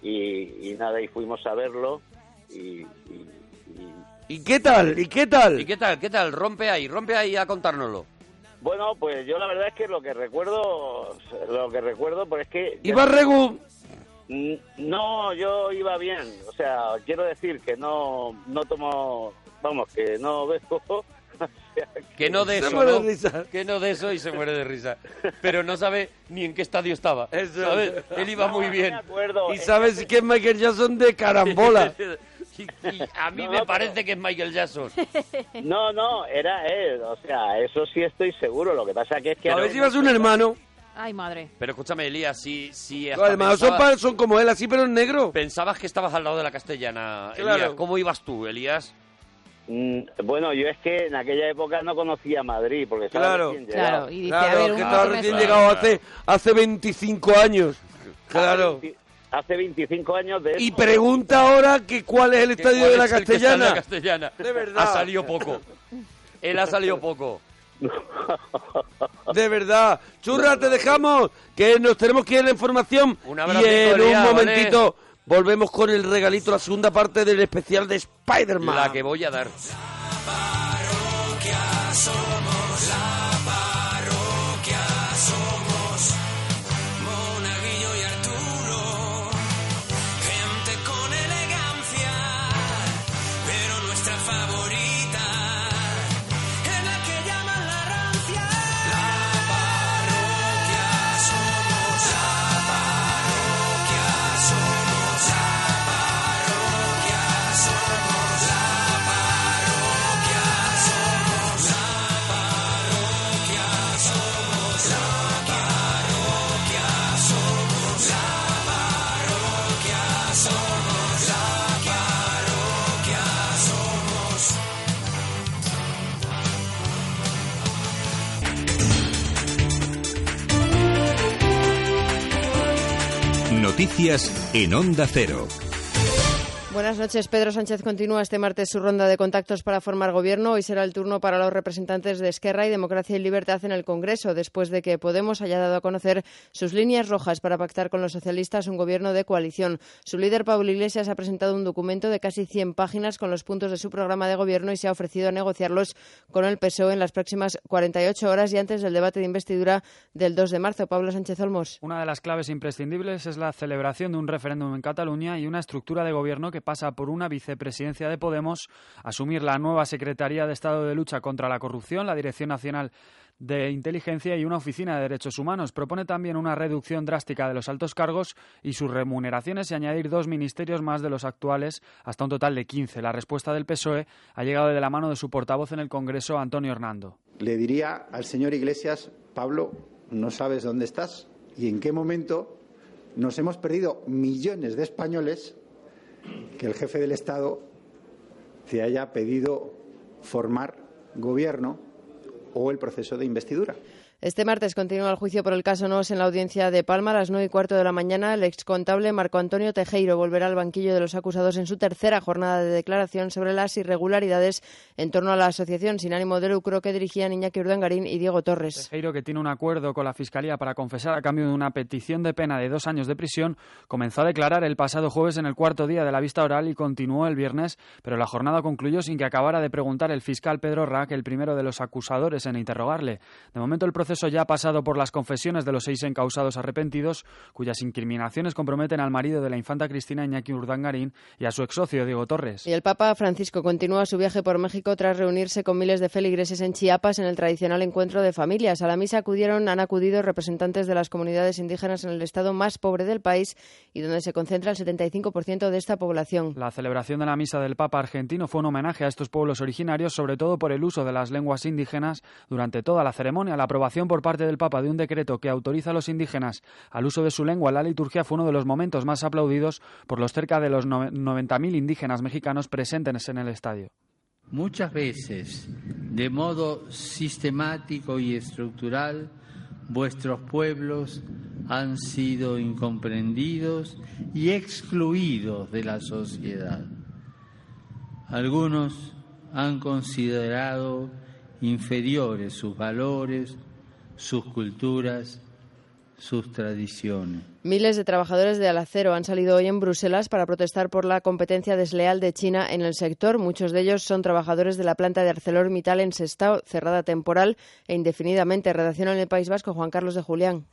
Speaker 11: Y, y nada, y fuimos a verlo y, y- y-
Speaker 2: ¿Y qué tal? ¿Y qué tal?
Speaker 6: ¿Y qué tal? ¿Qué tal? Rompe ahí, rompe ahí a contárnoslo.
Speaker 11: Bueno, pues yo la verdad es que lo que recuerdo, lo que recuerdo, pues es que...
Speaker 2: Iba Regu.
Speaker 11: Mm, No, yo iba bien. O sea, quiero decir que no, no tomo, vamos, que no bebo. O sea,
Speaker 6: Que no de
Speaker 2: Se
Speaker 6: eso,
Speaker 2: muere de
Speaker 6: ¿no?
Speaker 2: risa.
Speaker 6: Que no de eso y se muere de risa. Pero no sabe ni en qué estadio estaba.
Speaker 2: Eso.
Speaker 6: ¿sabes? Él iba
Speaker 11: no,
Speaker 6: muy
Speaker 11: no me
Speaker 6: bien.
Speaker 11: acuerdo.
Speaker 2: ¿Y sabes que es Michael Jackson de carambola?
Speaker 6: Y- y a mí
Speaker 11: No,
Speaker 6: me
Speaker 11: pero-
Speaker 6: parece que es Michael Jackson.
Speaker 11: No, no, era él. O sea, eso sí estoy seguro. Lo que pasa que es que...
Speaker 2: A
Speaker 11: ahora-
Speaker 2: ver si vas un hermano.
Speaker 3: Ay, madre.
Speaker 6: Pero escúchame, Elías, si, si
Speaker 2: Los
Speaker 6: hasta
Speaker 2: hermanos son,
Speaker 6: pensabas,
Speaker 2: pa- son como él, así pero en negro.
Speaker 6: pensabas que estabas al lado de la castellana,
Speaker 2: Claro.
Speaker 6: Elías, ¿cómo ibas tú, Elías?
Speaker 11: Mm, Bueno, yo es que en aquella época no conocía Madrid porque estaba
Speaker 2: Claro.
Speaker 11: recién
Speaker 3: Claro,
Speaker 11: llegado.
Speaker 3: y dice,
Speaker 2: claro,
Speaker 3: a ver, un
Speaker 2: que
Speaker 3: último
Speaker 2: estaba recién
Speaker 6: mes-
Speaker 3: extra.
Speaker 2: llegado hace, hace 25 años. Claro.
Speaker 11: Hace, 20 hace 25 años de...
Speaker 2: Y
Speaker 11: eso.
Speaker 2: pregunta ahora que cuál es el
Speaker 6: ¿Qué-
Speaker 2: estadio
Speaker 6: cuál
Speaker 2: de la
Speaker 6: es el que está en la
Speaker 2: Castellana.
Speaker 6: castellana.
Speaker 2: De verdad.
Speaker 6: Ha salido poco. Él ha salido poco.
Speaker 2: De verdad. Churra, te dejamos. Que nos tenemos que ir a la información.
Speaker 6: Un
Speaker 2: y
Speaker 6: abracito,
Speaker 2: en un
Speaker 6: Elías,
Speaker 2: momentito volvemos con el regalito, la segunda parte del especial de Spider-Man.
Speaker 6: La que voy a dar.
Speaker 1: parroquia somos, la parroquia somos, Monaguillo y Arturo, gente con elegancia, pero nuestra favorita es la que llaman la rancia. La parroquia somos, la parroquia somos, la parroquia somos, la parroquia somos, la parroquia somos, la parroquia somos, la parroquia somos, la parroquia somos.
Speaker 12: Noticias en Onda Cero. Buenas noches. Pedro Sánchez continúa este martes su ronda de contactos para formar gobierno. Hoy será el turno para los representantes de Esquerra y Democracia y Libertad en el Congreso, después de que Podemos haya dado a conocer sus líneas rojas para pactar con los socialistas un gobierno de coalición. Su líder, Pablo Iglesias, ha presentado un documento de casi 100 páginas con los puntos de su programa de gobierno y se ha ofrecido a negociarlos con el PSOE E en las próximas 48 horas y antes del debate de investidura del 2 de marzo. Pablo Sánchez Olmos.
Speaker 13: Una de las claves imprescindibles es la celebración de un referéndum en Cataluña y una estructura de gobierno que pasa por una vicepresidencia de Podemos, asumir la nueva Secretaría de Estado de Lucha contra la Corrupción, la Dirección Nacional de Inteligencia y una Oficina de Derechos Humanos. Propone también una reducción drástica de los altos cargos y sus remuneraciones y añadir dos ministerios más de los actuales, hasta un total de 15. La respuesta del PSOE E ha llegado de la mano de su portavoz en el Congreso, Antonio Hernando.
Speaker 14: Le diría al señor Iglesias, Pablo, no sabes dónde estás y en qué momento nos hemos perdido millones de españoles que el jefe del Estado te haya pedido formar gobierno o el proceso de investidura.
Speaker 12: Este martes continúa el juicio por el caso Nos en la audiencia de Palma. A las nueve y cuarto de la mañana, el excontable Marco Antonio Tejeiro volverá al banquillo de los acusados en su tercera jornada de declaración sobre las irregularidades en torno a la asociación sin ánimo de lucro que dirigían Iñaki Urdangarín y Diego Torres.
Speaker 13: Tejeiro, que tiene un acuerdo con la Fiscalía para confesar a cambio de una petición de pena de dos años de prisión, comenzó a declarar el pasado jueves en el cuarto día de la vista oral y continuó el viernes, pero la jornada concluyó sin que acabara de preguntar el fiscal Pedro Rack, el primero de los acusadores, en interrogarle. De momento, el proceso proceso ya ha pasado por las confesiones de los seis encausados arrepentidos, cuyas incriminaciones comprometen al marido de la infanta Cristina Iñaki Urdangarín y a su ex socio Diego Torres.
Speaker 12: Y el Papa Francisco continúa su viaje por México tras reunirse con miles de feligreses en Chiapas en el tradicional encuentro de familias. A la misa acudieron, han acudido representantes de las comunidades indígenas en el estado más pobre del país y donde se concentra el 75% de esta población.
Speaker 13: La celebración de la misa del Papa argentino fue un homenaje a estos pueblos originarios, sobre todo por el uso de las lenguas indígenas durante toda la ceremonia. La aprobación por parte del Papa de un decreto que autoriza a los indígenas al uso de su lengua en la liturgia fue uno de los momentos más aplaudidos por los cerca de los 90.000 indígenas mexicanos presentes en el estadio.
Speaker 15: Muchas veces, de modo sistemático y estructural, vuestros pueblos han sido incomprendidos y excluidos de la sociedad. Algunos han considerado inferiores sus valores, sus culturas, sus tradiciones.
Speaker 12: Miles de trabajadores de Alacero han salido hoy en Bruselas para protestar por la competencia desleal de China en el sector. Muchos de ellos son trabajadores de la planta de ArcelorMittal en Sestao, cerrada temporal e indefinidamente. Redacción en el País Vasco, Juan Carlos de Julián.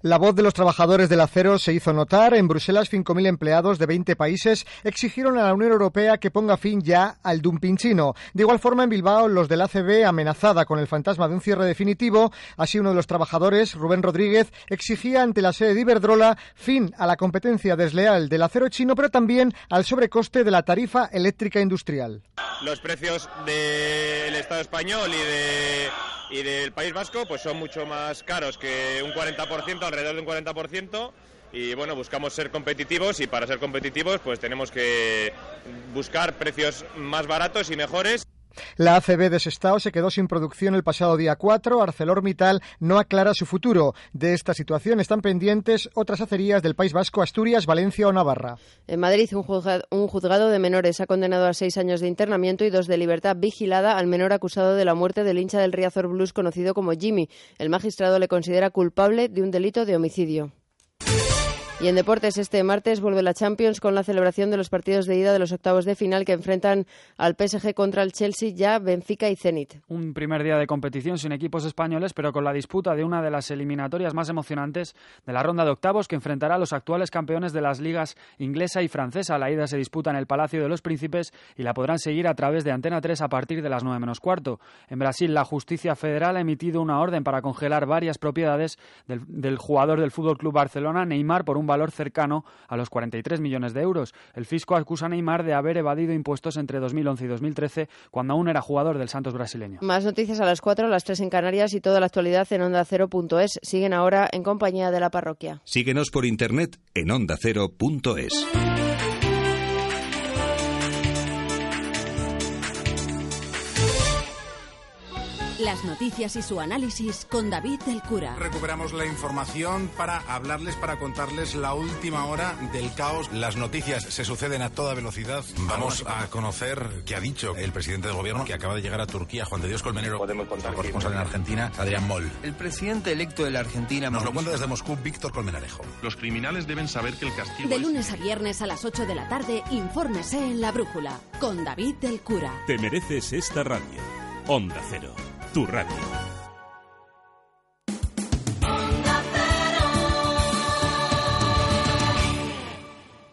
Speaker 16: La voz de los trabajadores del acero se hizo notar. En Bruselas, 5.000 empleados de 20 países exigieron a la Unión Europea que ponga fin ya al dumping chino. De igual forma, en Bilbao, los del ACB, amenazada con el fantasma de un cierre definitivo, así uno de los trabajadores, Rubén Rodríguez, exigía ante la sede de Iberdrola fin a la competencia desleal del acero chino, pero también al sobrecoste de la tarifa eléctrica industrial.
Speaker 17: Los precios del Estado español y de y del País Vasco pues son mucho más caros que un 40%, alrededor de un 40%. Y bueno, buscamos ser competitivos y para ser competitivos pues tenemos que buscar precios más baratos y mejores.
Speaker 16: La ACB de Sestao se quedó sin producción el pasado día 4. ArcelorMittal no aclara su futuro. De esta situación están pendientes otras acerías del País Vasco, Asturias, Valencia o Navarra.
Speaker 12: En Madrid, un juzgado, un juzgado, de menores ha condenado a seis años de internamiento y dos de libertad vigilada al menor acusado de la muerte del hincha del Riazor Blues conocido como Jimmy. El magistrado le considera culpable de un delito de homicidio. Y en deportes, este martes vuelve la Champions con la celebración de los partidos de ida de los octavos de final que enfrentan al PSG contra el Chelsea, ya Benfica y Zenit.
Speaker 13: Un primer día de competición sin equipos españoles, pero con la disputa de una de las eliminatorias más emocionantes de la ronda de octavos que enfrentará a los actuales campeones de las ligas inglesa y francesa. La ida se disputa en el Palacio de los Príncipes y la podrán seguir a través de Antena 3 a partir de las 9 menos cuarto. En Brasil, la justicia federal ha emitido una orden para congelar varias propiedades del, del jugador del Fútbol Club Barcelona, Neymar, por un valor cercano a los 43 millones de euros. El fisco acusa a Neymar de haber evadido impuestos entre 2011 y 2013, cuando aún era jugador del Santos brasileño.
Speaker 12: Más noticias a las 4, las 3 en Canarias y toda la actualidad en Onda Cero.es. Siguen ahora en compañía de la parroquia.
Speaker 18: Síguenos por internet en Onda Cero.es.
Speaker 3: Las noticias y su análisis con David del Cura.
Speaker 19: Recuperamos la información para hablarles, para contarles la última hora del caos. Las noticias se suceden a toda velocidad. Vamos a conocer qué ha dicho el presidente del gobierno que acaba de llegar a Turquía, Juan de Dios Colmenero, Podemos contar corresponsal en Argentina, Adrián Moll.
Speaker 14: El presidente electo de la Argentina.
Speaker 19: Nos lo cuenta desde Moscú Víctor Colmenarejo.
Speaker 20: Los criminales deben saber que el castigo
Speaker 3: De
Speaker 20: es-
Speaker 3: lunes a viernes a las 8 de la tarde, infórmese en La Brújula con David del Cura.
Speaker 21: Te mereces esta radio. Onda Cero, tu radio.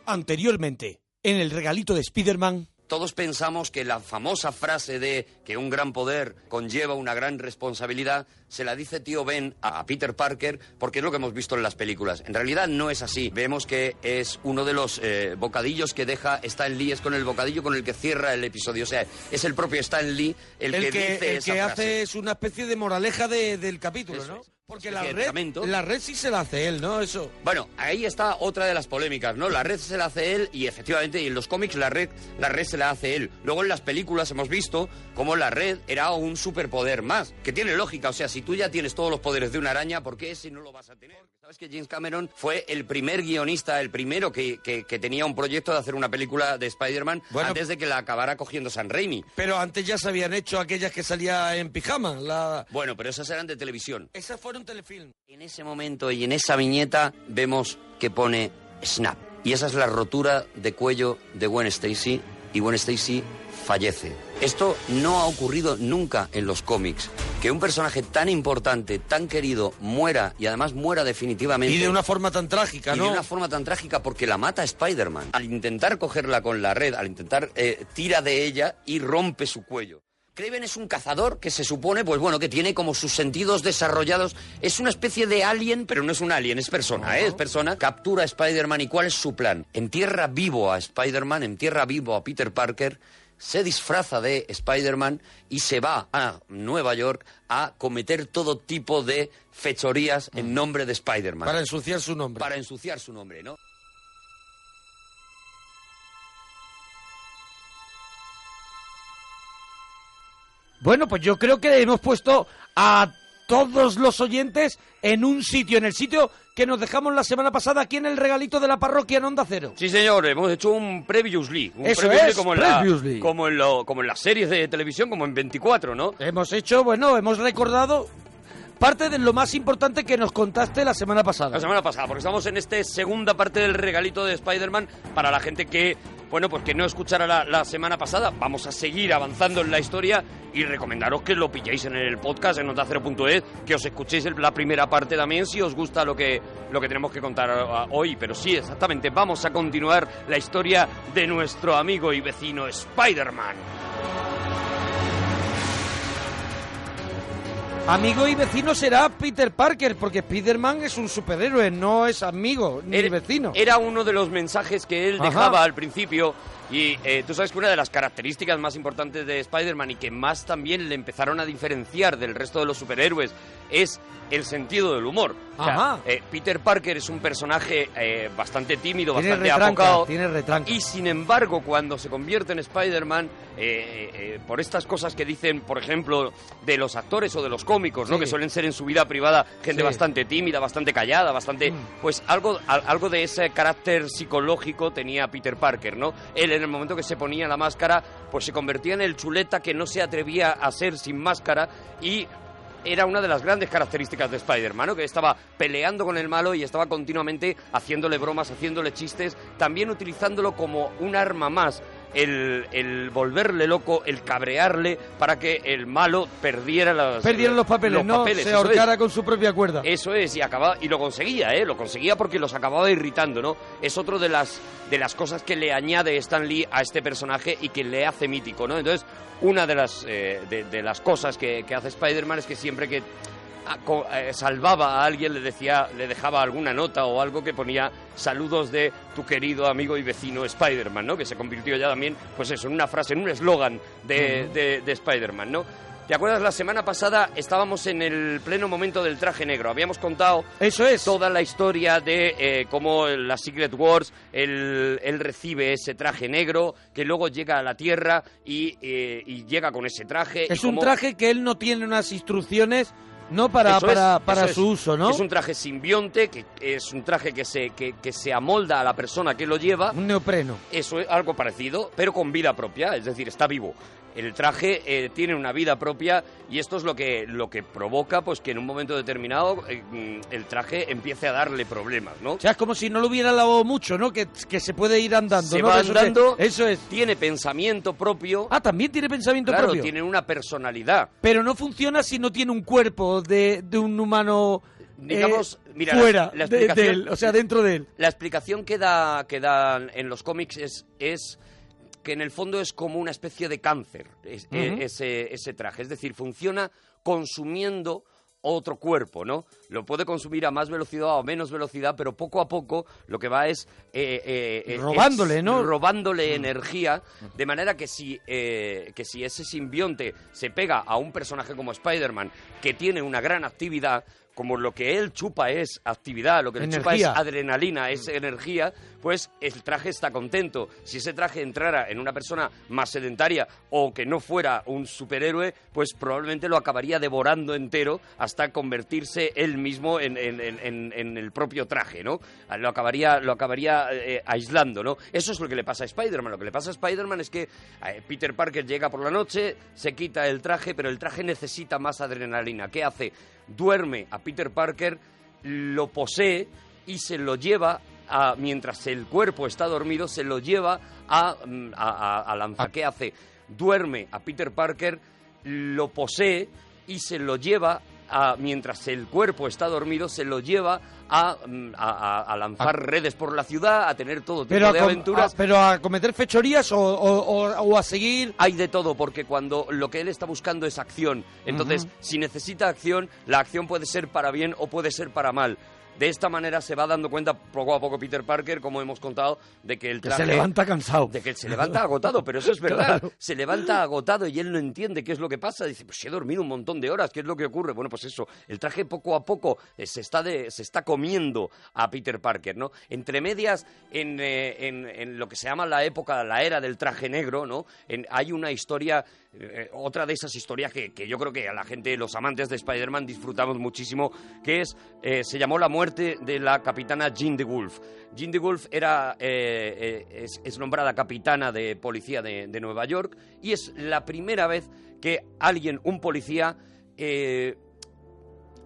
Speaker 2: Anteriormente, en el regalito de Spiderman...
Speaker 6: Todos pensamos que la famosa frase de que un gran poder conlleva una gran responsabilidad se la dice tío Ben a a Peter Parker porque es lo que hemos visto en las películas. En realidad no es así. Vemos que es uno de los eh, bocadillos que deja Stan Lee, es con el bocadillo con el que cierra el episodio. O sea, es el propio Stan Lee el,
Speaker 2: El, que,
Speaker 6: dice
Speaker 2: el
Speaker 6: esa
Speaker 2: que
Speaker 6: frase.
Speaker 2: hace es una especie de moraleja de- del capítulo,
Speaker 6: Eso
Speaker 2: ¿no?
Speaker 6: es.
Speaker 2: Porque
Speaker 6: Ese
Speaker 2: la red,
Speaker 6: juramento.
Speaker 2: la red sí se la hace él, ¿no? Eso.
Speaker 6: Bueno, ahí está otra de las polémicas, ¿no? La red se la hace él y efectivamente y en los cómics la red, la red se la hace él. Luego en las películas hemos visto cómo la red era un superpoder más, que tiene lógica, o sea, si tú ya tienes todos los poderes de una araña, ¿por qué si no lo vas a tener? Sabes que James Cameron fue el primer guionista, el primero que, que- que tenía un proyecto de hacer una película de Spider-Man antes de que la acabara cogiendo San Raimi.
Speaker 2: Pero antes ya se habían hecho aquellas que salía en pijama. La...
Speaker 6: Bueno, pero esas eran de televisión.
Speaker 2: Esas fueron telefilm.
Speaker 6: En ese momento y en esa viñeta vemos que pone snap. Y esa es la rotura de cuello de Gwen Stacy y Gwen Stacy fallece. Esto no ha ocurrido nunca en los cómics. Que un personaje tan importante, tan querido, muera y además muera definitivamente.
Speaker 2: Y de una forma tan trágica,
Speaker 6: Y
Speaker 2: ¿no?
Speaker 6: de una forma tan trágica porque la mata Spider-Man. Al intentar cogerla con la red, al intentar eh, tira de ella y rompe su cuello. Craven es un cazador que se supone, pues bueno, que tiene como sus sentidos desarrollados. Es una especie de alien, pero no es un alien, es persona, ¿eh? es persona. Captura a Spider-Man y ¿cuál es su plan? Entierra vivo a Spider-Man, entierra vivo a Peter Parker, se disfraza de Spider-Man y se va a Nueva York a cometer todo tipo de fechorías en nombre de Spider-Man.
Speaker 2: Para ensuciar su nombre.
Speaker 6: Para ensuciar su nombre, ¿no?
Speaker 2: Bueno, pues yo creo que hemos puesto a todos los oyentes en un sitio, en el sitio que nos dejamos la semana pasada aquí en el regalito de la parroquia en Onda Cero.
Speaker 6: Sí, señor, hemos hecho un previously. Un
Speaker 2: Eso
Speaker 6: previously
Speaker 2: es,
Speaker 6: como en, la-
Speaker 2: previously.
Speaker 6: como, en lo- como en las series de televisión, como en 24, ¿no?
Speaker 2: Hemos hecho, bueno, hemos recordado parte de lo más importante que nos contaste la semana pasada.
Speaker 6: La semana pasada, porque estamos en esta segunda parte del regalito de Spider-Man para la gente que, bueno, pues que no escuchara la, la semana pasada. Vamos a seguir avanzando en la historia y recomendaros que lo pilléis en el podcast en notacero.es, e, que os escuchéis el- la primera parte también si os gusta lo que, lo que tenemos que contar ah, hoy. Pero sí, exactamente, vamos a continuar la historia de nuestro amigo y vecino Spider-Man.
Speaker 2: Amigo y vecino será Peter Parker, porque Spider-Man es un superhéroe, no es amigo ni vecino.
Speaker 6: Era uno de los mensajes que él
Speaker 2: Ajá.
Speaker 6: dejaba al principio. Y eh, tú sabes que una de las características más importantes de Spider-Man y que más también le empezaron a diferenciar del resto de los superhéroes es el sentido del humor. O sea,
Speaker 2: Ajá.
Speaker 6: eh, Peter Parker es un personaje eh, bastante tímido,
Speaker 2: Tiene
Speaker 6: bastante
Speaker 2: retranca,
Speaker 6: apocado.
Speaker 2: tiene retranca.
Speaker 6: Y sin embargo, cuando se convierte en Spider-Man, eh, eh, por estas cosas que dicen, por ejemplo, de los actores o de los cómicos, ¿no?
Speaker 2: Sí.
Speaker 6: que suelen ser en su vida privada gente
Speaker 2: Sí. Mm.
Speaker 6: bastante tímida, bastante callada, bastante... Pues algo, al- algo de ese carácter psicológico tenía Peter Parker, ¿no? Él en el momento que se ponía la máscara, pues se convertía en el chuleta que no se atrevía a ser sin máscara y era una de las grandes características de Spider-Man, ¿no? que estaba peleando con el malo y estaba continuamente haciéndole bromas, haciéndole chistes, también utilizándolo como un arma más. El, el volverle loco, el cabrearle para que el malo perdiera las,
Speaker 2: Perdieron los papeles, no
Speaker 6: papeles,
Speaker 2: se
Speaker 6: eso es. Eh,
Speaker 2: ahorcara con su propia cuerda.
Speaker 6: Eso es, y acababa, y lo conseguía, ¿eh? Lo conseguía porque los acababa irritando, ¿no? Es otro de las, de las cosas que le añade Stan Lee a este personaje y que le hace mítico, ¿no? Entonces, una de las, eh, de, de las cosas que, que hace Spider-Man es que siempre que a- co- eh, salvaba a alguien le decía le dejaba alguna nota o algo que ponía saludos de tu querido amigo y vecino Spider-Man, ¿no? Que se convirtió ya también, pues eso, en una frase, en un eslogan de,
Speaker 2: Ujú.
Speaker 6: de, de Spider-Man, ¿no? ¿Te acuerdas? La semana pasada estábamos en el pleno momento del traje negro. Habíamos contado
Speaker 22: Eso es.
Speaker 6: toda la historia de eh, cómo la Secret Wars, él, él recibe ese traje negro, que luego llega a la Tierra y, eh, y llega con ese traje.
Speaker 22: Es
Speaker 6: eh, y
Speaker 22: un
Speaker 6: cómo-
Speaker 22: traje que él no tiene unas instrucciones, ¿no? Para,
Speaker 6: Eso
Speaker 22: para,
Speaker 6: es,
Speaker 22: para
Speaker 6: eso
Speaker 22: su
Speaker 6: es.
Speaker 22: uso, ¿no?
Speaker 6: Es un traje simbionte, que es un traje que se, que, que se amolda a la persona que lo lleva.
Speaker 22: Un neopreno.
Speaker 6: Eso es algo parecido, pero con vida propia, es decir, está vivo. El traje eh, tiene una vida propia y esto es lo que, lo que provoca pues, que en un momento determinado eh, mm, el traje empiece a darle problemas, ¿no?
Speaker 22: O sea, es como si no lo hubiera lavado mucho, ¿no? Que, que se puede ir andando,
Speaker 6: Se
Speaker 22: ¿no?
Speaker 6: va
Speaker 22: Eso que-
Speaker 6: andando,
Speaker 22: eso es.
Speaker 6: Tiene pensamiento propio.
Speaker 22: Ah, también tiene pensamiento
Speaker 6: claro,
Speaker 22: propio.
Speaker 6: tiene una personalidad.
Speaker 22: Pero no funciona si no tiene un cuerpo de, de un humano eh,
Speaker 6: Digamos, mira, la-
Speaker 22: fuera
Speaker 6: la
Speaker 22: de- de,
Speaker 6: explicación-
Speaker 22: él, o sea, dentro de él.
Speaker 6: La explicación que, da, que dan en los cómics es, es que en el fondo es como una especie de cáncer es-
Speaker 4: Ujú.
Speaker 6: e- ese, ese traje. Es decir, funciona consumiendo otro cuerpo, ¿no? Lo puede consumir a más velocidad o a menos velocidad, pero poco a poco lo que va es... eh, eh, eh,
Speaker 22: Robándole,
Speaker 6: es
Speaker 22: ¿no?
Speaker 6: Robándole energía, de manera que si, eh, que si ese simbionte se pega a un personaje como Spider-Man, que tiene una gran actividad, como lo que él chupa es actividad, lo que le chupa es
Speaker 22: Energía.
Speaker 6: adrenalina, es energía, pues el traje está contento. Si ese traje entrara en una persona más sedentaria o que no fuera un superhéroe, pues probablemente lo acabaría devorando entero hasta convertirse él mismo en, en- en- en- en el propio traje, ¿no? Lo acabaría, lo acabaría eh, aislando, ¿no? Eso es lo que le pasa a Spider-Man. Lo que le pasa a Spider-Man es que eh, Peter Parker llega por la noche, se quita el traje, pero el traje necesita más adrenalina. ¿Qué hace? Duerme a Peter Parker lo posee y se lo lleva a, mientras el cuerpo está dormido, se lo lleva a, mm, a, a- a Lanza. ¿Qué hace? Duerme a Peter Parker, lo posee y se lo lleva a, mientras el cuerpo está dormido, se lo lleva a, mm, a- a- a lanzar redes por la ciudad, a tener todo tipo
Speaker 22: Pero a,
Speaker 6: de
Speaker 22: com-
Speaker 6: aventuras.
Speaker 22: a- pero a cometer fechorías o, o- o- o a seguir...
Speaker 6: Hay de todo, porque cuando lo que él está buscando es acción, entonces
Speaker 22: Ujú.
Speaker 6: si necesita acción, la acción puede ser para bien o puede ser para mal. De esta manera se va dando cuenta poco a poco Peter Parker, como hemos contado, de que el
Speaker 22: Que
Speaker 6: traje...
Speaker 22: se levanta cansado.
Speaker 6: eh, De que se levanta agotado, pero eso es verdad.
Speaker 22: Claro.
Speaker 6: Se levanta agotado y él no entiende qué es lo que pasa. Dice, pues he dormido un montón de horas, ¿qué es lo que ocurre? Bueno, pues eso, el traje poco a poco eh, se está, de- se está comiendo a Peter Parker, ¿no? Entre medias, en, eh, en- en lo que se llama la época, la era del traje negro, ¿no? En- hay una historia, eh, otra de esas historias que, que yo creo que a la gente, los amantes de Spider-Man, disfrutamos muchísimo, que es, eh, se llamó la muerte de la capitana Jean de Wolf. Jean de Wolf era, eh, eh, es, es nombrada capitana de policía de, de Nueva York y es la primera vez que alguien, un policía, eh,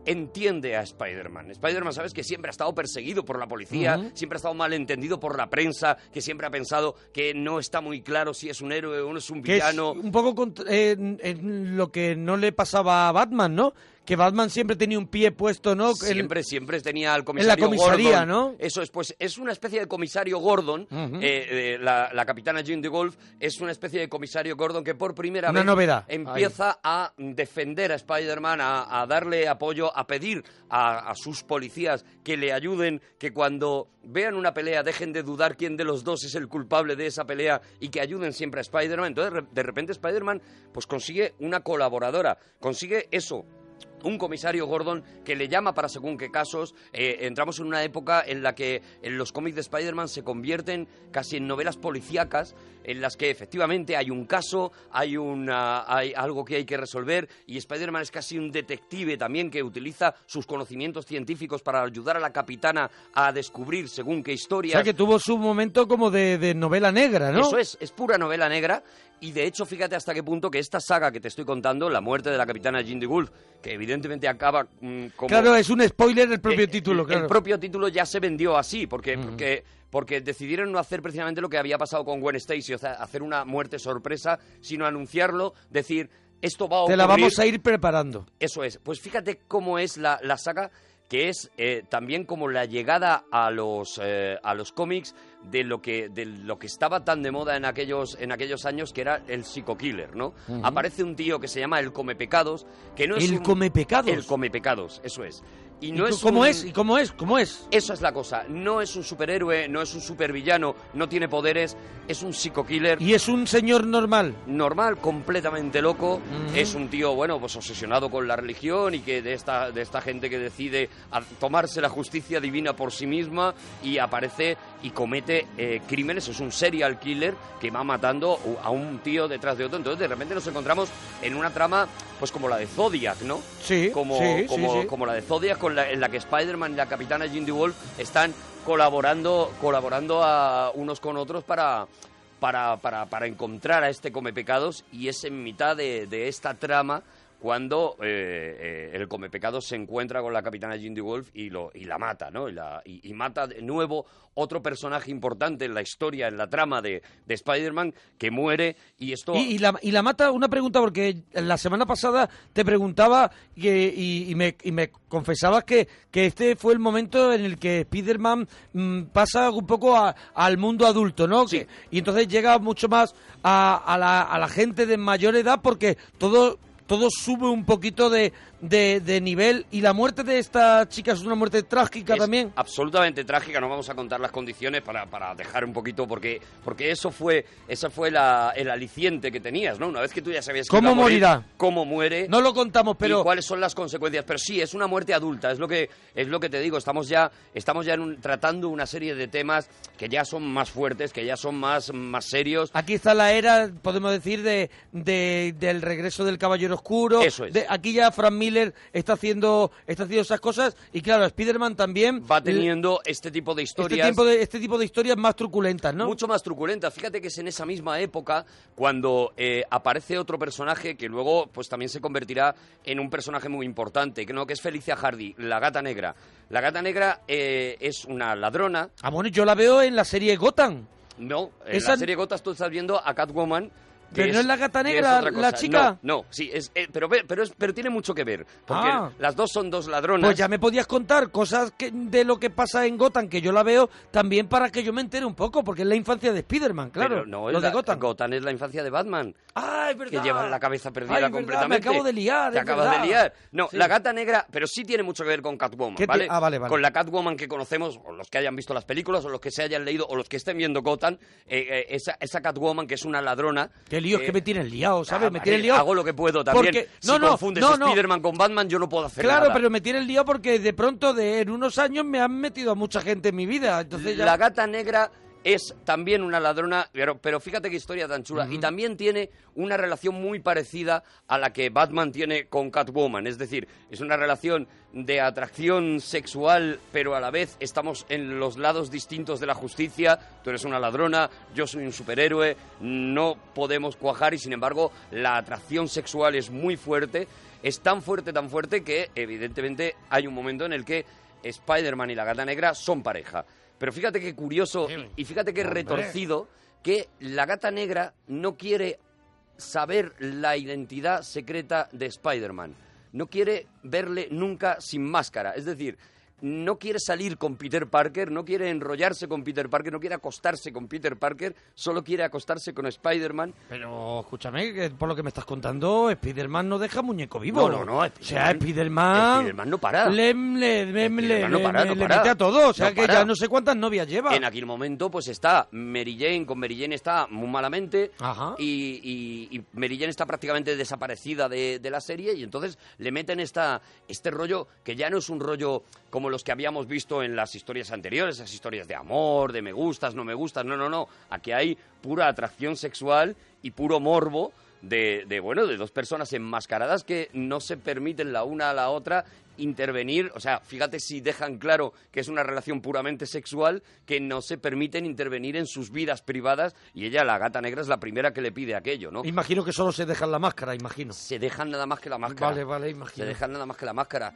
Speaker 6: entiende a Spider-Man. Spider-Man, sabes que siempre ha estado perseguido por la policía,
Speaker 22: Ujú.
Speaker 6: siempre ha estado mal entendido por la prensa, que siempre ha pensado que no está muy claro si es un héroe o no es un
Speaker 22: Que es
Speaker 6: villano.
Speaker 22: un poco cont- en- en lo que no le pasaba a Batman, ¿no? Que Batman siempre tenía un pie puesto, ¿no? En-
Speaker 6: Siempre, siempre tenía al
Speaker 22: en la
Speaker 6: comisario
Speaker 22: comisaría,
Speaker 6: Gordon.
Speaker 22: ¿no?
Speaker 6: Eso es, pues es una especie de comisario Gordon.
Speaker 22: Ujú.
Speaker 6: eh, eh, la, la capitana Jean de Golf es una especie de comisario Gordon que por primera
Speaker 22: Una
Speaker 6: vez
Speaker 22: novedad.
Speaker 6: empieza a defender a Spider-Man, a, a darle apoyo, a pedir a, a sus policías que le ayuden, que cuando vean una pelea dejen de dudar quién de los dos es el culpable de esa pelea y que ayuden siempre a Spider-Man. Entonces, re- de repente, Spider-Man pues consigue una colaboradora, consigue eso, un comisario Gordon que le llama para según qué casos. Eh, entramos en una época en la que eh, los cómics de Spider-Man se convierten casi en novelas policíacas, en las que efectivamente hay un caso, hay, una, hay algo que hay que resolver, y Spider-Man es casi un detective también que utiliza sus conocimientos científicos para ayudar a la capitana a descubrir según qué
Speaker 22: O
Speaker 6: historia.
Speaker 22: sea, que tuvo su momento como de, de novela negra, ¿no?
Speaker 6: Eso es, es pura novela negra. Y de hecho, fíjate hasta qué punto que esta saga que te estoy contando, la muerte de la capitana Jean de Wolf, que evidentemente acaba mm, como. eh,
Speaker 22: Claro, es un spoiler del propio título,
Speaker 6: el-
Speaker 22: claro.
Speaker 6: El propio título ya se vendió así, porque, porque, porque decidieron no hacer precisamente lo que había pasado con Gwen Stacy, o sea, hacer una muerte sorpresa, sino anunciarlo, decir, esto va a
Speaker 22: Te
Speaker 6: ocurrir.
Speaker 22: la vamos a ir preparando.
Speaker 6: Eso es. Pues fíjate cómo es la, la saga, que es eh, también como la llegada a los, eh, a los cómics de lo, que, de lo que estaba tan de moda en aquellos, en aquellos años, que era el psico-killer, ¿no?
Speaker 22: Ujú.
Speaker 6: Aparece un tío que se llama el Come Pecados, que no es
Speaker 22: El
Speaker 6: un-
Speaker 22: Comepecados.
Speaker 6: El Come Pecados, eso es. Y no
Speaker 2: ¿Y
Speaker 6: es
Speaker 2: cómo
Speaker 6: un-
Speaker 2: es? ¿Y cómo es? ¿Cómo es?
Speaker 6: Esa es la cosa. No es un superhéroe, no es un supervillano, no tiene poderes, es un psico-killer.
Speaker 2: ¿Y es un señor normal?
Speaker 6: Normal, completamente loco. Es un tío, bueno, pues obsesionado con la religión y que de esta, de esta gente que decide a- tomarse la justicia divina por sí misma y aparece y comete eh, crímenes. Es un serial killer que va matando u- a un tío detrás de otro. Entonces, de repente nos encontramos en una trama, pues como la de Zodiac, ¿no?
Speaker 2: Sí,
Speaker 6: como,
Speaker 2: sí, sí,
Speaker 6: como,
Speaker 2: sí.
Speaker 6: como la de Zodiac, con la, en la que Spider-Man y la capitana Jindy Wolf están colaborando, colaborando a unos con otros para, para, para, para encontrar a este comepecados y es en mitad de, de esta trama cuando eh, eh, el comepecados se encuentra con la capitana Jindy Wolf y, lo, y la mata, ¿no? Y, la- y- y mata de nuevo otro personaje importante en la historia, en la trama de, de Spider-Man, que muere y esto...
Speaker 2: Y, y la, y la mata, una pregunta, porque la semana pasada te preguntaba que- y, y me, y me confesabas que, que este fue el momento en el que Spider-Man mm, pasa un poco a- al mundo adulto, ¿no? Que- y entonces llega mucho más a, a la, a la gente de mayor edad porque todo, todo sube un poquito de, de, de nivel. Y la muerte de esta chica es una muerte trágica
Speaker 6: Es
Speaker 2: también.
Speaker 6: Absolutamente trágica, no vamos a contar las condiciones para, para dejar un poquito, porque, porque eso fue, esa fue la, el aliciente que tenías, ¿no? Una vez que tú ya sabías que
Speaker 2: ¿Cómo
Speaker 6: iba a morir,
Speaker 2: morirá?
Speaker 6: ¿Cómo muere?
Speaker 2: No lo contamos, pero...
Speaker 6: y cuáles son las consecuencias. Pero sí, es una muerte adulta, es lo que, es lo que te digo. Estamos ya, estamos ya en un- tratando una serie de temas que ya son más fuertes, que ya son más, más serios.
Speaker 2: Aquí está la era, podemos decir, de, de- del regreso del Caballero Oscuro.
Speaker 6: Eso es.
Speaker 2: De- aquí ya Frank Miller está haciendo, está haciendo esas cosas. Y claro, Spider-Man también.
Speaker 6: Va teniendo este tipo de
Speaker 2: este,
Speaker 6: historias.
Speaker 2: tiempo de, este tipo de historias más truculentas, ¿no?
Speaker 6: Mucho más truculenta. Fíjate que es en esa misma época cuando eh, aparece otro personaje que luego pues también se convertirá en un personaje muy importante, que no que es Felicia Hardy, la gata negra. La gata negra eh, es una ladrona.
Speaker 2: Ah, bueno, yo la veo en la serie Gotham.
Speaker 6: No, en
Speaker 2: Esa-
Speaker 6: la serie Gotas tú estás viendo a Catwoman. que
Speaker 2: Pero no es la gata
Speaker 6: que
Speaker 2: negra,
Speaker 6: otra
Speaker 2: la
Speaker 6: cosa.
Speaker 2: chica.
Speaker 6: No, no, sí, es, eh, pero, ve- pero, es- pero tiene mucho que ver. Porque
Speaker 2: Ah.
Speaker 6: las dos son dos ladronas.
Speaker 2: Pues ya me podías contar cosas que- de lo que pasa en Gotham, que yo la veo también para que yo me entere un poco, porque es la infancia de Spider-Man, claro.
Speaker 6: Pero no,
Speaker 2: lo
Speaker 6: es
Speaker 2: de
Speaker 6: la-
Speaker 2: Gotham.
Speaker 6: Gotham es la infancia de Batman.
Speaker 2: ¡Ay, verdad!
Speaker 6: Que llevan la cabeza perdida
Speaker 2: Ay, verdad,
Speaker 6: completamente.
Speaker 2: me acabo de liar,
Speaker 6: Te
Speaker 2: es
Speaker 6: acabas
Speaker 2: verdad.
Speaker 6: de liar. No,
Speaker 2: Sí.
Speaker 6: la gata negra, pero sí tiene mucho que ver con Catwoman,
Speaker 2: ¿Qué te-
Speaker 6: ¿vale?
Speaker 2: ah, vale, vale.
Speaker 6: Con la Catwoman que conocemos, o los que hayan visto las películas, o los que se hayan leído, o los que estén viendo Gotham, eh, eh, esa, esa Catwoman que es una ladrona.
Speaker 2: Qué lío, es que me tienes liado, ¿sabes?
Speaker 6: ah,
Speaker 2: me
Speaker 6: vale,
Speaker 2: tienes liado.
Speaker 6: eh, Hago lo que puedo también.
Speaker 2: Porque-
Speaker 6: si
Speaker 2: no, no,
Speaker 6: confundes
Speaker 2: no, no.
Speaker 6: Spider-Man con Batman, yo no puedo hacer
Speaker 2: Claro,
Speaker 6: nada.
Speaker 2: pero me tiene el lío porque de pronto de, en unos años me han metido a mucha gente en mi vida. Entonces ya...
Speaker 6: La gata negra es también una ladrona, pero, pero fíjate qué historia tan chula. Y también tiene una relación muy parecida a la que Batman tiene con Catwoman. Es decir, es una relación de atracción sexual, pero a la vez estamos en los lados distintos de la justicia. Tú eres una ladrona, yo soy un superhéroe, no podemos cuajar y sin embargo la atracción sexual es muy fuerte. Es tan fuerte, tan fuerte que evidentemente hay un momento en el que Spider-Man y la gata negra son pareja. Pero fíjate qué curioso y fíjate qué
Speaker 23: Hombre.
Speaker 6: retorcido que la gata negra no quiere saber la identidad secreta de Spider-Man. No quiere verle nunca sin máscara. Es decir, no quiere salir con Peter Parker, no quiere enrollarse con Peter Parker, no quiere acostarse con Peter Parker, solo quiere acostarse con Spider-Man.
Speaker 2: Pero escúchame, que por lo que me estás contando, Spider-Man no deja muñeco vivo.
Speaker 6: No, no, no,
Speaker 2: o sea, Spider-Man...
Speaker 6: Spider-Man no para.
Speaker 2: Lem, le, lem, le,
Speaker 6: Spider-Man no
Speaker 2: le-
Speaker 6: para,
Speaker 2: le-
Speaker 6: no
Speaker 2: le
Speaker 6: para.
Speaker 2: mete a todo. O sea,
Speaker 6: No
Speaker 2: que
Speaker 6: para.
Speaker 2: ya no sé cuántas novias lleva.
Speaker 6: En aquel momento, pues está Mary Jane, con Mary Jane está muy malamente
Speaker 2: Ajá.
Speaker 6: y, y, y Mary Jane está prácticamente desaparecida de, de la serie y entonces le meten esta, este rollo que ya no es un rollo como los que habíamos visto en las historias anteriores, esas historias de amor, de me gustas, no me gustas, no, no, no. Aquí hay pura atracción sexual y puro morbo. De, de, bueno de dos personas enmascaradas que no se permiten la una a la otra intervenir o sea fíjate si dejan claro que es una relación puramente sexual que no se permiten intervenir en sus vidas privadas y ella la gata negra es la primera que le pide aquello no
Speaker 2: Imagino que solo se dejan la máscara, imagino.
Speaker 6: se dejan nada más que la máscara
Speaker 2: Vale, vale,
Speaker 6: se
Speaker 2: imagino.
Speaker 6: dejan nada más que la máscara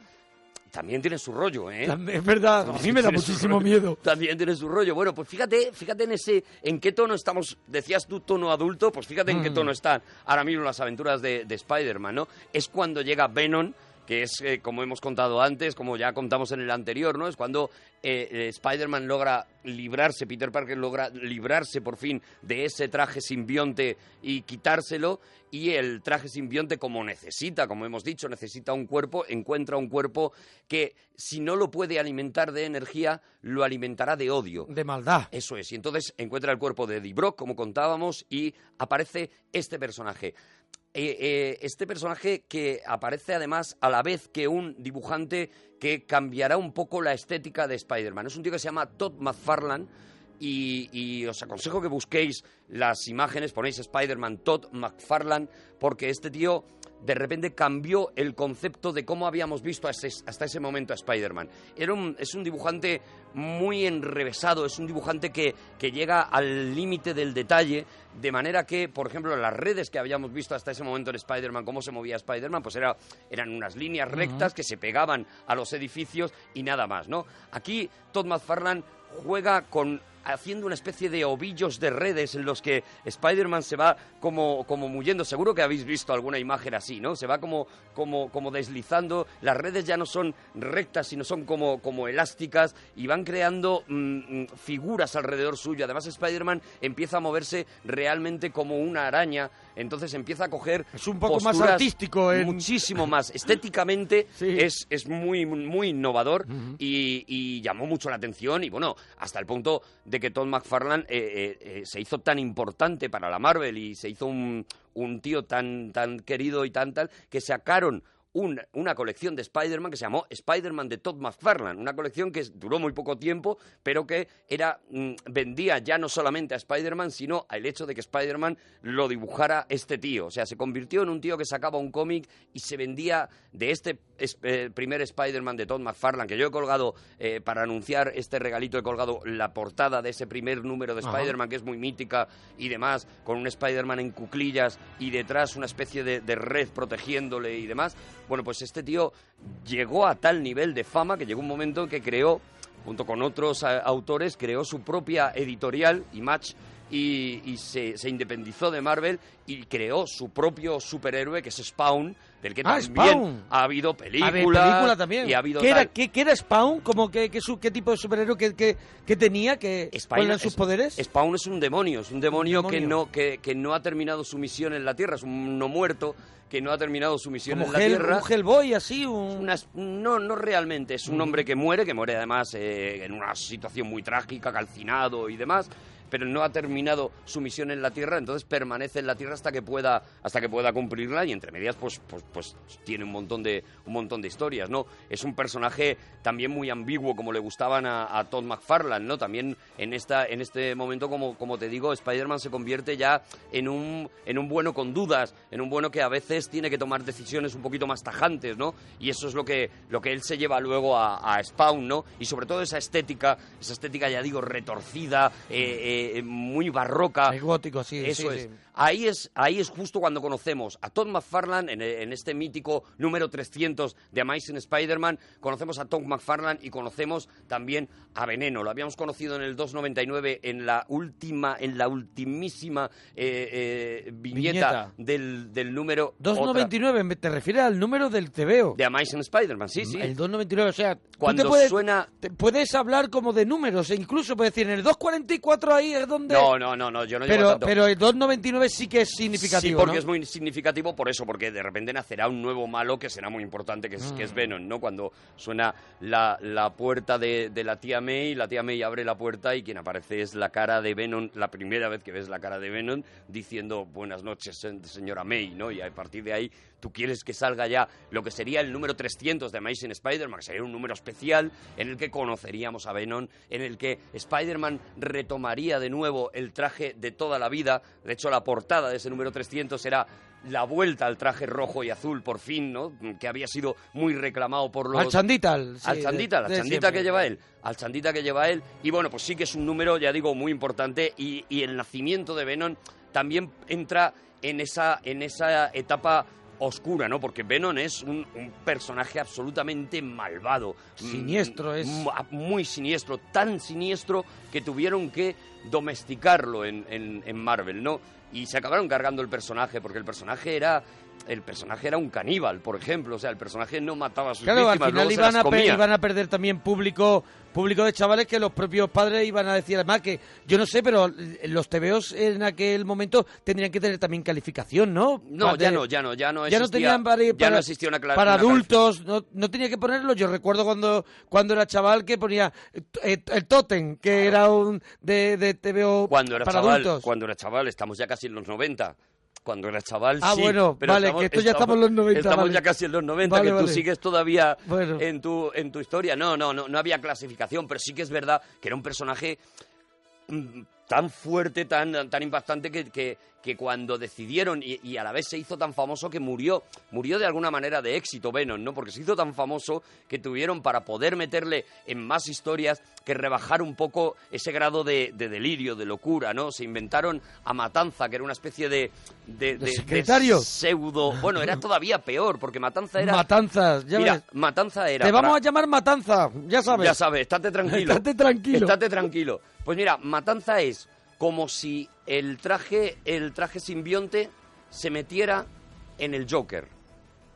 Speaker 6: también tiene su rollo eh
Speaker 2: También- Es verdad, a mí me da
Speaker 6: Tiene su
Speaker 2: muchísimo
Speaker 6: rollo.
Speaker 2: miedo.
Speaker 6: También tiene su rollo. Bueno, pues fíjate, fíjate en ese, en qué tono estamos. Decías tú tono adulto, pues fíjate en qué
Speaker 2: Mm.
Speaker 6: tono están ahora mismo las aventuras de, de Spider-Man, ¿no? Es cuando llega Venom que es eh, como hemos contado antes, como ya contamos en el anterior, ¿no? Es cuando eh, eh, Spider-Man logra librarse, Peter Parker logra librarse por fin de ese traje simbionte y quitárselo. Y el traje simbionte, como necesita, como hemos dicho, necesita un cuerpo, encuentra un cuerpo que, si no lo puede alimentar de energía, lo alimentará de odio.
Speaker 22: De maldad.
Speaker 6: Eso es. Y entonces encuentra el cuerpo de Eddie Brock, como contábamos, y aparece este personaje. Eh, eh, este personaje que aparece además a la vez que un dibujante que cambiará un poco la estética de Spider-Man. Es un tío que se llama Todd McFarlane y, y os aconsejo que busquéis las imágenes, ponéis Spider-Man Todd McFarlane, porque este tío de repente cambió el concepto de cómo habíamos visto hasta ese, hasta ese momento a Spider-Man. Era un- es un dibujante muy enrevesado, es un dibujante que, que llega al límite del detalle, de manera que, por ejemplo, las redes que habíamos visto hasta ese momento en Spider-Man, cómo se movía Spider-Man, pues era, eran unas líneas
Speaker 22: Ujú.
Speaker 6: rectas que se pegaban a los edificios y nada más, ¿no? Aquí Todd McFarlane juega con haciendo una especie de ovillos de redes en los que Spider-Man se va como, como muyendo. Seguro que habéis visto alguna imagen así, ¿no? Se va como, como, como deslizando. Las redes ya no son rectas, sino son como, como elásticas y van creando mm, mm, figuras alrededor suyo. Además, Spider-Man empieza a moverse realmente como una araña. Entonces empieza a coger...
Speaker 22: Es un poco más
Speaker 6: posturas
Speaker 22: artístico en-
Speaker 6: Muchísimo más. Estéticamente es, es muy, muy innovador y, y llamó mucho la atención. Y bueno, hasta el punto de que Tom McFarlane eh, eh, eh, se hizo tan importante para la Marvel y se hizo un, un tío tan, tan querido y tan tal que sacaron. un- una colección de Spider-Man que se llamó Spider-Man de Todd McFarlane, una colección que duró muy poco tiempo, pero que era mm, vendía ya no solamente a Spider-Man, sino al hecho de que Spider-Man lo dibujara este tío. O sea, se convirtió en un tío que sacaba un cómic y se vendía de este es- eh, primer Spider-Man de Todd McFarlane, que yo he colgado eh, para anunciar este regalito, he colgado la portada de ese primer número de
Speaker 22: Ajá.
Speaker 6: Spider-Man, que es muy mítica y demás, con un Spider-Man en cuclillas y detrás una especie de, de red protegiéndole y demás. Bueno, pues este tío llegó a tal nivel de fama que llegó un momento en que creó junto con otros eh, autores, creó su propia editorial, Image, y, y se, se independizó de Marvel y creó su propio superhéroe, que es Spawn, del que
Speaker 22: Ah,
Speaker 6: también
Speaker 22: Spawn.
Speaker 6: ha habido
Speaker 22: A
Speaker 6: películas.
Speaker 22: ver, película también.
Speaker 6: Y ha habido
Speaker 22: ¿Qué, era,
Speaker 6: tal.
Speaker 22: qué, qué era Spawn? ¿Cómo que, que su- ¿Qué tipo de superhéroe que, que, que tenía? Que, ¿Cuáles eran sus
Speaker 6: es-
Speaker 22: poderes?
Speaker 6: Spawn es un demonio, es un demonio,
Speaker 22: Un demonio.
Speaker 6: Que, no, que, que no ha terminado su misión en la Tierra, es un no muerto que no ha terminado su misión
Speaker 22: Como
Speaker 6: en la
Speaker 22: Hell-
Speaker 6: Tierra.
Speaker 22: un Hellboy, así. Un...
Speaker 6: no, no realmente, es un hombre que muere, que muere además eh, en una situación muy trágica, calcinado y demás, pero no ha terminado su misión en la Tierra, entonces permanece en la Tierra hasta que pueda, hasta que pueda cumplirla y entre medias pues, pues, pues tiene un montón, de, un montón de historias, ¿no? Es un personaje también muy ambiguo, como le gustaban a, a Todd McFarlane, ¿no? También en, esta, en este momento, como, como te digo, Spider-Man se convierte ya en un, en un bueno con dudas, en un bueno que a veces tiene que tomar decisiones un poquito más tajantes, ¿no? Y eso es lo que, lo que él se lleva luego a, a Spawn, ¿no? Y sobre todo esa estética, esa estética, ya digo, retorcida, eh, eh, muy barroca.
Speaker 22: Es gótico, sí.
Speaker 6: Eso
Speaker 22: sí,
Speaker 6: es.
Speaker 22: sí.
Speaker 6: Ahí es. Ahí es justo cuando conocemos a Todd McFarlane en, en este mítico número 300 de Amazing Spider-Man. Conocemos a Todd McFarlane y conocemos también a Veneno. Lo habíamos conocido en el 299 en la última, en la ultimísima eh, eh,
Speaker 22: Viñeta.
Speaker 6: viñeta, Del, del número otra-
Speaker 22: 299, me- te refieres al número del TVO.
Speaker 6: de Amazing Spider-Man. Sí, sí.
Speaker 22: El 299, o sea, tú
Speaker 6: Cuando
Speaker 22: te puedes,
Speaker 6: suena-
Speaker 22: te puedes hablar como de números, e incluso puedes decir en el 244 ahí es donde.
Speaker 6: No, no, no, no, yo no llego
Speaker 22: pero,
Speaker 6: tanto.
Speaker 22: pero el 299 sí que es significativo.
Speaker 6: Sí, porque
Speaker 22: ¿no?
Speaker 6: es muy significativo por eso, porque de repente nacerá un nuevo malo que será muy importante, que es, que es
Speaker 22: Mm.
Speaker 6: Venom, ¿no? Cuando suena la, la puerta de, de la tía May, la tía May abre la puerta y quien aparece es la cara de Venom, la primera vez que ves la cara de Venom, diciendo buenas noches, sen- señora May, ¿no? Y a partir de ahí tú quieres que salga ya lo que sería el número 300 de Amazing Spider-Man, que sería un número especial en el que conoceríamos a Venom, en el que Spider-Man retomaría de nuevo el traje de toda la vida. De hecho, la portada de ese número 300 era la vuelta al traje rojo y azul, por fin, ¿no? Que había sido muy reclamado por los...
Speaker 22: Al Chandita, al- sí,
Speaker 6: al Chandita,
Speaker 22: de-
Speaker 6: la
Speaker 22: de
Speaker 6: Chandita que
Speaker 22: siempre.
Speaker 6: lleva él. Al Chandita que lleva él. Y bueno, pues sí que es un número, ya digo, muy importante. Y, y el nacimiento de Venom también entra en esa, en esa etapa oscura, ¿no? Porque Venom es un, un personaje absolutamente malvado.
Speaker 22: Siniestro,
Speaker 6: Mm,
Speaker 22: es.
Speaker 6: mu- a- Muy siniestro, tan siniestro que tuvieron que domesticarlo en, en- en Marvel, ¿no? y se acabaron cargando el personaje porque el personaje era el personaje era un caníbal, por ejemplo, o sea, el personaje no mataba a sus
Speaker 2: Claro, al
Speaker 6: víctimas,
Speaker 2: final
Speaker 6: luego se
Speaker 2: iban
Speaker 6: las
Speaker 2: a, pe-
Speaker 6: comía.
Speaker 2: iban a perder también público público de chavales que los propios padres iban a decir además que yo no sé, pero eh, los TVOs en aquel momento tendrían que tener también calificación, ¿no?
Speaker 6: No,
Speaker 2: Padre-
Speaker 6: ya no, ya no, ya no
Speaker 2: ya no
Speaker 6: existía-
Speaker 2: tenían para,
Speaker 6: ya
Speaker 2: para-
Speaker 6: no existía una cla-
Speaker 2: para
Speaker 6: una calificación.
Speaker 2: adultos, no, no tenía que ponerlo. Yo recuerdo cuando cuando era chaval que ponía eh, el Totem, que era un de, de TVO
Speaker 6: cuando era
Speaker 2: para
Speaker 6: chaval,
Speaker 2: adultos.
Speaker 6: cuando era chaval, estamos ya casi en los 90. Cuando era chaval,
Speaker 2: Ah,
Speaker 6: sí,
Speaker 2: bueno,
Speaker 6: pero
Speaker 2: vale, que esto ya estamos en los 90,
Speaker 6: Estamos
Speaker 2: vale.
Speaker 6: ya casi en los 90,
Speaker 2: Vale,
Speaker 6: que tú
Speaker 2: vale.
Speaker 6: sigues todavía en, tu, en tu historia. No, no, no, no había clasificación, pero sí que es verdad que era un personaje mm, tan fuerte, tan, tan impactante, que, que, que cuando decidieron, y, y a la vez se hizo tan famoso que murió, murió de alguna manera de éxito Venom, ¿no? Porque se hizo tan famoso que tuvieron para poder meterle en más historias que rebajar un poco ese grado de, de delirio, de locura, ¿no? Se inventaron a Matanza, que era una especie de... ¿De,
Speaker 2: secretario?
Speaker 6: pseudo... Bueno, era todavía peor, porque Matanza era...
Speaker 2: Matanzas, ya
Speaker 6: Mira,
Speaker 2: ves.
Speaker 6: Matanza era...
Speaker 2: Te vamos
Speaker 6: para-
Speaker 2: a llamar Matanza, ya sabes.
Speaker 6: ya sabes, estate tranquilo.
Speaker 2: Estate tranquilo.
Speaker 6: Estate tranquilo. Pues mira, Matanza es como si el traje, el traje simbionte se metiera en el Joker.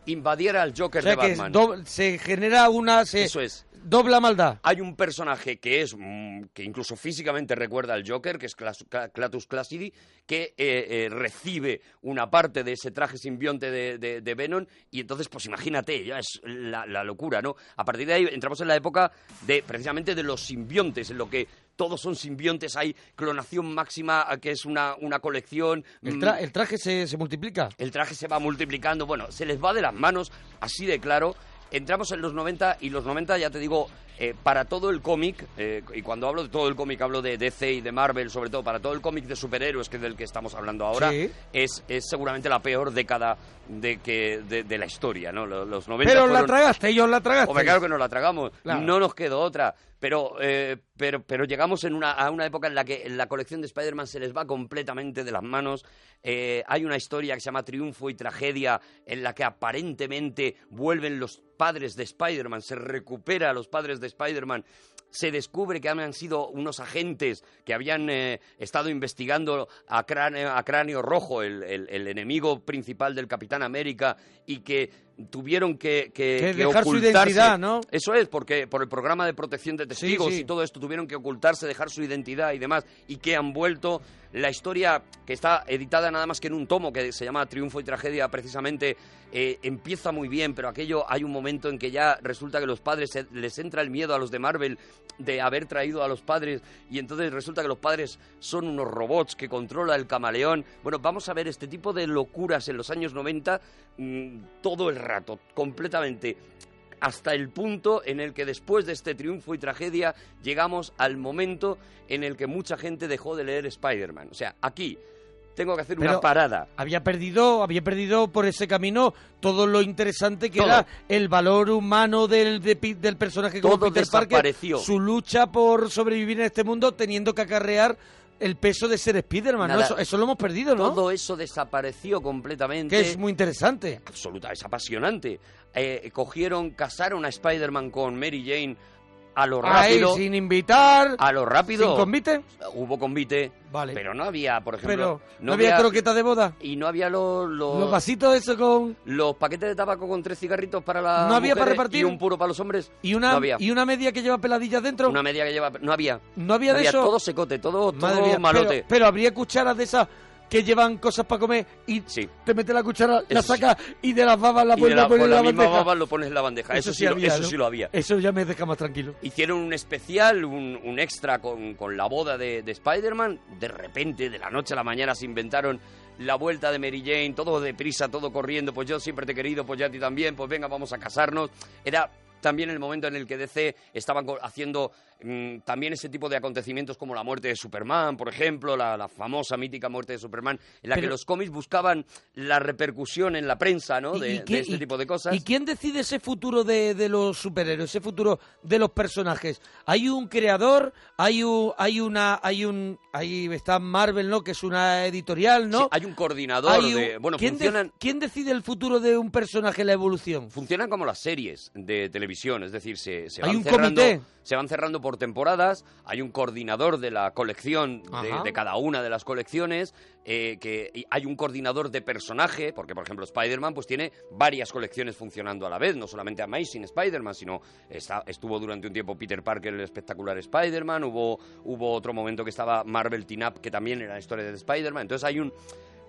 Speaker 6: Invadiera al Joker
Speaker 2: O sea
Speaker 6: de
Speaker 2: que es
Speaker 6: Batman.
Speaker 2: doble- se genera una se
Speaker 6: Eso es.
Speaker 2: dobla maldad.
Speaker 6: Hay un personaje que es mm, que incluso físicamente recuerda al Joker, que es Clas- Cla- Clatus Classidi, que eh, eh, recibe una parte de ese traje simbionte de, de- de Venom y entonces, pues imagínate, ya es la, la locura, ¿no? A partir de ahí entramos en la época de precisamente de los simbiontes, en lo que todos son simbiontes, hay clonación máxima, que es una, una colección...
Speaker 2: El,
Speaker 6: mm,
Speaker 2: tra- el traje se, se multiplica.
Speaker 6: el traje se va multiplicando, bueno, se les va de las manos, así de claro. Entramos en los 90 y los 90, ya te digo, eh, para todo el cómic, eh, y cuando hablo de todo el cómic hablo de DC y de Marvel, sobre todo, para todo el cómic de superhéroes, que es del que estamos hablando ahora,
Speaker 2: Sí.
Speaker 6: es, es seguramente la peor década de, que, de, de la historia, ¿no? Lo- Los 90
Speaker 2: Pero la
Speaker 6: fueron-
Speaker 2: tragaste, ellos la tragaste.
Speaker 6: Hombre, claro que nos la tragamos.
Speaker 2: Claro.
Speaker 6: No nos quedó otra. Pero, eh, pero, pero llegamos en una, a una época en la que la colección de Spider-Man se les va completamente de las manos. Eh, hay una historia que se llama Triunfo y Tragedia, en la que aparentemente vuelven los padres de Spider-Man, se recupera a los padres de Spider-Man. Se descubre que habían sido unos agentes que habían eh, estado investigando a Cráneo, a Cráneo Rojo, el, el- el enemigo principal del Capitán América, y que tuvieron que, que
Speaker 2: Que
Speaker 6: que
Speaker 2: dejar su
Speaker 6: ocultarse.
Speaker 2: identidad, ¿no?
Speaker 6: Eso es, porque por el programa de protección de testigos
Speaker 2: sí.
Speaker 6: y todo esto tuvieron que ocultarse, dejar su identidad y demás, y que han vuelto. La historia que está editada nada más que en un tomo que se llama Triunfo y Tragedia, precisamente, eh, empieza muy bien, pero aquello hay un momento en que ya resulta que los padres se- les entra el miedo a los de Marvel de haber traído a los padres, y entonces resulta que los padres son unos robots que controla el camaleón. Bueno, vamos a ver este tipo de locuras en los años 90 mm, todo el rato, completamente hasta el punto en el que después de este triunfo y tragedia llegamos al momento en el que mucha gente dejó de leer Spider-Man. O sea, aquí tengo que hacer una
Speaker 2: Pero
Speaker 6: parada.
Speaker 2: Había perdido, había perdido por ese camino todo lo interesante que
Speaker 6: Todo.
Speaker 2: era el valor humano del, de Pi- del personaje como
Speaker 6: Todo
Speaker 2: Peter Parker,
Speaker 6: desapareció.
Speaker 2: su lucha por sobrevivir en este mundo teniendo que acarrear el peso de ser Spider-Man, ¿no?
Speaker 6: Nada.
Speaker 2: Eso, eso lo hemos perdido, ¿no?
Speaker 6: Todo eso desapareció completamente.
Speaker 2: que es muy interesante.
Speaker 6: absoluta, es apasionante. Eh, cogieron, casaron a Spider-Man con Mary Jane a lo
Speaker 2: Ahí,
Speaker 6: rápido.
Speaker 2: sin invitar,
Speaker 6: A lo rápido.
Speaker 2: sin convite,
Speaker 6: Hubo convite,
Speaker 2: Vale.
Speaker 6: pero no había, por
Speaker 2: pero
Speaker 6: ejemplo,
Speaker 2: no había croquetas de boda.
Speaker 6: y no había los, los,
Speaker 2: Los vasitos eso con
Speaker 6: los paquetes de tabaco con tres cigarritos para las
Speaker 2: No había para
Speaker 6: mujeres
Speaker 2: repartir.
Speaker 6: y un puro para los hombres.
Speaker 2: y una
Speaker 6: no había.
Speaker 2: y una media que lleva peladillas dentro.
Speaker 6: Una media que lleva. No había.
Speaker 2: No había de eso.
Speaker 6: todo secote, todo,
Speaker 2: Madre
Speaker 6: todo
Speaker 2: mía,
Speaker 6: malote.
Speaker 2: Pero, pero habría cucharas de esas que llevan cosas para comer y te mete la cuchara, la
Speaker 6: Eso sí.
Speaker 2: sacas y de las babas la
Speaker 6: y de
Speaker 2: vuelves
Speaker 6: la,
Speaker 2: a poner
Speaker 6: con
Speaker 2: en
Speaker 6: la,
Speaker 2: la
Speaker 6: misma
Speaker 2: bandeja.
Speaker 6: baba lo pones en la bandeja. Eso, sí, lo, eso
Speaker 2: ¿no?
Speaker 6: sí lo había.
Speaker 2: Eso ya me deja más tranquilo.
Speaker 6: Hicieron un especial, un, un extra con, con la boda de, de Spider-Man. De repente, de la noche a la mañana, se inventaron la vuelta de Mary Jane, todo deprisa, todo corriendo. Pues yo siempre te he querido, pues ya a ti también, pues venga, vamos a casarnos. Era también el momento en el que DC estaban co- haciendo mm, también ese tipo de acontecimientos como la muerte de Superman, por ejemplo, la, la famosa mítica muerte de Superman, en la que
Speaker 2: Pero-
Speaker 6: los cómics buscaban la repercusión en la prensa, ¿no?
Speaker 2: ¿Y- y
Speaker 6: De,
Speaker 2: qué-
Speaker 6: de este
Speaker 2: y-
Speaker 6: tipo de cosas.
Speaker 2: ¿Y quién decide ese futuro de, de los superhéroes, ese futuro de los personajes? Hay un creador, hay un, hay una, hay un, ahí está Marvel, ¿no? Que es una editorial, ¿no?
Speaker 6: Sí, hay un coordinador
Speaker 2: Hay un-
Speaker 6: de- bueno,
Speaker 2: ¿quién, de-
Speaker 6: funcionan-
Speaker 2: ¿Quién decide el futuro de un personaje, la evolución?
Speaker 6: Funcionan como las series de televisión, es decir, se, se
Speaker 2: Hay
Speaker 6: van
Speaker 2: un
Speaker 6: cerrando,
Speaker 2: comité.
Speaker 6: se van cerrando por temporadas, hay un coordinador de la colección, de,
Speaker 4: Ajá.
Speaker 6: de cada una de las colecciones, eh, que y hay un coordinador de personaje, porque por ejemplo Spider-Man pues tiene varias colecciones funcionando a la vez, no solamente Amazing Spider-Man, sino está- estuvo durante un tiempo Peter Parker el espectacular Spider-Man, hubo, hubo otro momento que estaba Marvel Teen Up, que también era la historia de Spider-Man, entonces hay un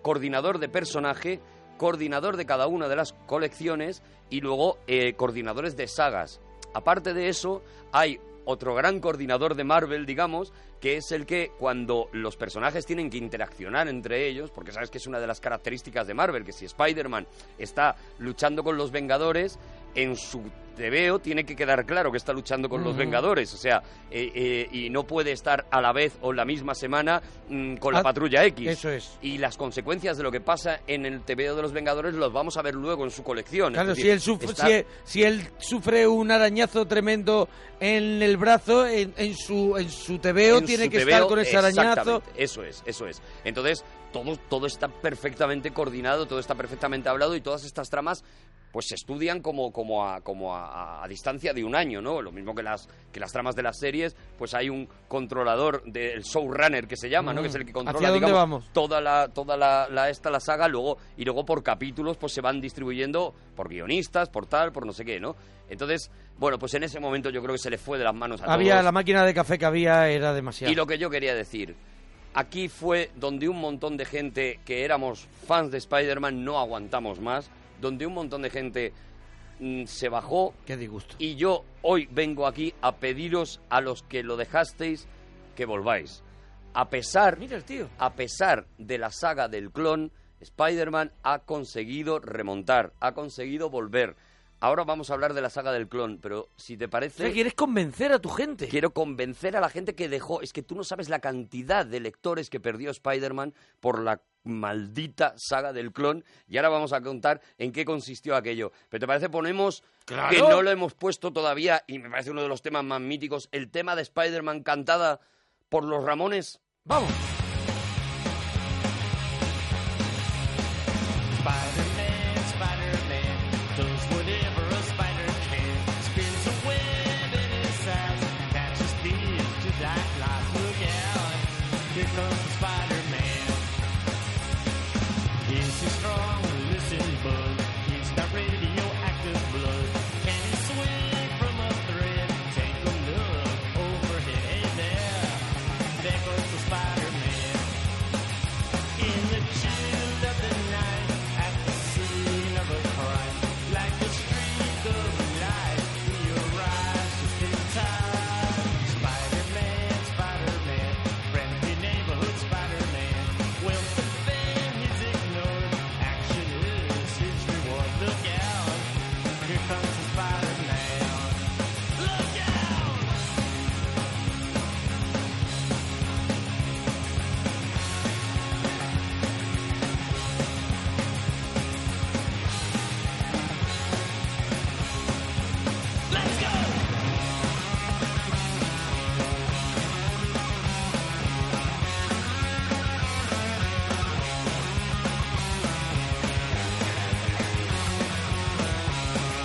Speaker 6: coordinador de personaje, coordinador de cada una de las colecciones y luego eh, coordinadores de sagas. Aparte de eso, hay otro gran coordinador de Marvel, digamos, que es el que cuando los personajes tienen que interaccionar entre ellos, porque sabes que es una de las características de Marvel, que si Spider-Man está luchando con los Vengadores, en su TVO tiene que quedar claro que está luchando con los
Speaker 2: Ujú.
Speaker 6: Vengadores, o sea, eh, eh, y no puede estar a la vez o la misma semana mm, con la
Speaker 2: Ah,
Speaker 6: Patrulla X.
Speaker 2: eso es.
Speaker 6: Y las consecuencias de lo que pasa en el TVO de los Vengadores los vamos a ver luego en su colección. Es
Speaker 22: Claro,
Speaker 6: decir,
Speaker 22: si él, suf-
Speaker 6: pues está-
Speaker 22: si, él, si él sufre un arañazo tremendo en el brazo, en, en su en su tebeo
Speaker 6: en
Speaker 22: tiene
Speaker 6: su
Speaker 22: que
Speaker 6: TVO,
Speaker 22: estar con ese arañazo.
Speaker 6: exactamente, Eso es, eso es. Entonces, todo, todo está perfectamente coordinado, todo está perfectamente hablado y todas estas tramas pues se estudian como, como, a, como a, a- a distancia de un año, ¿no? Lo mismo que las, que las tramas de las series, pues hay un controlador del showrunner que se llama, ¿no?
Speaker 22: Mm.
Speaker 6: Que es el que controla,
Speaker 22: ¿Hacia dónde
Speaker 6: digamos,
Speaker 22: vamos?
Speaker 6: toda la, toda la, la- esta la saga, luego, y luego por capítulos, pues se van distribuyendo por guionistas, por tal, por no sé qué, ¿no? Entonces, bueno, pues en ese momento yo creo que se le fue de las manos a
Speaker 22: Había
Speaker 6: todos.
Speaker 22: la máquina de café que había era demasiado.
Speaker 6: Y lo que yo quería decir, aquí fue donde un montón de gente que éramos fans de Spider-Man no aguantamos más, donde un montón de gente mm, se bajó.
Speaker 22: Qué disgusto.
Speaker 6: Y yo hoy vengo aquí a pediros a los que lo dejasteis que volváis. A pesar, a pesar de la saga del clon, Spider-Man ha conseguido remontar, ha conseguido volver. Ahora vamos a hablar de la saga del clon, pero si te
Speaker 22: O sea,
Speaker 6: parece...
Speaker 22: quieres convencer a tu gente.
Speaker 6: Quiero convencer a la gente que dejó. Es que tú no sabes la cantidad de lectores que perdió Spider-Man por la maldita saga del clon. Y ahora vamos a contar en qué consistió aquello. Pero te parece, ponemos.
Speaker 2: Claro.
Speaker 6: Que no lo hemos puesto todavía. Y me parece uno de los temas más míticos. El tema de Spider-Man cantada por los Ramones.
Speaker 22: ¡Vamos!
Speaker 1: Spider-Man, Spider-Man, does whatever a spider can. Spins a web in his ass, catches me into that glass. Look out, here comes Spider-Man. Is he strong? Listen, bud, he's got radioactive blood. Can he swing from a thread? Take a look overhead. Hey there, there goes the Spider-Man. In the chill of the night, at the scene of a crime, like a streak of light, we arrive just in time. Spider-Man, Spider-Man, friendly neighborhood Spider-Man. Wealth and fame he's ignored, action is his reward. Look out, here comes the Spider-Man. Look out!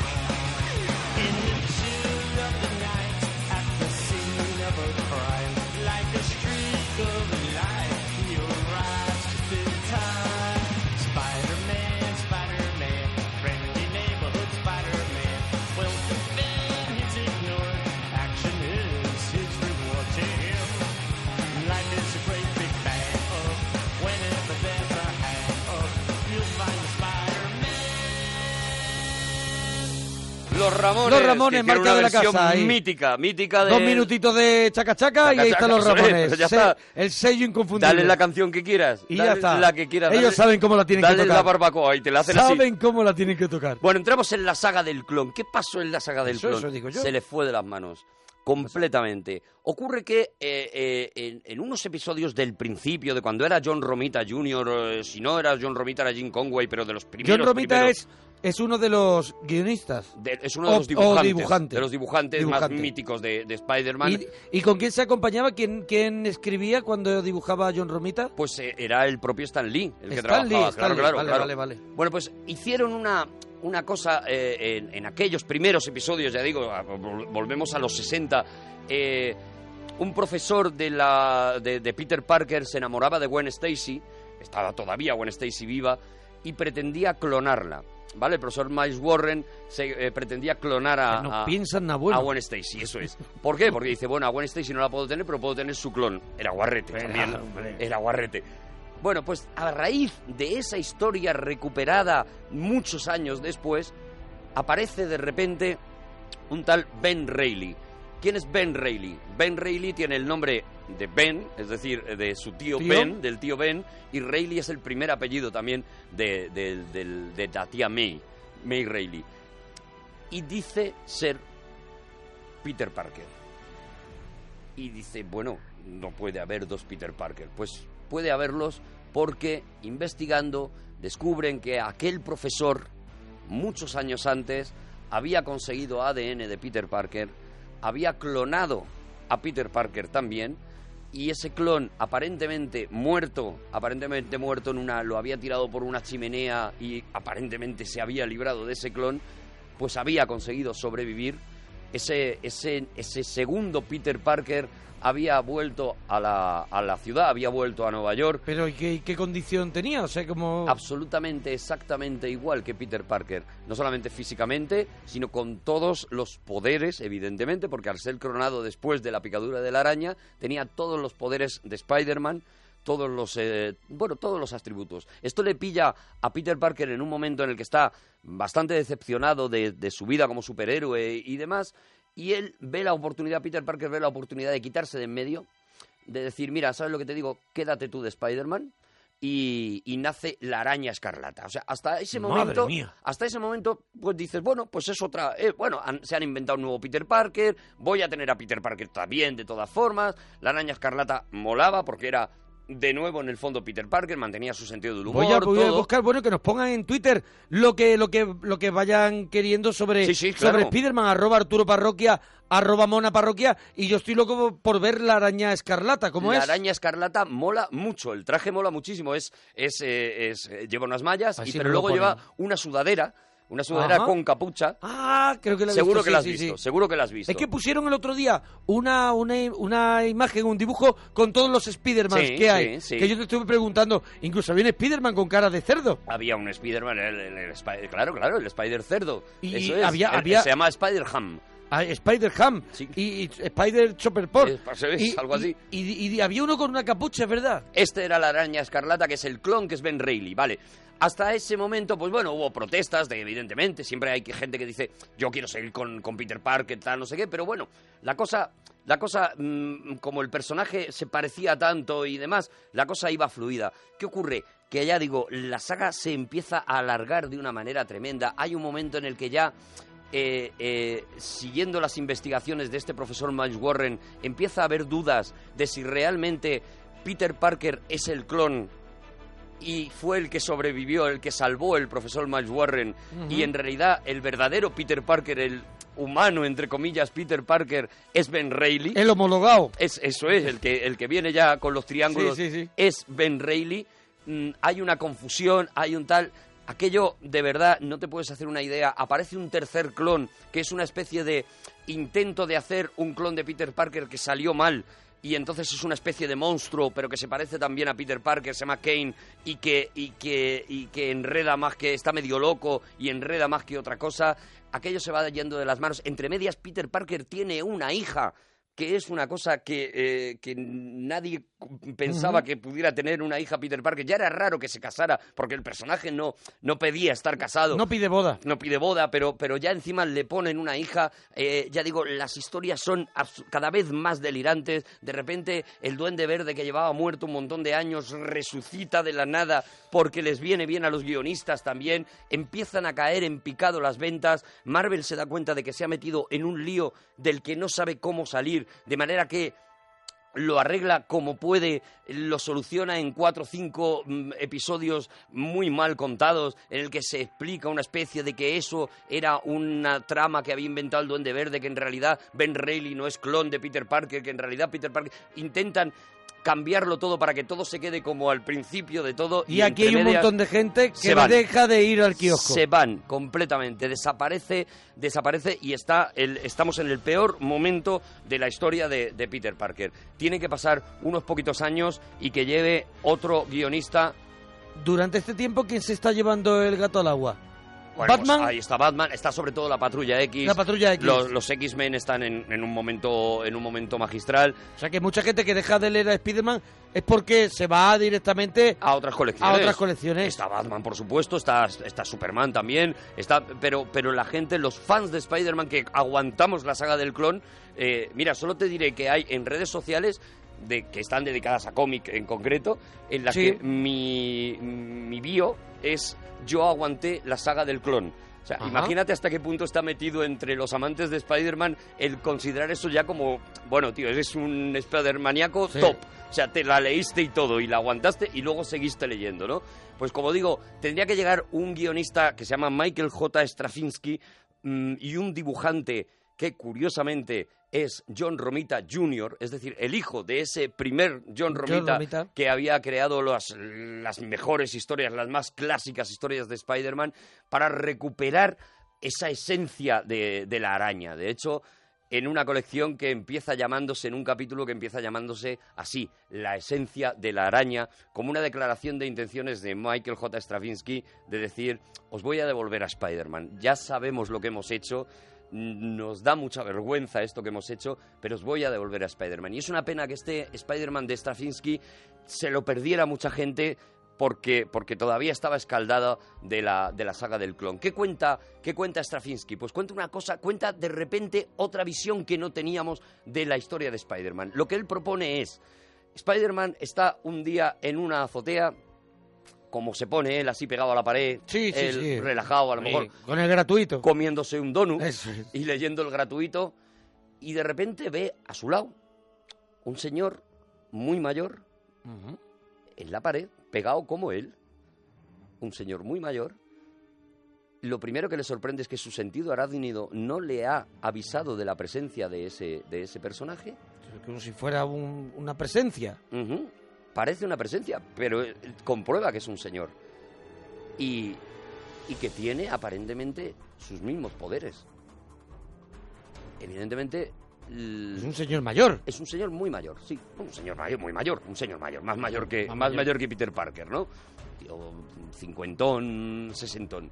Speaker 1: In the chill of the night, at the scene of a crime, like a streak of light, he arrives just in time. Spider-Man, Spider-Man, friendly neighborhood Spider-Man. Well, the fame he's ignored, action is his reward to him. Life is a great big bang up. Whenever there's a hang up, you'll find Spider-Man.
Speaker 6: Los Ramones.
Speaker 22: Los Ramones,
Speaker 6: que
Speaker 22: marca
Speaker 6: hicieron una
Speaker 22: de la
Speaker 6: versión
Speaker 22: casa, ahí.
Speaker 6: Mítica, mítica de.
Speaker 22: Dos minutitos de chaca chaca y ahí
Speaker 6: Chaca,
Speaker 22: están los
Speaker 6: chaca, eso es,
Speaker 22: Ramones.
Speaker 6: ya
Speaker 22: Se-
Speaker 6: está.
Speaker 22: El sello inconfundible.
Speaker 6: Dale la canción que quieras.
Speaker 22: Y
Speaker 6: dale
Speaker 22: ya está.
Speaker 6: La que quieras.
Speaker 22: Ellos
Speaker 6: dale-
Speaker 22: saben cómo la tienen
Speaker 6: dale
Speaker 22: que tocar.
Speaker 6: la barbacoa y te la hacen así.
Speaker 22: Saben cómo la tienen que tocar.
Speaker 6: Bueno, entramos en la saga del clon. ¿Qué pasó en la saga del
Speaker 22: Eso,
Speaker 6: clon?
Speaker 22: eso digo yo.
Speaker 6: Se le fue de las manos. Completamente. Ocurre que eh, eh, en, en unos episodios del principio, de cuando era John Romita Jr., eh, si no era John Romita, era Jim Conway, pero de los primeros.
Speaker 22: John Romita
Speaker 6: primeros,
Speaker 22: es, es uno de los guionistas.
Speaker 6: de- es uno de
Speaker 22: o-
Speaker 6: los dibujantes,
Speaker 22: o dibujante.
Speaker 6: De los dibujantes
Speaker 22: Dibujante.
Speaker 6: más míticos de, de Spider-Man.
Speaker 22: ¿Y, y con quién se acompañaba? ¿Quién, ¿Quién escribía cuando dibujaba John Romita?
Speaker 6: Pues eh, era el propio Stan Lee el que
Speaker 22: Stan
Speaker 6: trabajaba.
Speaker 22: Lee,
Speaker 6: claro,
Speaker 22: Stan Lee.
Speaker 6: claro,
Speaker 22: Vale,
Speaker 6: claro.
Speaker 22: vale, vale.
Speaker 6: Bueno, pues hicieron una, una cosa eh, en, en aquellos primeros episodios, ya digo, a- vol- volvemos a los 60, eh, un profesor de, la, de, de Peter Parker se enamoraba de Gwen Stacy, estaba todavía Gwen Stacy viva, y pretendía clonarla. ¿Vale? El profesor Miles Warren se, eh, pretendía clonar a,
Speaker 22: Ah, No
Speaker 6: a-
Speaker 22: piensan nada bueno.
Speaker 6: a Gwen Stacy, eso es. ¿Por qué? Porque dice, bueno, a Gwen Stacy no la puedo tener, pero puedo tener su clon. Era guarrete
Speaker 22: Era,
Speaker 6: también.
Speaker 22: hombre.
Speaker 6: Era guarrete. Bueno, pues a raíz de esa historia recuperada muchos años después, aparece de repente un tal Ben Reilly. ¿Quién es Ben Reilly? Ben Reilly tiene el nombre de Ben, es decir, de su tío,
Speaker 22: ¿Tío?
Speaker 6: Ben, del tío Ben, y Reilly es el primer apellido también de, del- del- de la tía May, May Reilly. Y dice ser Peter Parker. Y dice, bueno, no puede haber dos Peter Parker. Pues puede haberlos porque investigando descubren que aquel profesor, muchos años antes, había conseguido ADN de Peter Parker, había clonado a Peter Parker también, y ese clon aparentemente muerto, aparentemente muerto en una, lo había tirado por una chimenea y aparentemente se había librado de ese clon, pues había conseguido sobrevivir. Ese, ese, ese segundo Peter Parker había vuelto a la, a la ciudad, había vuelto a Nueva York.
Speaker 22: Pero ¿y qué, y qué condición tenía? O sea, como...
Speaker 6: Absolutamente, exactamente igual que Peter Parker. No solamente físicamente, sino con todos los poderes, evidentemente, porque al ser coronado después de la picadura de la araña, tenía todos los poderes de Spider-Man, todos los eh, bueno todos los atributos esto le pilla a Peter Parker en un momento en el que está bastante decepcionado de, de su vida como superhéroe y demás y él ve la oportunidad Peter Parker ve la oportunidad de quitarse de en medio de decir mira sabes lo que te digo quédate tú de Spider-Man y, y nace la araña escarlata o sea hasta ese
Speaker 22: Madre
Speaker 6: momento
Speaker 22: mía.
Speaker 6: hasta ese momento, pues dices, bueno, pues es otra. eh, bueno, han- se han inventado un nuevo Peter Parker, voy a tener a Peter Parker también, de todas formas. La araña escarlata molaba porque era. De nuevo, en el fondo, Peter Parker mantenía su sentido del humor.
Speaker 22: Voy a, voy a
Speaker 6: todo.
Speaker 22: buscar, bueno, que nos pongan en Twitter lo que, lo que, lo que vayan queriendo sobre,
Speaker 6: Sí, sí, claro.
Speaker 22: sobre Spiderman, arroba Arturo Parroquia, arroba Mona Parroquia, y yo estoy loco por ver la araña escarlata, ¿cómo
Speaker 6: la
Speaker 22: es?
Speaker 6: araña escarlata mola mucho, el traje mola muchísimo, es, es, eh, es, eh, lleva unas mallas,
Speaker 22: Así
Speaker 6: y,
Speaker 22: me
Speaker 6: pero
Speaker 22: lo
Speaker 6: luego
Speaker 22: ponen.
Speaker 6: lleva una sudadera, una sudadera
Speaker 22: Ajá.
Speaker 6: con capucha.
Speaker 22: Ah, creo que la he
Speaker 6: seguro
Speaker 22: visto,
Speaker 6: que
Speaker 22: sí,
Speaker 6: la has
Speaker 22: sí, sí.
Speaker 6: visto, seguro que la has visto.
Speaker 22: Es que pusieron el otro día una, una, una imagen, un dibujo con todos los Spidermans
Speaker 6: Sí,
Speaker 22: que hay.
Speaker 6: sí, sí.
Speaker 22: Que yo te estuve preguntando, incluso había un Spiderman con cara de cerdo.
Speaker 6: Había un Spider-Man, el, el- el Spi- claro, claro, el Spider Cerdo.
Speaker 22: Y
Speaker 6: Eso es,
Speaker 22: había-
Speaker 6: el que
Speaker 22: había-
Speaker 6: se llama Spider-Ham.
Speaker 22: Ah, Spider-Ham y, y Spider Chopper Pork.
Speaker 6: Eh, pues, es algo así.
Speaker 22: Y, y- y había uno con una capucha, es verdad.
Speaker 6: Este era la araña escarlata, que es el clon, que es Ben Reilly, ¿vale? Hasta ese momento, pues bueno, hubo protestas, de, evidentemente, siempre hay que- gente que dice, yo quiero seguir con, con Peter Parker, tal, no sé qué, pero bueno, la cosa, la cosa, mm, como el personaje se parecía tanto y demás, la cosa iba fluida. ¿Qué ocurre? Que ya digo, la saga se empieza a alargar de una manera tremenda. Hay un momento en el que ya eh, eh, siguiendo las investigaciones de este profesor Miles Warren, empieza a haber dudas de si realmente Peter Parker es el clon y fue el que sobrevivió, el que salvó el profesor Miles Warren,
Speaker 4: Ujú.
Speaker 6: y en realidad el verdadero Peter Parker, el humano, entre comillas, Peter Parker, es Ben Reilly.
Speaker 22: El homologado.
Speaker 6: Es, eso es, el que, el que viene ya con los triángulos
Speaker 22: Sí, sí, sí.
Speaker 6: es Ben Reilly. Mm, hay una confusión, hay un tal... Aquello, de verdad, no te puedes hacer una idea. Aparece un tercer clon, que es una especie de intento de hacer un clon de Peter Parker que salió mal. Y entonces es una especie de monstruo, pero que se parece también a Peter Parker, se llama Kane, y que, y que, y que enreda más que... Está medio loco y enreda más que otra cosa. Aquello se va yendo de las manos. Entre medias, Peter Parker tiene una hija que es una cosa que, eh, que nadie cu- pensaba
Speaker 22: Ujú.
Speaker 6: que pudiera tener una hija Peter Parker. Ya era raro que se casara, porque el personaje no, no pedía estar casado.
Speaker 22: No pide boda.
Speaker 6: No pide boda, pero, pero ya encima le ponen una hija. eh, ya digo, las historias son abs- cada vez más delirantes. De repente, el duende verde que llevaba muerto un montón de años resucita de la nada porque les viene bien a los guionistas también. Empiezan a caer en picado las ventas. Marvel se da cuenta de que se ha metido en un lío del que no sabe cómo salir. De manera que lo arregla como puede, lo soluciona en cuatro o cinco mm, episodios muy mal contados, en el que se explica una especie de que eso era una trama que había inventado el Duende Verde, que en realidad Ben Reilly no es clon de Peter Parker, que en realidad Peter Parker... Intentan cambiarlo todo para que todo se quede como al principio de todo.
Speaker 22: Y, aquí hay
Speaker 6: entre
Speaker 22: un
Speaker 6: medias
Speaker 22: montón de gente
Speaker 6: se
Speaker 22: que no
Speaker 6: van.
Speaker 22: deja de ir al kiosco.
Speaker 6: Se van completamente, desaparece, desaparece y está el- estamos en el peor momento de la historia de, de Peter Parker. Tiene que pasar unos poquitos años y que lleve otro guionista.
Speaker 22: Durante este tiempo, ¿quién se está llevando el gato al agua?
Speaker 6: Bueno, pues
Speaker 22: ¿Batman?
Speaker 6: ahí está Batman, está sobre todo la Patrulla X.
Speaker 22: La Patrulla X.
Speaker 6: Los, los X-Men están en, en un momento en un momento magistral.
Speaker 22: O sea que mucha gente que deja de leer a Spider-Man es porque se va directamente
Speaker 6: a otras colecciones.
Speaker 22: A otras colecciones.
Speaker 6: Está Batman, por supuesto, está, está Superman también, está, pero, pero la gente, los fans de Spider-Man que aguantamos la saga del clon, eh, mira, solo te diré que hay en redes sociales de, que están dedicadas a cómic en concreto, en las
Speaker 22: Sí.
Speaker 6: que mi, mi bio es yo aguanté la saga del clon. O sea,
Speaker 22: Ajá.
Speaker 6: imagínate hasta qué punto está metido entre los amantes de Spider-Man el considerar eso ya como, bueno, tío, eres un Spider-Maníaco
Speaker 22: Sí.
Speaker 6: top. O sea, te la leíste y todo, y la aguantaste y luego seguiste leyendo, ¿no? Pues como digo, tendría que llegar un guionista que se llama Michael J. Straczynski mm, y un dibujante que curiosamente es John Romita Jr., es decir, el hijo de ese primer John Romita,
Speaker 22: Romita.
Speaker 6: que había creado las, las mejores historias, las más clásicas historias de Spider-Man, para recuperar esa esencia de, de la araña. De hecho, en una colección que empieza llamándose, en un capítulo que empieza llamándose así, La esencia de la araña, como una declaración de intenciones de Michael J. Stravinsky de decir, os voy a devolver a Spider-Man, ya sabemos lo que hemos hecho, nos da mucha vergüenza esto que hemos hecho, pero os voy a devolver a Spider-Man. Y es una pena que este Spider-Man de Straczynski se lo perdiera mucha gente porque, porque todavía estaba escaldada de la, de la saga del clon. ¿Qué cuenta, ¿Qué cuenta Straczynski? Pues cuenta una cosa, cuenta de repente otra visión que no teníamos de la historia de Spider-Man. Lo que él propone es, Spider-Man está un día en una azotea, como se pone él así pegado a la pared,
Speaker 22: Sí, sí,
Speaker 6: él
Speaker 22: sí.
Speaker 6: relajado a lo
Speaker 22: Sí,
Speaker 6: mejor,
Speaker 22: Con el gratuito.
Speaker 6: comiéndose un donut y leyendo el gratuito y de repente ve a su lado un señor muy mayor en la pared, pegado como él, un señor muy mayor. Lo primero que le sorprende es que su sentido arácnido no le ha avisado de la presencia de ese, de ese personaje.
Speaker 22: Como si fuera un- una presencia.
Speaker 6: Ujú. Parece una presencia, pero eh, comprueba que es un señor. Y, y que tiene aparentemente sus mismos poderes. Evidentemente... l-
Speaker 22: Es un señor mayor.
Speaker 6: Es un señor muy mayor, sí. Un señor mayor, muy mayor. Un señor mayor, más mayor que,
Speaker 22: Más
Speaker 6: más
Speaker 22: mayor.
Speaker 6: mayor que Peter Parker, ¿no? Tío, cincuentón, sesentón.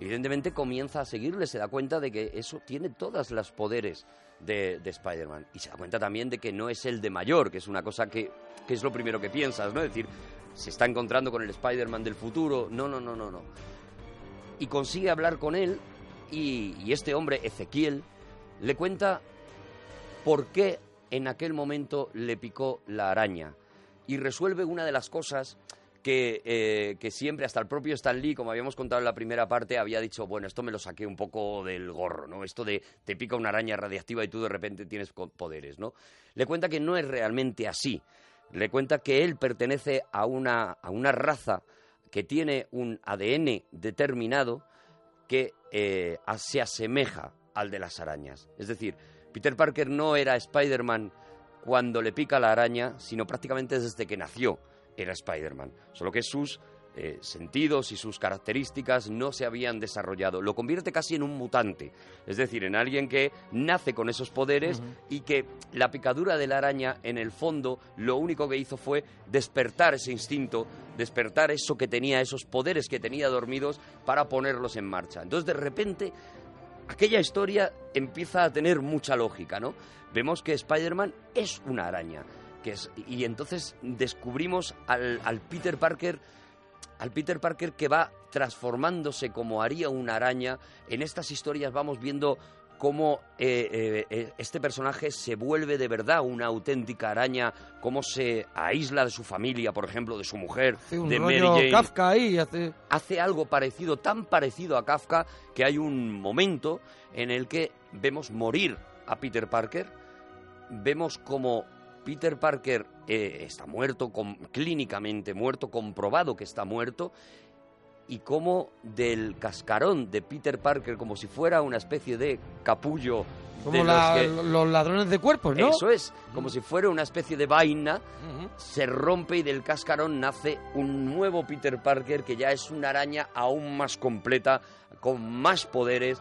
Speaker 6: Evidentemente comienza a seguirle, se da cuenta de que eso tiene todas las poderes de, de Spider-Man. Y se da cuenta también de que no es el de mayor, que es una cosa que, que es lo primero que piensas, ¿no? Es decir, se está encontrando con el Spider-Man del futuro. No, no, no, no, no. Y consigue hablar con él y, y este hombre, Ezequiel, le cuenta por qué en aquel momento le picó la araña. Y resuelve una de las cosas que, eh, que siempre, hasta el propio Stan Lee, como habíamos contado en la primera parte, había dicho, bueno, esto me lo saqué un poco del gorro, ¿no? Esto de te pica una araña radiactiva y tú de repente tienes co- poderes, ¿no? Le cuenta que no es realmente así. Le cuenta que él pertenece a una, a una raza que tiene un ADN determinado que eh, a- se asemeja al de las arañas. Es decir, Peter Parker no era Spider-Man cuando le pica la araña, sino prácticamente desde que nació era Spider-Man. Solo que sus eh, sentidos y sus características no se habían desarrollado. Lo convierte casi en un mutante. Es decir, en alguien que nace con esos poderes
Speaker 4: Ujú.
Speaker 6: y que la picadura de la araña, en el fondo, lo único que hizo fue despertar ese instinto, despertar eso que tenía, esos poderes que tenía dormidos para ponerlos en marcha. Entonces, de repente, aquella historia empieza a tener mucha lógica, ¿no? Vemos que Spider-Man es una araña. Que es, y entonces descubrimos al, al Peter Parker. Al Peter Parker que va transformándose como haría una araña. En estas historias vamos viendo cómo eh, eh, eh, este personaje se vuelve de verdad una auténtica araña, cómo se aísla de su familia, por ejemplo, de su mujer,
Speaker 22: Hace un
Speaker 6: de Mary
Speaker 22: rollo
Speaker 6: Jane
Speaker 22: Kafka ahí. Hace...
Speaker 6: hace algo parecido, tan parecido a Kafka, que hay un momento en el que vemos morir a Peter Parker, vemos como Peter Parker eh, está muerto, com- clínicamente muerto, comprobado que está muerto, y como del cascarón de Peter Parker, como si fuera una especie de capullo
Speaker 22: Como
Speaker 6: los
Speaker 22: la-
Speaker 6: que-
Speaker 22: los ladrones de cuerpos, ¿no?
Speaker 6: Eso es, como si fuera una especie de vaina, se rompe y del cascarón nace un nuevo Peter Parker que ya es una araña aún más completa, con más poderes,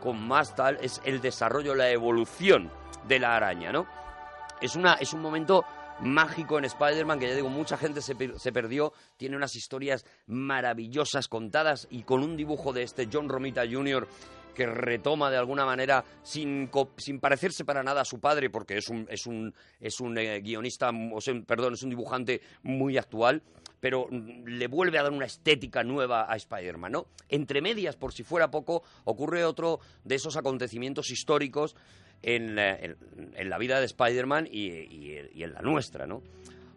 Speaker 6: con más tal, es el desarrollo, la evolución de la araña, ¿no? Es, una, es un momento mágico en Spider-Man que ya digo, mucha gente se, per- se perdió, tiene unas historias maravillosas contadas y con un dibujo de este John Romita Jr que retoma de alguna manera sin, co- sin parecerse para nada a su padre porque es un es un es un eh, guionista mm, o sea, un- perdón es un dibujante muy actual pero mm, le vuelve a dar una estética nueva a Spider-Man, ¿no? Entre medias, por si fuera poco, ocurre otro de esos acontecimientos históricos en la, en- en la vida de Spider-Man y, y- y en la nuestra, ¿no?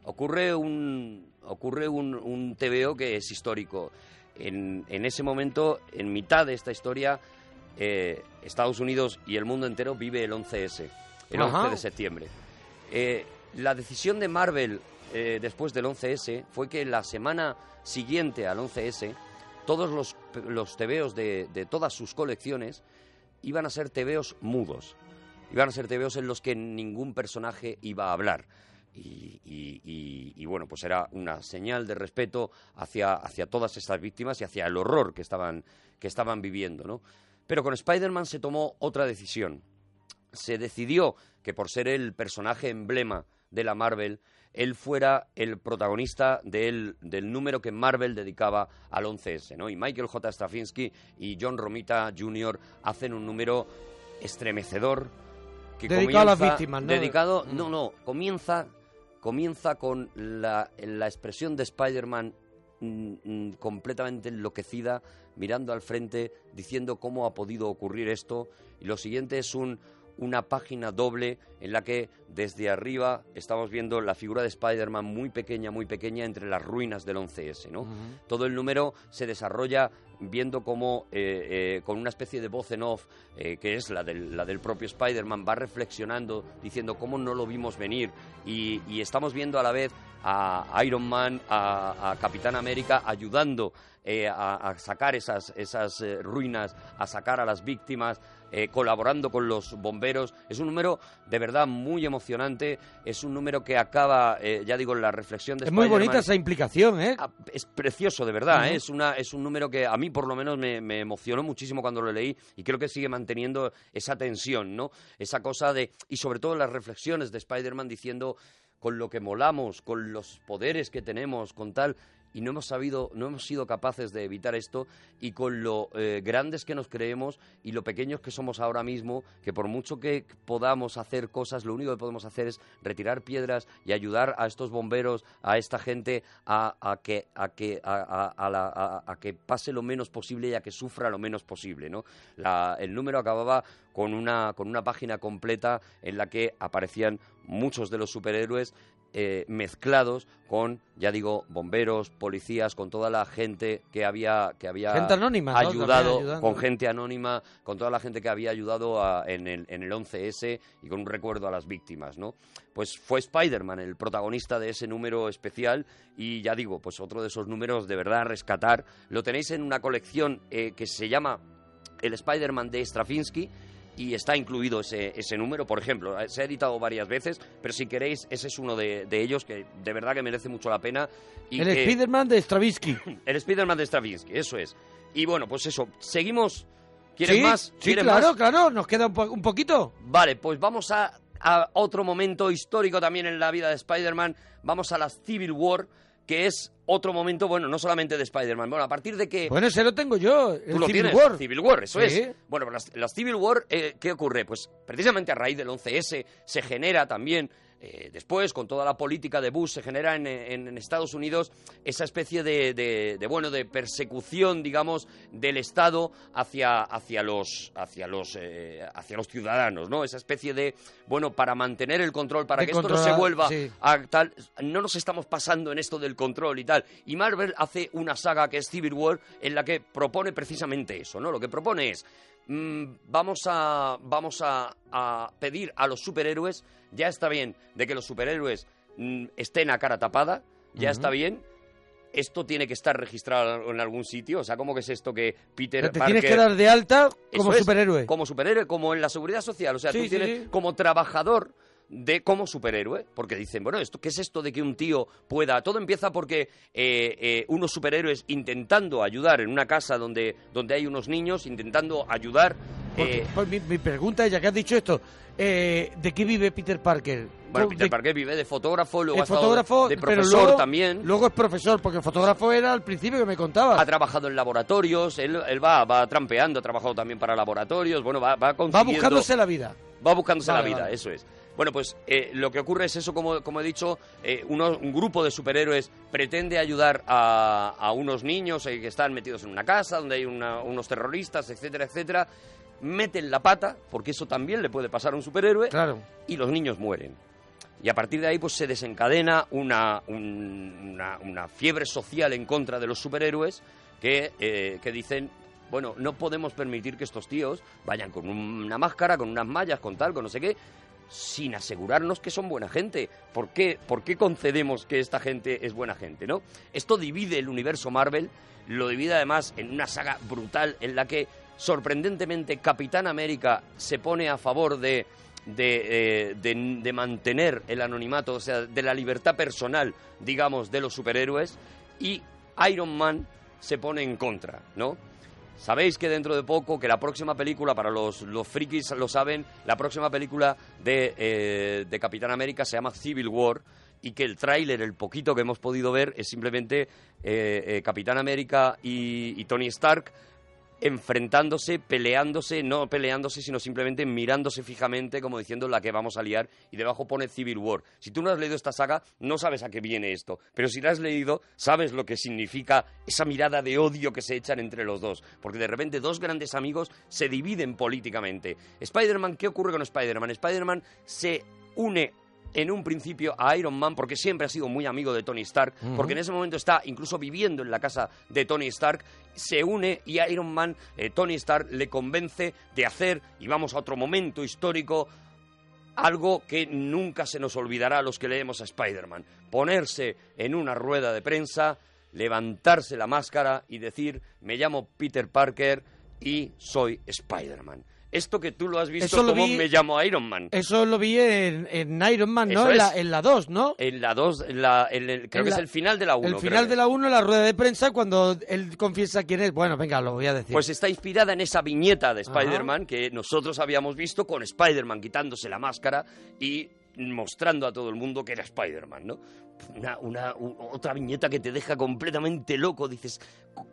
Speaker 6: Ocurre un, ocurre un, un TVO que es histórico. En, en ese momento, en mitad de esta historia, eh, Estados Unidos y el mundo entero vive el 11S, el
Speaker 22: Ajá.
Speaker 6: 11 de septiembre. Eh, la decisión de Marvel eh, después del 11S fue que la semana siguiente al 11S, todos los, los tebeos de, de todas sus colecciones iban a ser tebeos mudos. Iban a ser tebeos en los que ningún personaje iba a hablar. Y, y- y- y, bueno, pues era una señal de respeto hacia, hacia todas estas víctimas y hacia el horror que estaban, que estaban viviendo, ¿no? Pero con Spider-Man se tomó otra decisión se decidió que por ser el personaje emblema de la Marvel, él fuera el protagonista del, del número que Marvel dedicaba al 11S, ¿no? Y Michael J. Straczynski y John Romita Jr. hacen un número estremecedor que
Speaker 22: Dedicado a las
Speaker 6: comienza-
Speaker 22: víctimas, ¿no?
Speaker 6: Dedicado, no, no, comienza, comienza con la, la expresión de Spider-Man mm, mm, completamente enloquecida, mirando al frente, diciendo cómo ha podido ocurrir esto. Y lo siguiente es un, una página doble en la que desde arriba estamos viendo la figura de Spider-Man muy pequeña, muy pequeña entre las ruinas del 11S, ¿no? Todo el número se desarrolla viendo cómo eh, eh, con una especie de voz en off, eh, que es la del, la del propio Spider-Man, va reflexionando, diciendo cómo no lo vimos venir. Y, y estamos viendo a la vez a Iron Man, a, a Capitán América, ayudando eh, a, a sacar esas, esas eh, ruinas, a sacar a las víctimas, eh, colaborando con los bomberos. Es un número de verdad muy emocionante, es un número que acaba, eh, ya digo, en la reflexión de
Speaker 22: Es muy bonita
Speaker 6: Spider-Man Ah,
Speaker 22: esa implicación, ¿eh?
Speaker 6: es precioso, de verdad. ¿eh?
Speaker 22: Ujú.
Speaker 6: es, una, es un número que a mí, por lo menos, me, me emocionó muchísimo cuando lo leí y creo que sigue manteniendo esa tensión, ¿no? Esa cosa de. Y sobre todo las reflexiones de Spider-Man diciendo con lo que molamos, con los poderes que tenemos, con tal. Y no hemos sabido, no hemos sido capaces de evitar esto, y con lo eh, grandes que nos creemos y lo pequeños que somos ahora mismo, que por mucho que podamos hacer cosas, lo único que podemos hacer es retirar piedras y ayudar a estos bomberos, a esta gente, a, a que, a, que, a, a- a la- a- a que pase lo menos posible y a que sufra lo menos posible. ¿no? La- el número acababa con una, con una página completa en la que aparecían muchos de los superhéroes eh, mezclados con, ya digo, bomberos, policías, con toda la gente que había, que había
Speaker 22: Gente anónima, ¿no?
Speaker 6: ayudado,
Speaker 22: También ayudando.
Speaker 6: con gente anónima, con toda la gente que había ayudado a- en, el, en el 11S y con un recuerdo a las víctimas, ¿no? Pues fue Spider-Man el protagonista de ese número especial y ya digo, pues otro de esos números de verdad a rescatar. Lo tenéis en una colección eh, que se llama el Spider-Man de Straczynski y está incluido ese, ese número, por ejemplo. eh, Se ha editado varias veces, pero si queréis, ese es uno de, de ellos que de verdad que merece mucho la pena. Y
Speaker 22: El
Speaker 6: que-
Speaker 22: Spiderman de Stravinsky.
Speaker 6: el Spider-Man de Stravinsky, eso es. Y bueno, pues eso, seguimos. ¿Quieres
Speaker 22: Sí,
Speaker 6: más?
Speaker 22: Sí,
Speaker 6: ¿Quieres
Speaker 22: claro,
Speaker 6: más?
Speaker 22: claro, nos queda un, po- un poquito.
Speaker 6: Vale, pues vamos a, a otro momento histórico también en la vida de Spider-Man. Vamos a la Civil War, que es otro momento, bueno, no solamente de Spider-Man. Bueno, a partir de que...
Speaker 22: Bueno, ese lo tengo yo. el
Speaker 6: Tú lo
Speaker 22: Civil
Speaker 6: tienes,
Speaker 22: War.
Speaker 6: Civil War, eso
Speaker 22: Sí.
Speaker 6: es. Bueno, las, las Civil War, eh, ¿qué ocurre? Pues precisamente a raíz del 11S se genera también, eh, después con toda la política de Bush, se genera en, en- en Estados Unidos esa especie de, de- de, bueno, de persecución, digamos, del Estado hacia, hacia, los, hacia, los, eh, hacia los ciudadanos, ¿no? Esa especie de, bueno, para mantener el control, para
Speaker 22: De
Speaker 6: que esto no se
Speaker 22: controlar,
Speaker 6: vuelva
Speaker 22: sí.
Speaker 6: a tal, no nos estamos pasando en esto del control y tal. Y Marvel hace una saga que es Civil War en la que propone precisamente eso, ¿no? Lo que propone es mm, vamos a vamos a, a pedir a los superhéroes, ya está bien de que los superhéroes mm, estén a cara tapada, ya
Speaker 22: Ujú.
Speaker 6: está bien, esto tiene que estar registrado en algún sitio. O sea, ¿cómo que es esto que Peter
Speaker 22: Pero te
Speaker 6: Parker-
Speaker 22: tienes que dar de alta
Speaker 6: Eso
Speaker 22: como
Speaker 6: es,
Speaker 22: superhéroe.
Speaker 6: como superhéroe, como en la seguridad social. O sea,
Speaker 22: Sí,
Speaker 6: tú
Speaker 22: sí,
Speaker 6: tienes
Speaker 22: sí.
Speaker 6: como trabajador de como superhéroe, porque dicen, bueno, esto ¿qué es esto de que un tío pueda...? Todo empieza porque eh, eh, unos superhéroes intentando ayudar en una casa donde, donde hay unos niños, intentando ayudar...
Speaker 22: Porque-
Speaker 6: eh,
Speaker 22: pues mi, mi pregunta, ya que has dicho esto, eh, ¿de qué vive Peter Parker?
Speaker 6: bueno,
Speaker 22: ¿Cómo-
Speaker 6: Peter
Speaker 22: de-
Speaker 6: Parker vive de fotógrafo, luego ha
Speaker 22: es
Speaker 6: estado
Speaker 22: fotógrafo,
Speaker 6: de
Speaker 22: pero
Speaker 6: profesor
Speaker 22: luego-
Speaker 6: también.
Speaker 22: Luego es profesor, porque el fotógrafo era al principio que me contaba.
Speaker 6: Ha trabajado en laboratorios, él, él va, va trampeando, ha trabajado también para laboratorios, bueno, va, va
Speaker 22: Va
Speaker 6: consiguiendo...
Speaker 22: buscándose la vida.
Speaker 6: Va buscándose
Speaker 22: Vale,
Speaker 6: la vida,
Speaker 22: vale.
Speaker 6: eso es. Bueno, pues eh, lo que ocurre es eso, como, como he dicho, eh, uno- un grupo de superhéroes pretende ayudar a, a unos niños eh, que están metidos en una casa, donde hay una- unos terroristas, etcétera, etcétera, meten la pata, porque eso también le puede pasar a un superhéroe,
Speaker 22: Claro.
Speaker 6: y los niños mueren. Y a partir de ahí pues se desencadena una, un- una, una fiebre social en contra de los superhéroes que, eh, que dicen, bueno, no podemos permitir que estos tíos vayan con un- una máscara, con unas mallas, con tal, con no sé qué, sin asegurarnos que son buena gente. ¿Por qué, ¿Por qué concedemos que esta gente es buena gente? ¿no? Esto divide el universo Marvel, lo divide además en una saga brutal en la que sorprendentemente Capitán América se pone a favor de, de, eh, de- de mantener el anonimato, o sea, de la libertad personal, digamos, de los superhéroes, y Iron Man se pone en contra, ¿no? Sabéis que dentro de poco, que la próxima película, para los, los frikis lo saben, la próxima película de, eh, de Capitán América se llama Civil War y que el tráiler, el poquito que hemos podido ver, es simplemente eh, eh, Capitán América y- y Tony Stark enfrentándose, peleándose, no peleándose, sino simplemente mirándose fijamente, como diciendo la que vamos a liar, y debajo pone Civil War. Si tú no has leído esta saga, no sabes a qué viene esto, pero si la has leído, sabes lo que significa esa mirada de odio que se echan entre los dos, porque de repente dos grandes amigos se dividen políticamente. Spider-Man, ¿qué ocurre con Spider-Man? Spider-Man se une en un principio a Iron Man porque siempre ha sido muy amigo de Tony Stark,
Speaker 4: Ujú.
Speaker 6: porque en ese momento está incluso viviendo en la casa de Tony Stark, se une y a Iron Man, eh, Tony Stark le convence de hacer, y vamos a otro momento histórico, algo que nunca se nos olvidará a los que leemos a Spider-Man, ponerse en una rueda de prensa, levantarse la máscara y decir, me llamo Peter Parker y soy Spider-Man. Esto que tú lo has visto
Speaker 22: Eso lo
Speaker 6: como
Speaker 22: vi-
Speaker 6: me llamo Iron Man.
Speaker 22: Eso lo vi en, en Iron Man, ¿no?
Speaker 6: Mm. Eso
Speaker 22: En la,
Speaker 6: es.
Speaker 22: en la 2, ¿no?
Speaker 6: En la 2, la, en el- creo
Speaker 22: En
Speaker 6: que
Speaker 22: la-
Speaker 6: es el final de la 1.
Speaker 22: El final de la 1, la rueda de prensa, cuando él confiesa quién es. Bueno, venga, lo voy a decir.
Speaker 6: Pues está inspirada en esa viñeta de Spider-Man que nosotros habíamos visto con Spider-Man quitándose la máscara y mostrando a todo el mundo que era Spider-Man, ¿no? Una, una- u- otra viñeta que te deja completamente loco. Dices,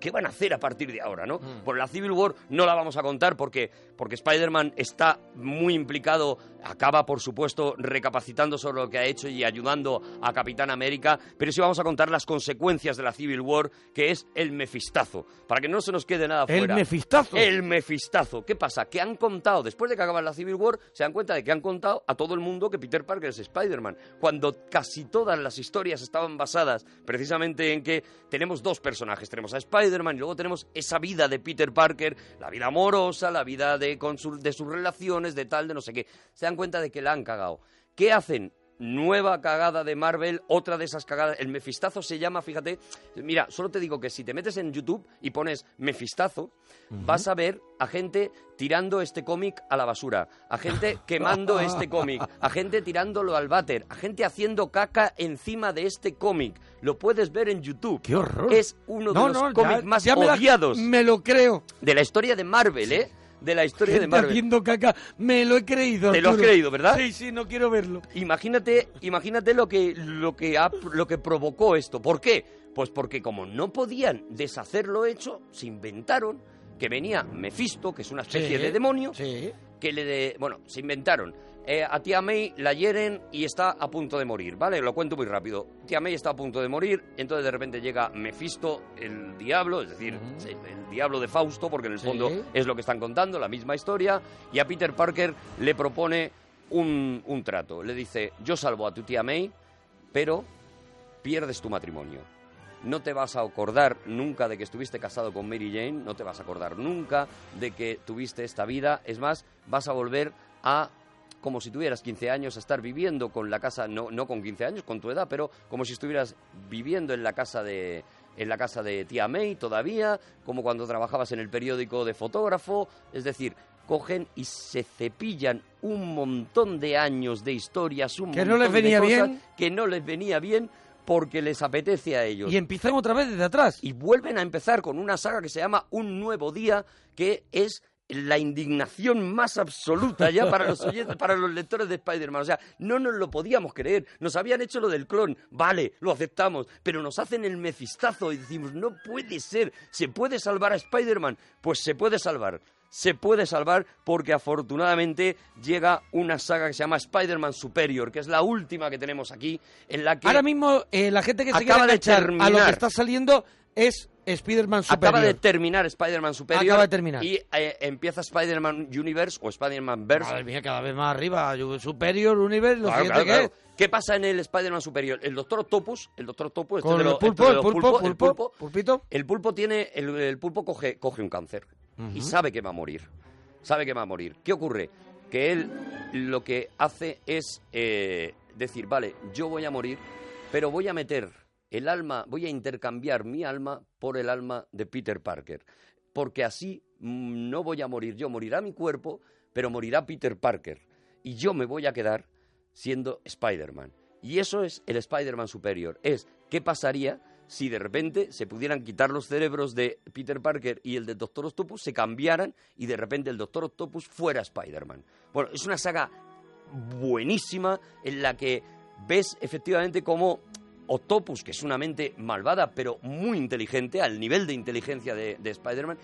Speaker 6: ¿qué van a hacer a partir de ahora, no?
Speaker 22: Mm.
Speaker 6: Por la Civil War no la vamos a contar porque, porque Spider-Man está muy implicado, acaba, por supuesto, recapacitando sobre lo que ha hecho y ayudando a Capitán América, pero sí vamos a contar las consecuencias de la Civil War, que es el mefistazo, para que no se nos quede nada
Speaker 22: El
Speaker 6: fuera.
Speaker 22: mefistazo.
Speaker 6: El mefistazo. ¿Qué pasa? Que han contado, después de que acaba la Civil War, se dan cuenta de que han contado a todo el mundo que Peter Parker es Spider-Man, cuando casi todas las historias estaban basadas precisamente en que tenemos dos personajes, tenemos a Spider-Man y luego tenemos esa vida de Peter Parker, la vida amorosa, la vida de, con su- de sus relaciones, de tal, de no sé qué. Se dan cuenta de que la han cagado. ¿Qué hacen? Nueva cagada de Marvel, otra de esas cagadas. El mefistazo se llama, fíjate, mira, solo te digo que si te metes en YouTube y pones mefistazo, vas a ver a gente tirando este cómic a la basura, a gente quemando este cómic, a gente tirándolo al váter, a gente haciendo caca encima de este cómic. Lo puedes ver en YouTube. ¡Qué horror! Es uno de
Speaker 22: No,
Speaker 6: los
Speaker 22: no, ya-
Speaker 6: cómics más
Speaker 22: ya me la-
Speaker 6: odiados
Speaker 22: me lo creo.
Speaker 6: de la historia de Marvel, ¿eh? De la historia de
Speaker 22: Gente
Speaker 6: Marvel.
Speaker 22: haciendo caca. Me lo he creído.
Speaker 6: Te lo has
Speaker 22: Arturo.
Speaker 6: creído, ¿verdad?
Speaker 22: Sí, sí, no quiero verlo.
Speaker 6: Imagínate, imagínate lo que lo que ha- lo que provocó esto. ¿Por qué? Pues porque como no podían deshacer lo hecho, se inventaron que venía Mefisto, que es una especie
Speaker 22: Sí,
Speaker 6: de demonio, que le de, bueno, se inventaron. Eh, a tía May la hieren y está a punto de morir, ¿vale? Lo cuento muy rápido. Tía May está a punto de morir, entonces de repente llega Mefisto, el diablo, es decir, el diablo de Fausto, porque en el fondo es lo que están contando, la misma historia, y a Peter Parker le propone un, un trato. Le dice, yo salvo a tu tía May, pero pierdes tu matrimonio. No te vas a acordar nunca de que estuviste casado con Mary Jane, no te vas a acordar nunca de que tuviste esta vida. Es más, vas a volver a, como si tuvieras 15 años, a estar viviendo con la casa, no, no con 15 años, con tu edad, pero como si estuvieras viviendo en la casa de, en la casa de tía May todavía, como cuando trabajabas en el periódico de fotógrafo. Es decir, cogen y se cepillan un montón de años de historias, un
Speaker 2: Que no
Speaker 6: montón
Speaker 2: les venía
Speaker 6: de cosas
Speaker 2: bien.
Speaker 6: que no les venía bien porque les apetece a ellos.
Speaker 2: Y empiezan otra vez desde atrás.
Speaker 6: Y vuelven a empezar con una saga que se llama Un Nuevo Día, que es la indignación más absoluta ya para los oyentes, para los lectores de Spider-Man. O sea, no nos lo podíamos creer. Nos habían hecho lo del clon, vale, lo aceptamos, pero nos hacen el mecistazo y decimos, no puede ser, ¿se puede salvar a Spider-Man? Pues se puede salvar. Se puede salvar porque afortunadamente llega una saga que se llama Spider-Man Superior, que es la última que tenemos aquí, en la que...
Speaker 2: Ahora mismo eh, la gente que se
Speaker 6: Acaba
Speaker 2: quiere
Speaker 6: de
Speaker 2: enganchar a lo
Speaker 6: terminar.
Speaker 2: que está saliendo es Spider-Man Superior.
Speaker 6: Acaba de terminar Spider-Man Superior.
Speaker 2: Acaba de terminar.
Speaker 6: Y eh, empieza Spider-Man Universe o Spider-Man Verse.
Speaker 2: Madre mía, cada vez más arriba. Yo- Superior, Universe, lo
Speaker 6: Claro,
Speaker 2: siguiente
Speaker 6: claro,
Speaker 2: que
Speaker 6: claro. ¿Qué pasa en el Spider-Man Superior? El Doctor Octopus, el Doctor Octopus, este
Speaker 2: Con
Speaker 6: de
Speaker 2: el
Speaker 6: los- este
Speaker 2: pulpo,
Speaker 6: de
Speaker 2: el
Speaker 6: los
Speaker 2: pulpo,
Speaker 6: pulpos, el
Speaker 2: pulpo,
Speaker 6: pulpo, El pulpo tiene, el, el pulpo coge, coge un cáncer y
Speaker 2: Ujú.
Speaker 6: sabe que va a morir, sabe que va a morir. ¿Qué ocurre? Que él lo que hace es eh, decir, vale, yo voy a morir, pero voy a meter el alma, voy a intercambiar mi alma por el alma de Peter Parker, porque así mm, no voy a morir yo, morirá mi cuerpo, pero morirá Peter Parker y yo me voy a quedar siendo Spider-Man. Y eso es el Spider-Man superior. Es qué pasaría si de repente se pudieran quitar los cerebros de Peter Parker y el de Doctor Octopus, se cambiaran y de repente el Doctor Octopus fuera Spider-Man. Bueno, es una saga buenísima en la que ves efectivamente cómo Octopus, que es una mente malvada pero muy inteligente, al nivel de inteligencia de, de Spider-Man,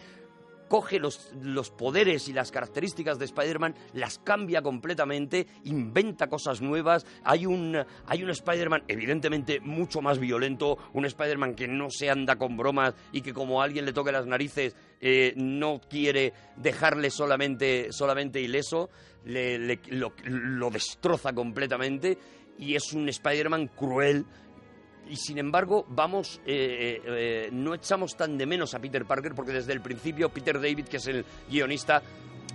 Speaker 6: coge los, los poderes y las características de Spider-Man, las cambia completamente, inventa cosas nuevas. Hay un, hay un Spider-Man evidentemente mucho más violento, un Spider-Man que no se anda con bromas y que como alguien le toque las narices eh, no quiere dejarle solamente, solamente ileso, le- le- lo, lo destroza completamente y es un Spider-Man cruel y sin embargo, vamos, eh, eh, eh, no echamos tan de menos a Peter Parker porque desde el principio Peter David, que es el guionista,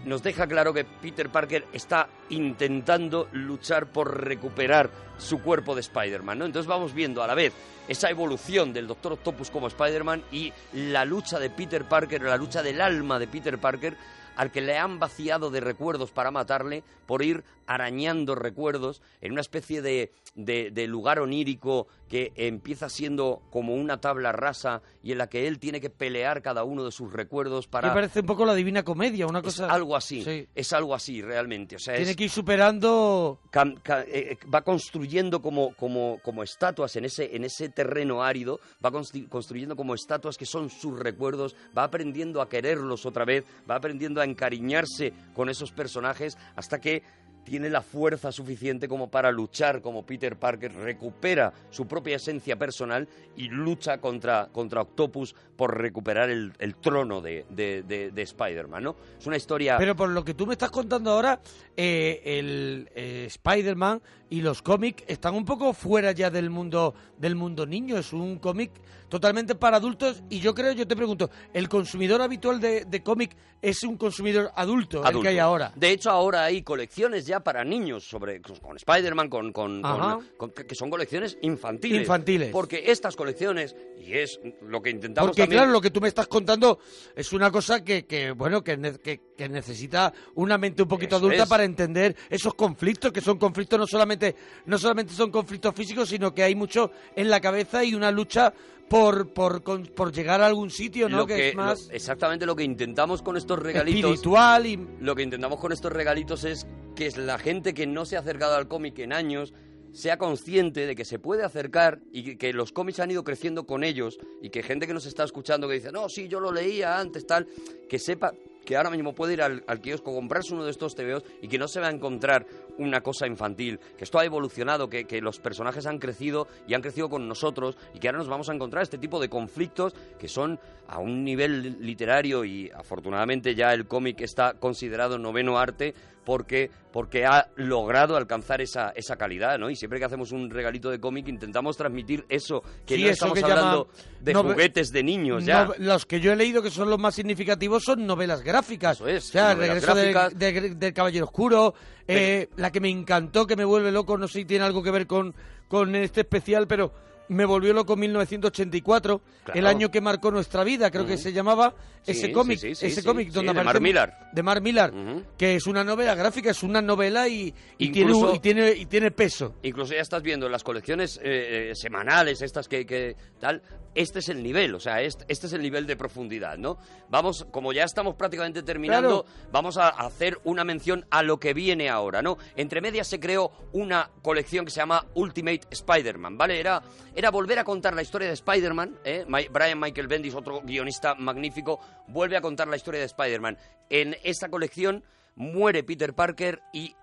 Speaker 6: nos deja claro que Peter Parker está intentando luchar por recuperar su cuerpo de Spider-Man, ¿no? Entonces vamos viendo a la vez esa evolución del Doctor Octopus como Spider-Man y la lucha de Peter Parker, la lucha del alma de Peter Parker al que le han vaciado de recuerdos para matarle por ir arañando recuerdos en una especie de, de- de lugar onírico que empieza siendo como una tabla rasa y en la que él tiene que pelear cada uno de sus recuerdos para...
Speaker 2: Me parece un poco la divina comedia, una
Speaker 6: Es
Speaker 2: cosa.
Speaker 6: algo así,
Speaker 2: Sí.
Speaker 6: es algo así realmente. O sea,
Speaker 2: Tiene
Speaker 6: es-
Speaker 2: que ir superando.
Speaker 6: cam- ca- eh, eh, va construyendo como, como, como estatuas en ese, en ese terreno árido, va constru- construyendo como estatuas que son sus recuerdos, va aprendiendo a quererlos otra vez, va aprendiendo a encariñarse con esos personajes hasta que tiene la fuerza suficiente como para luchar como Peter Parker, recupera su propia esencia personal y lucha contra, contra Octopus por recuperar el, el trono de, de- de- de Spider-Man, ¿no? Es una historia...
Speaker 2: Pero por lo que tú me estás contando ahora, eh, el eh, Spider-Man y los cómics están un poco fuera ya del mundo del mundo niño. Es un cómic totalmente para adultos y yo creo, yo te pregunto, ¿el consumidor habitual de, de cómic es un consumidor adulto, el que hay
Speaker 6: adulto.
Speaker 2: ahora?
Speaker 6: De hecho, ahora hay colecciones ya para niños sobre con, con Spider-Man, con, con- con-
Speaker 2: Ajá.
Speaker 6: con- que son colecciones infantiles.
Speaker 2: Infantiles.
Speaker 6: Porque estas colecciones, y es lo que intentamos
Speaker 2: Porque
Speaker 6: también...
Speaker 2: claro, lo que tú me estás contando es una cosa que, que, bueno, que, ne- que- que necesita una mente un poquito
Speaker 6: Eso
Speaker 2: adulta
Speaker 6: es.
Speaker 2: para entender esos conflictos, que son conflictos no solamente, no solamente son conflictos físicos, sino que hay mucho en la cabeza y una lucha por, por, con- por llegar a algún sitio, ¿no?
Speaker 6: lo
Speaker 2: que,
Speaker 6: que-
Speaker 2: es más
Speaker 6: lo- exactamente lo que intentamos con estos regalitos...
Speaker 2: espiritual y...
Speaker 6: Lo que intentamos con estos regalitos es que la gente que no se ha acercado al cómic en años sea consciente de que se puede acercar y que, que los cómics han ido creciendo con ellos y que gente que nos está escuchando que dice, no, sí, yo lo leía antes, tal, que sepa que ahora mismo puede ir al, al kiosco, comprarse uno de estos TVOs y que no se va a encontrar una cosa infantil, que esto ha evolucionado, que, que los personajes han crecido y han crecido con nosotros y que ahora nos vamos a encontrar este tipo de conflictos que son a un nivel literario y afortunadamente ya el cómic está considerado noveno arte porque, porque ha logrado alcanzar esa, esa calidad, ¿no? Y siempre que hacemos un regalito de cómic intentamos transmitir eso, que
Speaker 2: Sí,
Speaker 6: no
Speaker 2: eso
Speaker 6: estamos
Speaker 2: que
Speaker 6: hablando
Speaker 2: llaman
Speaker 6: de
Speaker 2: nove-
Speaker 6: juguetes de niños ya.
Speaker 2: No- los que yo he leído que son los más significativos son novelas gráficas. o sea, el
Speaker 6: novelas
Speaker 2: regreso del-
Speaker 6: gráficas.
Speaker 2: del, del Caballero Oscuro, eh, la que me encantó, que me vuelve loco, no sé si tiene algo que ver con, con este especial, pero me volvió loco 1984,
Speaker 6: Claro.
Speaker 2: el año que marcó nuestra vida, creo que
Speaker 6: Ujú.
Speaker 2: se llamaba
Speaker 6: Sí,
Speaker 2: ese cómic,
Speaker 6: sí, sí, sí,
Speaker 2: ese
Speaker 6: sí,
Speaker 2: cómic
Speaker 6: sí,
Speaker 2: donde
Speaker 6: de Mar
Speaker 2: aparece-
Speaker 6: Millar.
Speaker 2: de Mar Millar, que es una novela gráfica, es una novela y, y tiene,
Speaker 6: Incluso-
Speaker 2: un- y tiene y tiene peso.
Speaker 6: Incluso ya estás viendo en las colecciones eh, eh, semanales, estas que, que tal, este es el nivel, o sea, est- este, es el nivel de profundidad, ¿no? Vamos, como ya estamos prácticamente terminando, vamos a hacer una mención a lo que viene ahora, ¿no? Entre medias se creó una colección que se llama Ultimate Spider-Man, ¿vale? Era, era volver a contar la historia de Spider-Man, ¿eh? Mi- Brian Michael Bendis, otro guionista magnífico, vuelve a contar la historia de Spider-Man. En esta colección muere Peter Parker y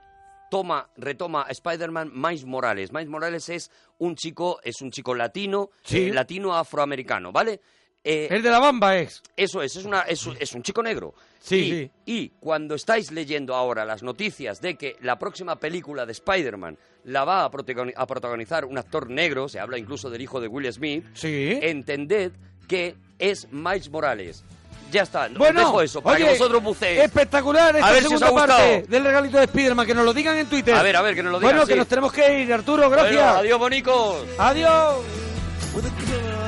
Speaker 6: toma, retoma a Spider-Man Miles Morales. Miles Morales es un chico, es un chico latino,
Speaker 2: Sí.
Speaker 6: eh, latino afroamericano, ¿vale? Eh,
Speaker 2: El de la bamba es.
Speaker 6: eso es, es, una, es, un- es un chico negro.
Speaker 2: Sí,
Speaker 6: y,
Speaker 2: sí.
Speaker 6: y cuando estáis leyendo ahora las noticias de que la próxima película de Spider-Man la va a, protagoni- a protagonizar un actor negro, se habla incluso del hijo de Will Smith, entended que es Miles Morales. Ya está, os
Speaker 2: Bueno,
Speaker 6: dejo eso para
Speaker 2: oye,
Speaker 6: que vosotros buceéis.
Speaker 2: Espectacular esta
Speaker 6: A ver si os
Speaker 2: segunda
Speaker 6: ha gustado.
Speaker 2: parte del regalito de Spiderman, que nos lo digan en Twitter.
Speaker 6: A ver, a ver, que nos lo digan,
Speaker 2: Bueno, que
Speaker 6: sí.
Speaker 2: nos tenemos que ir, Arturo, gracias.
Speaker 6: Bueno, adiós, bonicos.
Speaker 2: Adiós.
Speaker 1: With a girl